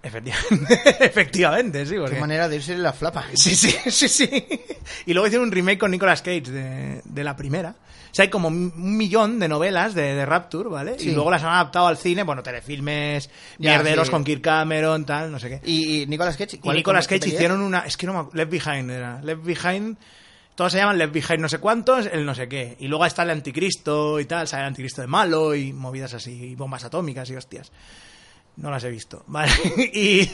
B: Efectivamente, efectivamente sí,
C: Qué
B: porque.
C: manera de irse en la flapa.
B: Sí, sí, sí, sí. Y luego hicieron un remake con Nicolas Cage de, de la primera. O sea, hay como un millón de novelas de, de Rapture, ¿vale?
C: Sí.
B: Y luego las han adaptado al cine, bueno, telefilmes,
C: Ya,
B: mierderos
C: sí.
B: con Kirk Cameron, tal, no sé qué.
C: Y, y Nicolas Cage...
B: Y
C: ¿cuál-
B: Nicolas
C: cómo- qué
B: Cage
C: apellido
B: hicieron una. Es que no me acu- Left Behind era. Left Behind. Todos se llaman Left Behind no sé cuántos, el no sé qué. Y luego está el anticristo y tal, sale el anticristo de malo y movidas así, y bombas atómicas y hostias. No las he visto. Vale. Y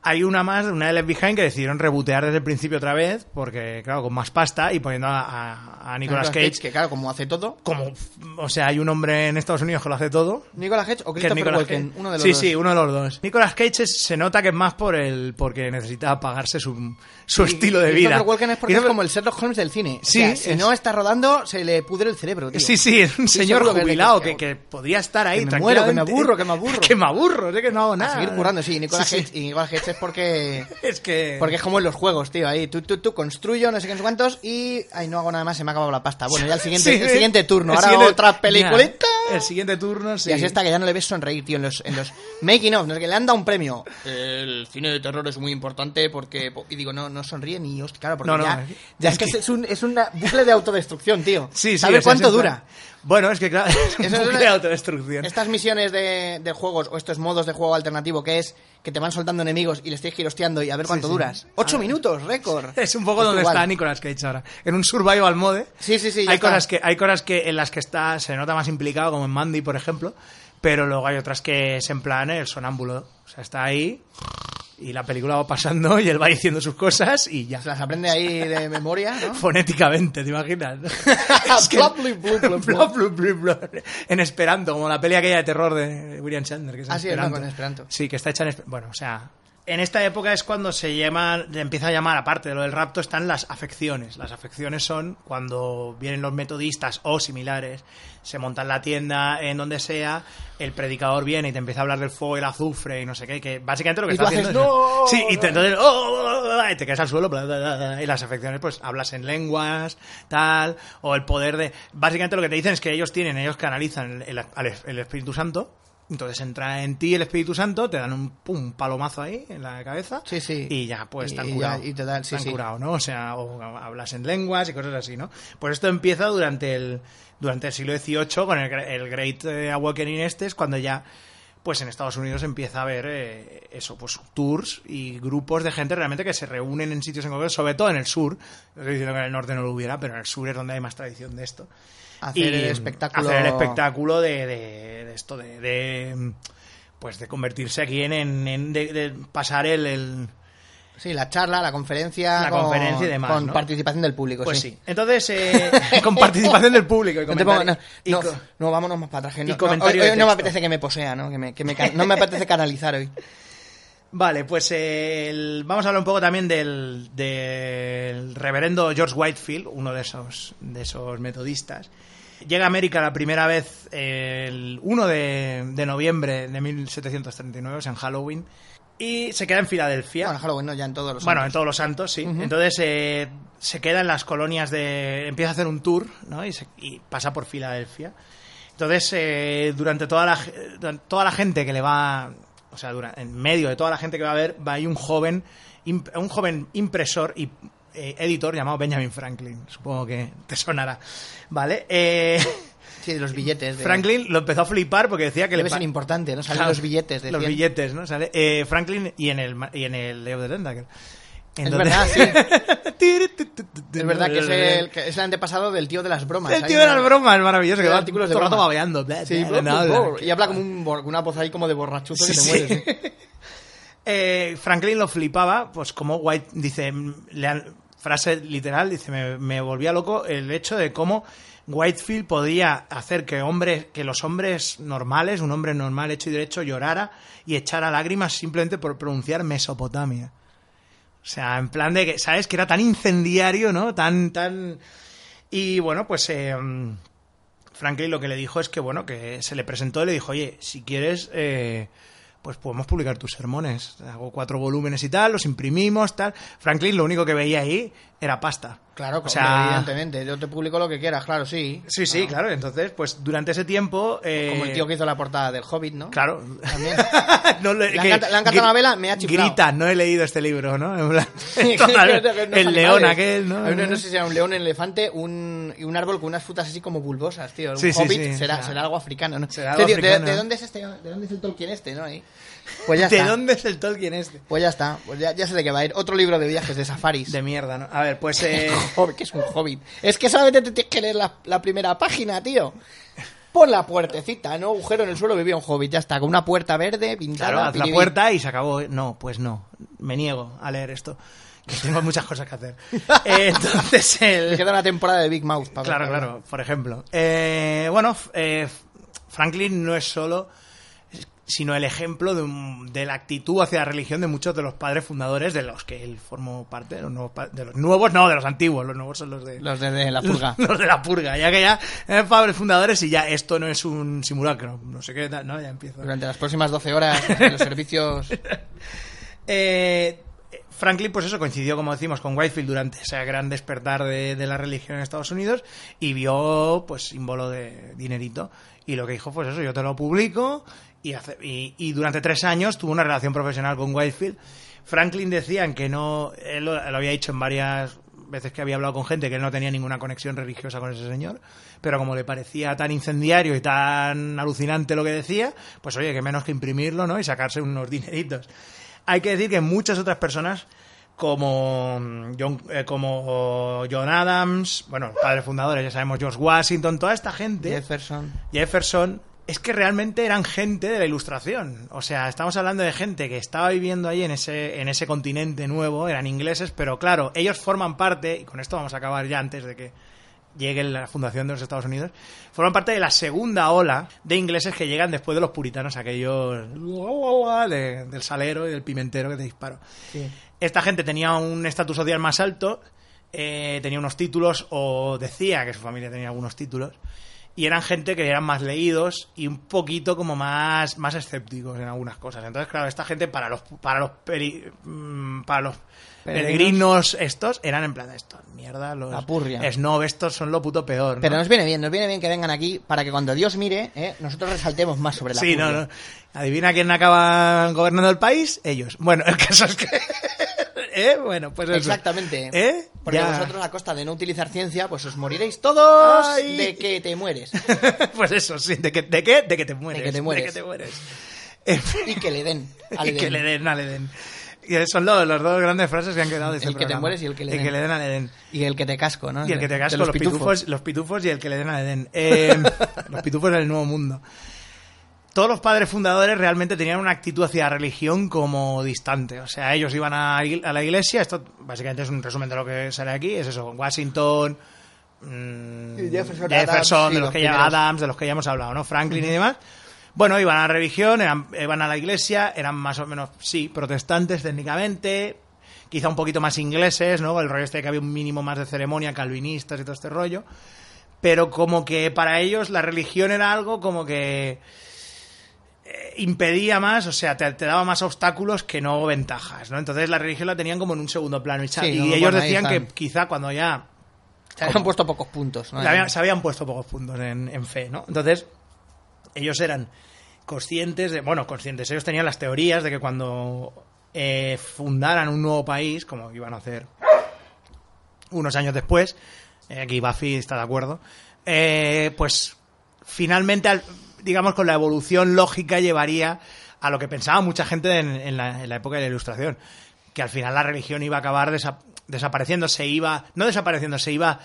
B: hay una más, una de Left Behind, que decidieron rebotear desde el principio otra vez, porque, claro, con más pasta y poniendo a, a- a
C: es?
B: Nicolas Cage,
C: que claro, como hace todo...
B: como. O sea, hay un hombre en Estados Unidos que lo hace todo
C: Nicolas Cage o
B: que es
C: Christopher
B: Nicolas
C: Walken,
B: Cage.
C: uno de los
B: sí,
C: dos.
B: sí, uno de los dos. Nicolas Cage es- se nota que es más por el porque necesita pagarse su, su estilo de vida.
C: Christopher Walken es porque es
B: Christopher-
C: como el Sherlock Holmes del cine. O
B: Sí,
C: sea, si
B: es-
C: no está rodando, se le pudre el cerebro, tío.
B: Sí, sí, es un
C: Sí,
B: señor
C: seguro que-
B: jubilado
C: que-
B: que, que podría estar ahí
C: que me muero, que me
B: tranquilamente.
C: aburro, que me aburro.
B: que me aburro, sé que no hago
C: A
B: nada.
C: seguir currando, sí. Nicolas
B: Ah. Sí, sí.
C: Cage, y Nicolas Cage es porque...
B: Es que...
C: Porque es como en los juegos, tío. Ahí tú, tú, tú construyo, no sé qué, no sé cuántos y. Ay, no hago nada más, se me ha acabado la pasta. Bueno, ya el siguiente,
B: Sí,
C: el siguiente turno.
B: el
C: Ahora
B: siguiente-
C: otra peliculita.
B: Mira, El siguiente turno, sí.
C: Y así está que ya no le ves sonreír, tío, en los, en los making of, no es que le han dado un premio. El cine de terror es muy importante porque. Y digo, no, no sonríe ni hostia, claro, porque
B: No, no,
C: ya,
B: es-
C: ya es,
B: es
C: que,
B: que-
C: es, un, es una bucle de autodestrucción, tío.
B: Sí, sí,
C: ¿Sabes
B: o sea,
C: cuánto
B: sí está.
C: dura?
B: Bueno, es que claro, es un
C: Eso es
B: bucle
C: una-
B: de autodestrucción.
C: Estas misiones de, de juegos o estos modos de juego alternativo que es que te van soltando enemigos y les tienes que ir hosteando y a ver cuánto
B: sí.
C: duras. Ocho minutos, récord.
B: Es un poco
C: Esto
B: donde
C: igual.
B: está Nicolas Cage ahora. En un survival mode.
C: Sí, sí, sí, ya
B: Hay
C: está.
B: cosas, que, hay cosas que en las que está se nota más implicado, como en Mandy, por ejemplo. Pero luego hay otras que es en plan el sonámbulo. O sea, está ahí Y la película va pasando y él va diciendo sus cosas y ya.
C: Se las aprende ahí de memoria, ¿no?
B: Fonéticamente, ¿te imaginas?
C: Blub, blub, blub, blub, blub.
B: Blub, blub, blub. En esperanto, como la peli aquella de terror de William Shatner. Que es en
C: Ah, sí, es verdad,
B: esperanto.
C: con esperanto.
B: Sí, que está hecha en esper- Bueno, o sea... En esta época es cuando se llama, le empieza a llamar, aparte de lo del rapto, están las afecciones. Las afecciones son cuando vienen los metodistas o similares, se montan la tienda en donde sea, el predicador viene y te empieza a hablar del fuego, el azufre y no sé qué, que básicamente lo que
C: Y
B: está
C: tú haces,
B: haciendo es-
C: "No,
B: Sí, y
C: no".
B: te, entonces, "Oh, bla, bla, bla", y te caes al suelo, bla, bla, bla, bla, y las afecciones, pues hablas en lenguas, tal, o el poder de. Básicamente lo que te dicen es que ellos tienen, ellos canalizan el, el- al- el Espíritu Santo. Entonces entra en ti el Espíritu Santo, te dan un, pum, palomazo ahí en la cabeza.
C: Sí, sí.
B: Y ya, pues
C: Y-
B: están
C: y ya,
B: curados.
C: y te dan- sí,
B: Están
C: sí.
B: curados, ¿no? O sea, o hablas en lenguas y cosas así, ¿no? Pues esto empieza durante el, durante el siglo XVIII con el, el Great eh, Awakening este, es cuando ya pues en Estados Unidos empieza a haber eh, eso, pues tours y grupos de gente realmente que se reúnen en sitios en concreto, sobre todo en el sur. No estoy diciendo que en el norte no lo hubiera, pero en el sur es donde hay más tradición de esto.
C: Hacer el espectáculo-
B: Hacer el espectáculo de, de- de esto, de, de, Pues de convertirse aquí en. en- en- de, de pasar el- el
C: Sí, la charla, la conferencia.
B: La
C: con,
B: conferencia y demás,
C: Con
B: ¿no?
C: participación del público,
B: Pues
C: sí.
B: sí. Entonces, eh, con participación del público y
C: No, te pongo-
B: comentari- y
C: no,
B: co-
C: no, no, vámonos más para atrás. que
B: y
C: No, no,
B: comentario
C: hoy,
B: de
C: hoy no me
B: texto.
C: apetece que me posea, ¿no? Que me, que me can- no me apetece canalizar hoy.
B: Vale, pues eh, el- vamos a hablar un poco también del, del reverendo George Whitefield, uno de esos, de esos metodistas. Llega a América la primera vez el 1 de, de noviembre de 1739, o sea, en Halloween, y se queda en Filadelfia.
C: Bueno, Halloween, no, ya en todos los
B: Bueno, en
C: años.
B: todos los santos, sí. Entonces eh, se queda en las colonias de... Empieza a hacer un tour, ¿no? Y, se- y pasa por Filadelfia. Entonces, eh, durante toda la, ge- durante toda la gente que le va... O sea, dura- en medio de toda la gente que va a ver, va ahí un joven, imp- un joven impresor y eh, editor llamado Benjamin Franklin. Supongo que te sonará. ¿Vale? Eh,
C: Sí, de los billetes. De,
B: Franklin lo empezó a flipar porque decía que
C: Debe
B: le...
C: ser
B: pa-
C: importante, ¿no? Salen
B: Claro,
C: los billetes. De
B: los
C: 100.
B: billetes, ¿no? Sale eh, Franklin y en el ma- y en el Leo de Tentacle.
C: Es verdad, sí.
B: es
C: Es verdad que es el, que es el antepasado del tío de las bromas.
B: El
C: Hay
B: tío de
C: una-
B: las bromas, es maravilloso, que
C: Hay
B: va todo
C: artículos de
B: el rato
C: broma.
B: babeando. bla,
C: Sí,
B: bla, bla,
C: bla,
B: bla.
C: bla, y habla como un bor- una voz ahí como de borrachuzo
B: Sí,
C: que te
B: sí.
C: mueres. ¿eh?
B: Eh, Franklin lo flipaba, pues como White dice, mm, le han- frase literal, dice, me, me volvía loco el hecho de cómo Whitefield podía hacer que hombres, que los hombres normales, un hombre normal hecho y derecho, llorara y echara lágrimas simplemente por pronunciar Mesopotamia. O sea, en plan de que, ¿sabes? Que era tan incendiario, ¿no? Tan, tan... Y bueno, pues... eh, mm, Franklin lo que le dijo es que, bueno, que se le presentó y le dijo, oye, si quieres, eh, pues podemos publicar tus sermones. Hago cuatro volúmenes y tal, los imprimimos, tal. Franklin lo único que veía ahí era pasta.
C: Claro,
B: o sea,
C: evidentemente. Yo te publico lo que quieras, claro, sí.
B: Sí, sí,
C: Ah,
B: claro. Entonces, pues durante ese tiempo... eh,
C: Como el tío que hizo la portada del Hobbit, ¿no?
B: Claro.
C: También.
B: No le,
C: Le han canta- le han cantado
B: gri-
C: la vela, me ha chiflado.
B: Grita, no he leído este libro, ¿no? En plan,
C: Creo que
B: total,
C: no
B: el
C: son
B: león
C: animales.
B: aquel, ¿no?
C: Hay uno, no sé si era un león, un elefante, un, y un árbol con unas frutas así como bulbosas, tío. Un
B: Sí, sí,
C: hobbit
B: sí,
C: será,
B: será.
C: será algo africano, ¿no?
B: Será
C: Este
B: algo
C: tío, ¿de-
B: africano.
C: ¿de, dónde es este? ¿De dónde es el Tolkien este, no? Ahí. Pues ya
B: ¿De
C: está.
B: dónde es el Tolkien este?
C: Pues ya está. Pues ya, ya sé de qué va a ir. Otro libro de viajes, de safaris.
B: De mierda, ¿no? A ver, pues... eh,
C: Hobbit, que es un hobbit. Es que solamente te tienes que leer la, la primera página, tío. Pon la puertecita, ¿no? Agujero en el suelo vivía un hobbit, ya está. Con una puerta verde pintada.
B: Claro, haz la
C: piribí.
B: puerta y se acabó. No, pues no. Me niego a leer esto. Que tengo muchas cosas que hacer. Eh, entonces,
C: Me
B: el.
C: queda una temporada de Big Mouth. para ver,
B: Claro,
C: para ver.
B: claro, por ejemplo. Eh, bueno, f- eh, f- Franklin no es solo sino el ejemplo de, un- de la actitud hacia la religión de muchos de los padres fundadores de los que él formó parte, de los nuevos, pa- de los nuevos no, de los antiguos, los nuevos son los de,
C: Los de, de la purga.
B: los de la purga, ya que ya eh, padres fundadores y ya esto no es un simulacro, no sé qué tal, no, ya empieza.
C: Durante las próximas 12 horas, en los servicios.
B: Eh, Franklin, pues eso, coincidió, como decimos, con Whitefield durante ese gran despertar de, de la religión en Estados Unidos y vio, pues, símbolo de dinerito. Y lo que dijo fue eso, yo te lo publico y, hace- y, y durante tres años tuvo una relación profesional con Whitefield. Franklin decían que no, él lo, lo había dicho en varias veces que había hablado con gente que él no tenía ninguna conexión religiosa con ese señor, pero como le parecía tan incendiario y tan alucinante lo que decía, pues oye, que menos que imprimirlo, ¿no? Y sacarse unos dineritos. Hay que decir que muchas otras personas, como John, eh, como John Adams, bueno, los padres fundadores, ya sabemos, George Washington, toda esta gente,
C: Jefferson.
B: Jefferson, es que realmente eran gente de la ilustración. O sea, estamos hablando de gente que estaba viviendo ahí en ese, en ese continente nuevo, eran ingleses, pero claro, ellos forman parte, y con esto vamos a acabar ya antes de que llegue la fundación de los Estados Unidos, forman parte de la segunda ola de ingleses que llegan después de los puritanos, aquellos de- del salero y del pimentero que te disparo. Esta gente tenía un estatus social más alto, eh, tenía unos títulos o decía que su familia tenía algunos títulos. Y eran gente que eran más leídos y un poquito como más, más escépticos en algunas cosas. Entonces, claro, esta gente para los para los peri- mm, para los
C: Peregrinos.
B: peregrinos estos eran en plan estos mierda los
C: La purria.
B: snob estos son lo puto peor. ¿no?
C: Pero nos viene bien, nos viene bien que vengan aquí para que cuando Dios mire, ¿eh? nosotros resaltemos más sobre la
B: Sí,
C: purria.
B: no, no. Adivina quién acaba gobernando el país, ellos. Bueno, el caso es que eh, bueno, pues eso.
C: Exactamente.
B: ¿Eh?
C: Porque
B: Ya.
C: vosotros, a costa de no utilizar ciencia, pues os moriréis todos
B: Ay.
C: de que te mueres.
B: pues eso, sí, ¿de, que, de qué? De que te mueres.
C: De que te mueres.
B: que te mueres. En fin,
C: Y que le den. al
B: y que
C: Edén.
B: le den al Edén. Y son los, los dos grandes frases que han quedado de este
C: El que te
B: programa.
C: mueres y el que le den.
B: al Edén.
C: Y el que te casco, ¿no?
B: Y el que te
C: De
B: casco, los, pitufos, los pitufos y el que le den al Edén. Eh, los pitufos en el nuevo mundo. Todos los padres fundadores realmente tenían una actitud hacia la religión como distante. O sea, ellos iban a, igle- a la iglesia. Esto básicamente es un resumen de lo que sale aquí. Es eso, Washington, mm,
C: Y
B: Jefferson,
C: Jefferson, Adams, sí,
B: de los
C: los
B: que ya
C: primeros.
B: Adams, de los que ya hemos hablado, ¿no? Franklin y demás. Bueno, iban a la religión, eran, iban a la iglesia, eran más o menos, sí, protestantes técnicamente, quizá un poquito más ingleses, ¿no? El rollo este de que había un mínimo más de ceremonia, calvinistas y todo este rollo. Pero como que para ellos la religión era algo como que eh, impedía más, o sea, te, te daba más obstáculos que no ventajas, ¿no? Entonces la religión la tenían como en un segundo plano. Y, cha-
C: Sí,
B: y
C: no,
B: ellos
C: bueno, ahí
B: decían que
C: están.
B: quizá cuando ya
C: Se habían puesto pocos puntos, ¿no?
B: le habían- se habían puesto pocos puntos en, en fe, ¿no? Entonces, ellos eran conscientes de. Bueno, conscientes. Ellos tenían las teorías de que cuando eh, fundaran un nuevo país, como iban a hacer unos años después, eh, aquí Buffy está de acuerdo, eh, pues finalmente, al- digamos, con la evolución lógica llevaría a lo que pensaba mucha gente en, en la, en la época de la Ilustración, que al final la religión iba a acabar desa- desapareciendo, se iba, no desapareciendo, se iba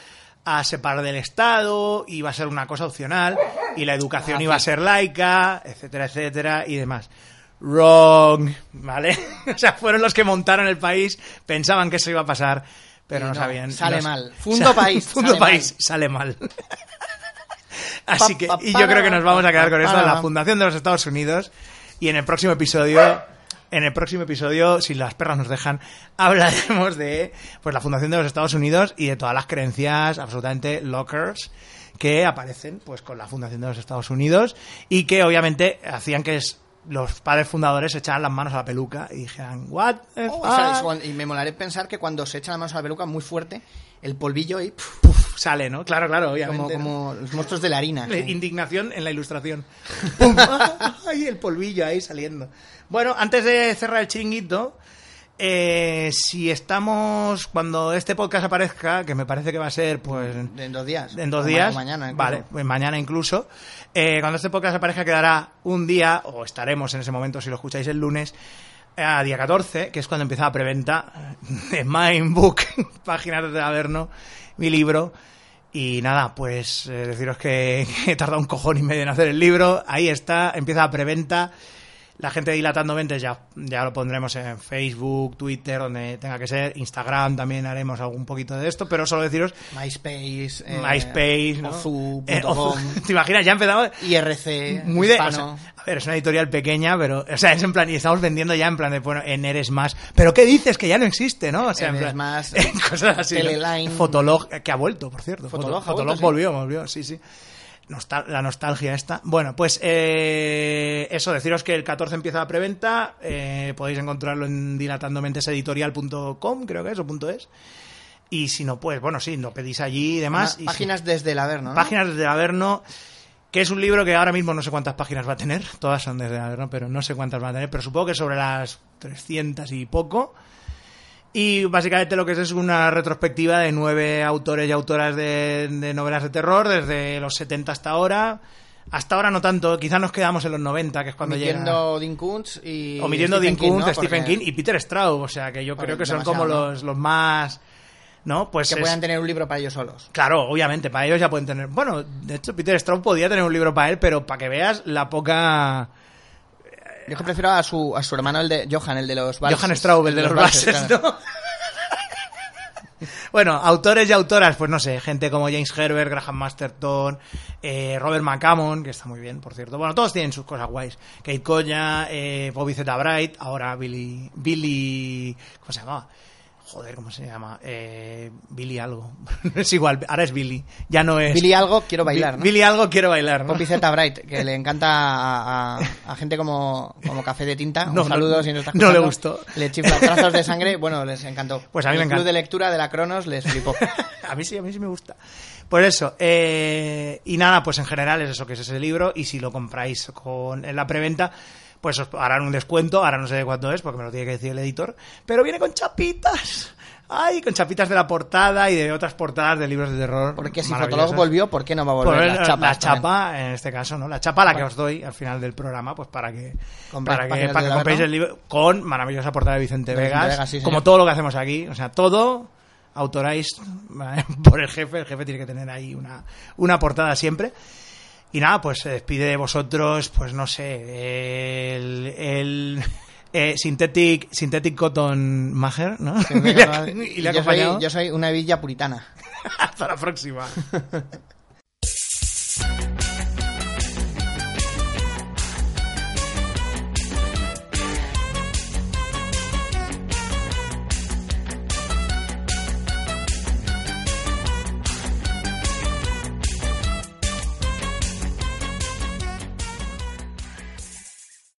B: a separar del Estado, iba a ser una cosa opcional, y la educación iba a ser laica, etcétera, etcétera, y demás. Wrong, ¿vale? o sea, fueron los que montaron el país, pensaban que eso iba a pasar, pero
C: Y
B: no,
C: no,
B: sabían.
C: sale
B: no-
C: mal. Fundo país,
B: Fundo
C: sale
B: país,
C: mal.
B: sale mal. Así que,
C: Pa, pa,
B: y yo creo que nos vamos a quedar con
C: pa,
B: esto de
C: pa.
B: la Fundación de los Estados Unidos. Y en el próximo episodio, en el próximo episodio, si las perras nos dejan, hablaremos de pues la Fundación de los Estados Unidos y de todas las creencias absolutamente lockers que aparecen pues con la Fundación de los Estados Unidos y que obviamente hacían que es- los padres fundadores se echaran las manos a la peluca y dijeran, ¿What? the
C: Oh, o sea,
B: fuck?"
C: es cuando- y me molaré pensar que cuando se echa la mano a la peluca muy fuerte, el polvillo y puf,
B: Puf, sale, ¿no? Claro, claro,
C: como,
B: obviamente. ¿no?
C: como los monstruos de la harina.
B: La
C: ¿no?
B: Eh, Indignación en la ilustración. ¡Pum! ¡Ay, el polvillo ahí saliendo! Bueno, antes de cerrar el chiringuito, eh, si estamos, cuando este podcast aparezca, que me parece que va a ser, pues...
C: En dos días.
B: En dos
C: O ma-
B: días.
C: o mañana. incluso.
B: Vale, pues mañana incluso. Eh, cuando este podcast aparezca quedará un día, o estaremos en ese momento si lo escucháis el lunes, eh, a día 14, que es cuando empieza la preventa de Mindbook, páginas de taberno, mi libro. Y nada, pues eh, deciros que he tardado un cojón y medio en hacer el libro. Ahí está, empieza la preventa. La gente de dilatando mentes ya, ya lo pondremos en Facebook, Twitter, donde tenga que ser, Instagram también haremos algún poquito de esto, pero solo deciros
C: MySpace. eh,
B: MySpace, ¿no?
C: Ozu.com,
B: Eh, Ozu. ¿Te imaginas? Ya empezamos
C: IRC.
B: muy de... o
C: hispano.
B: sea, a ver, es una editorial pequeña, pero... O sea, es en plan... Y estamos vendiendo ya en plan de, bueno, en Eres Más. ¿Pero qué dices? Que ya no existe, ¿no? O sea, en
C: Eres
B: plan-
C: Más,
B: cosas así. ¿no?
C: Teleline.
B: Fotolog, que ha vuelto, por cierto. Foto-
C: Fotolog ha
B: Fotolog
C: vuelto, sí.
B: volvió, volvió, sí, sí. Nostal- la nostalgia esta. Bueno, pues eh, eso, deciros que el 14 empieza la preventa. eh, podéis encontrarlo en dilatandomenteseditorial.com, creo que es, o punto es. Y si no, pues, bueno, sí, lo pedís allí y demás. y
C: Ma-
B: si-
C: Páginas desde el Averno. ¿no?
B: Páginas desde Averno, que es un libro que ahora mismo no sé cuántas páginas va a tener, todas son desde Averno, pero no sé cuántas van a tener, pero supongo que sobre las 300 y poco. Y básicamente lo que es es una retrospectiva de nueve autores y autoras de, de novelas de terror desde los 70 hasta ahora. Hasta ahora no tanto, quizás nos quedamos en los 90, que es cuando llega.
C: Omitiendo Dean Kuntz y.
B: Omitiendo Dean
C: Stephen King,
B: Kuntz,
C: ¿no?
B: Stephen
C: Porque-
B: King y Peter Straub, o sea que yo
C: Porque
B: creo que son como
C: demasiado, ¿no?
B: los, los más ¿no? Pues
C: que
B: es-
C: puedan tener un libro para ellos solos.
B: Claro, obviamente, para ellos ya pueden tener. Bueno, de hecho, Peter Straub podía tener un libro para él, pero para que veas la poca.
C: Yo es que prefiero a su, a su hermano, el de Johan, el de los valses.
B: Johann Straub, el de los bases,
C: claro.
B: ¿no? bueno, autores y autoras, pues no sé, gente como James Herbert, Graham Masterton, eh, Robert McCammon, que está muy bien, por cierto. Bueno, todos tienen sus cosas guays. Kate Coña, eh, Bobby Zeta Bright, ahora Billy. Billy. ¿Cómo se llamaba? Joder, ¿cómo se llama? Eh, Billy algo. es igual, ahora es Billy. Ya no es.
C: Billy algo, quiero bailar,
B: Bi-
C: ¿no?
B: Billy algo quiero bailar, ¿no?
C: Poppy Zeta Bright, que le encanta a, a- a gente como, como Café de Tinta.
B: No,
C: Un saludo
B: no,
C: si nos está
B: no le
C: escuchando.
B: gustó.
C: Le chifla trazos de sangre. Bueno, les encantó.
B: Pues a mí me
C: El club
B: encanta.
C: de lectura de la Cronos les flipó.
B: a mí sí, a mí sí me gusta. Por eso, eh, y nada, pues en general es eso que es ese libro. Y si lo compráis con, en la preventa, pues os harán un descuento. Ahora no sé de cuánto es, porque me lo tiene que decir el editor. Pero viene con chapitas. Ay, con chapitas de la portada y de otras portadas de libros de terror.
C: Porque si
B: maravillosas.
C: Fotolog volvió, ¿por qué no va a volver?
B: Por
C: Las
B: el-
C: chapas
B: la
C: también.
B: chapa, en este caso, ¿no? La chapa la que os doy al final del programa, pues para que,
C: Compréis
B: para que,
C: páginas
B: para
C: de
B: que compréis
C: Dardo.
B: el libro con maravillosa portada de Vicente
C: De Vicente
B: Vegas,
C: Vegas, sí, señor.
B: como todo lo que hacemos aquí, o sea, todo autoráis por el jefe, el jefe tiene que tener ahí una, una portada siempre. Y nada, pues se despide de vosotros, pues no sé, el, el eh, Synthetic, Synthetic Cotton Mager, ¿no?
C: Que me-
B: y le ha
C: yo, soy,
B: acompañado.
C: yo soy una villa puritana.
B: Hasta la próxima.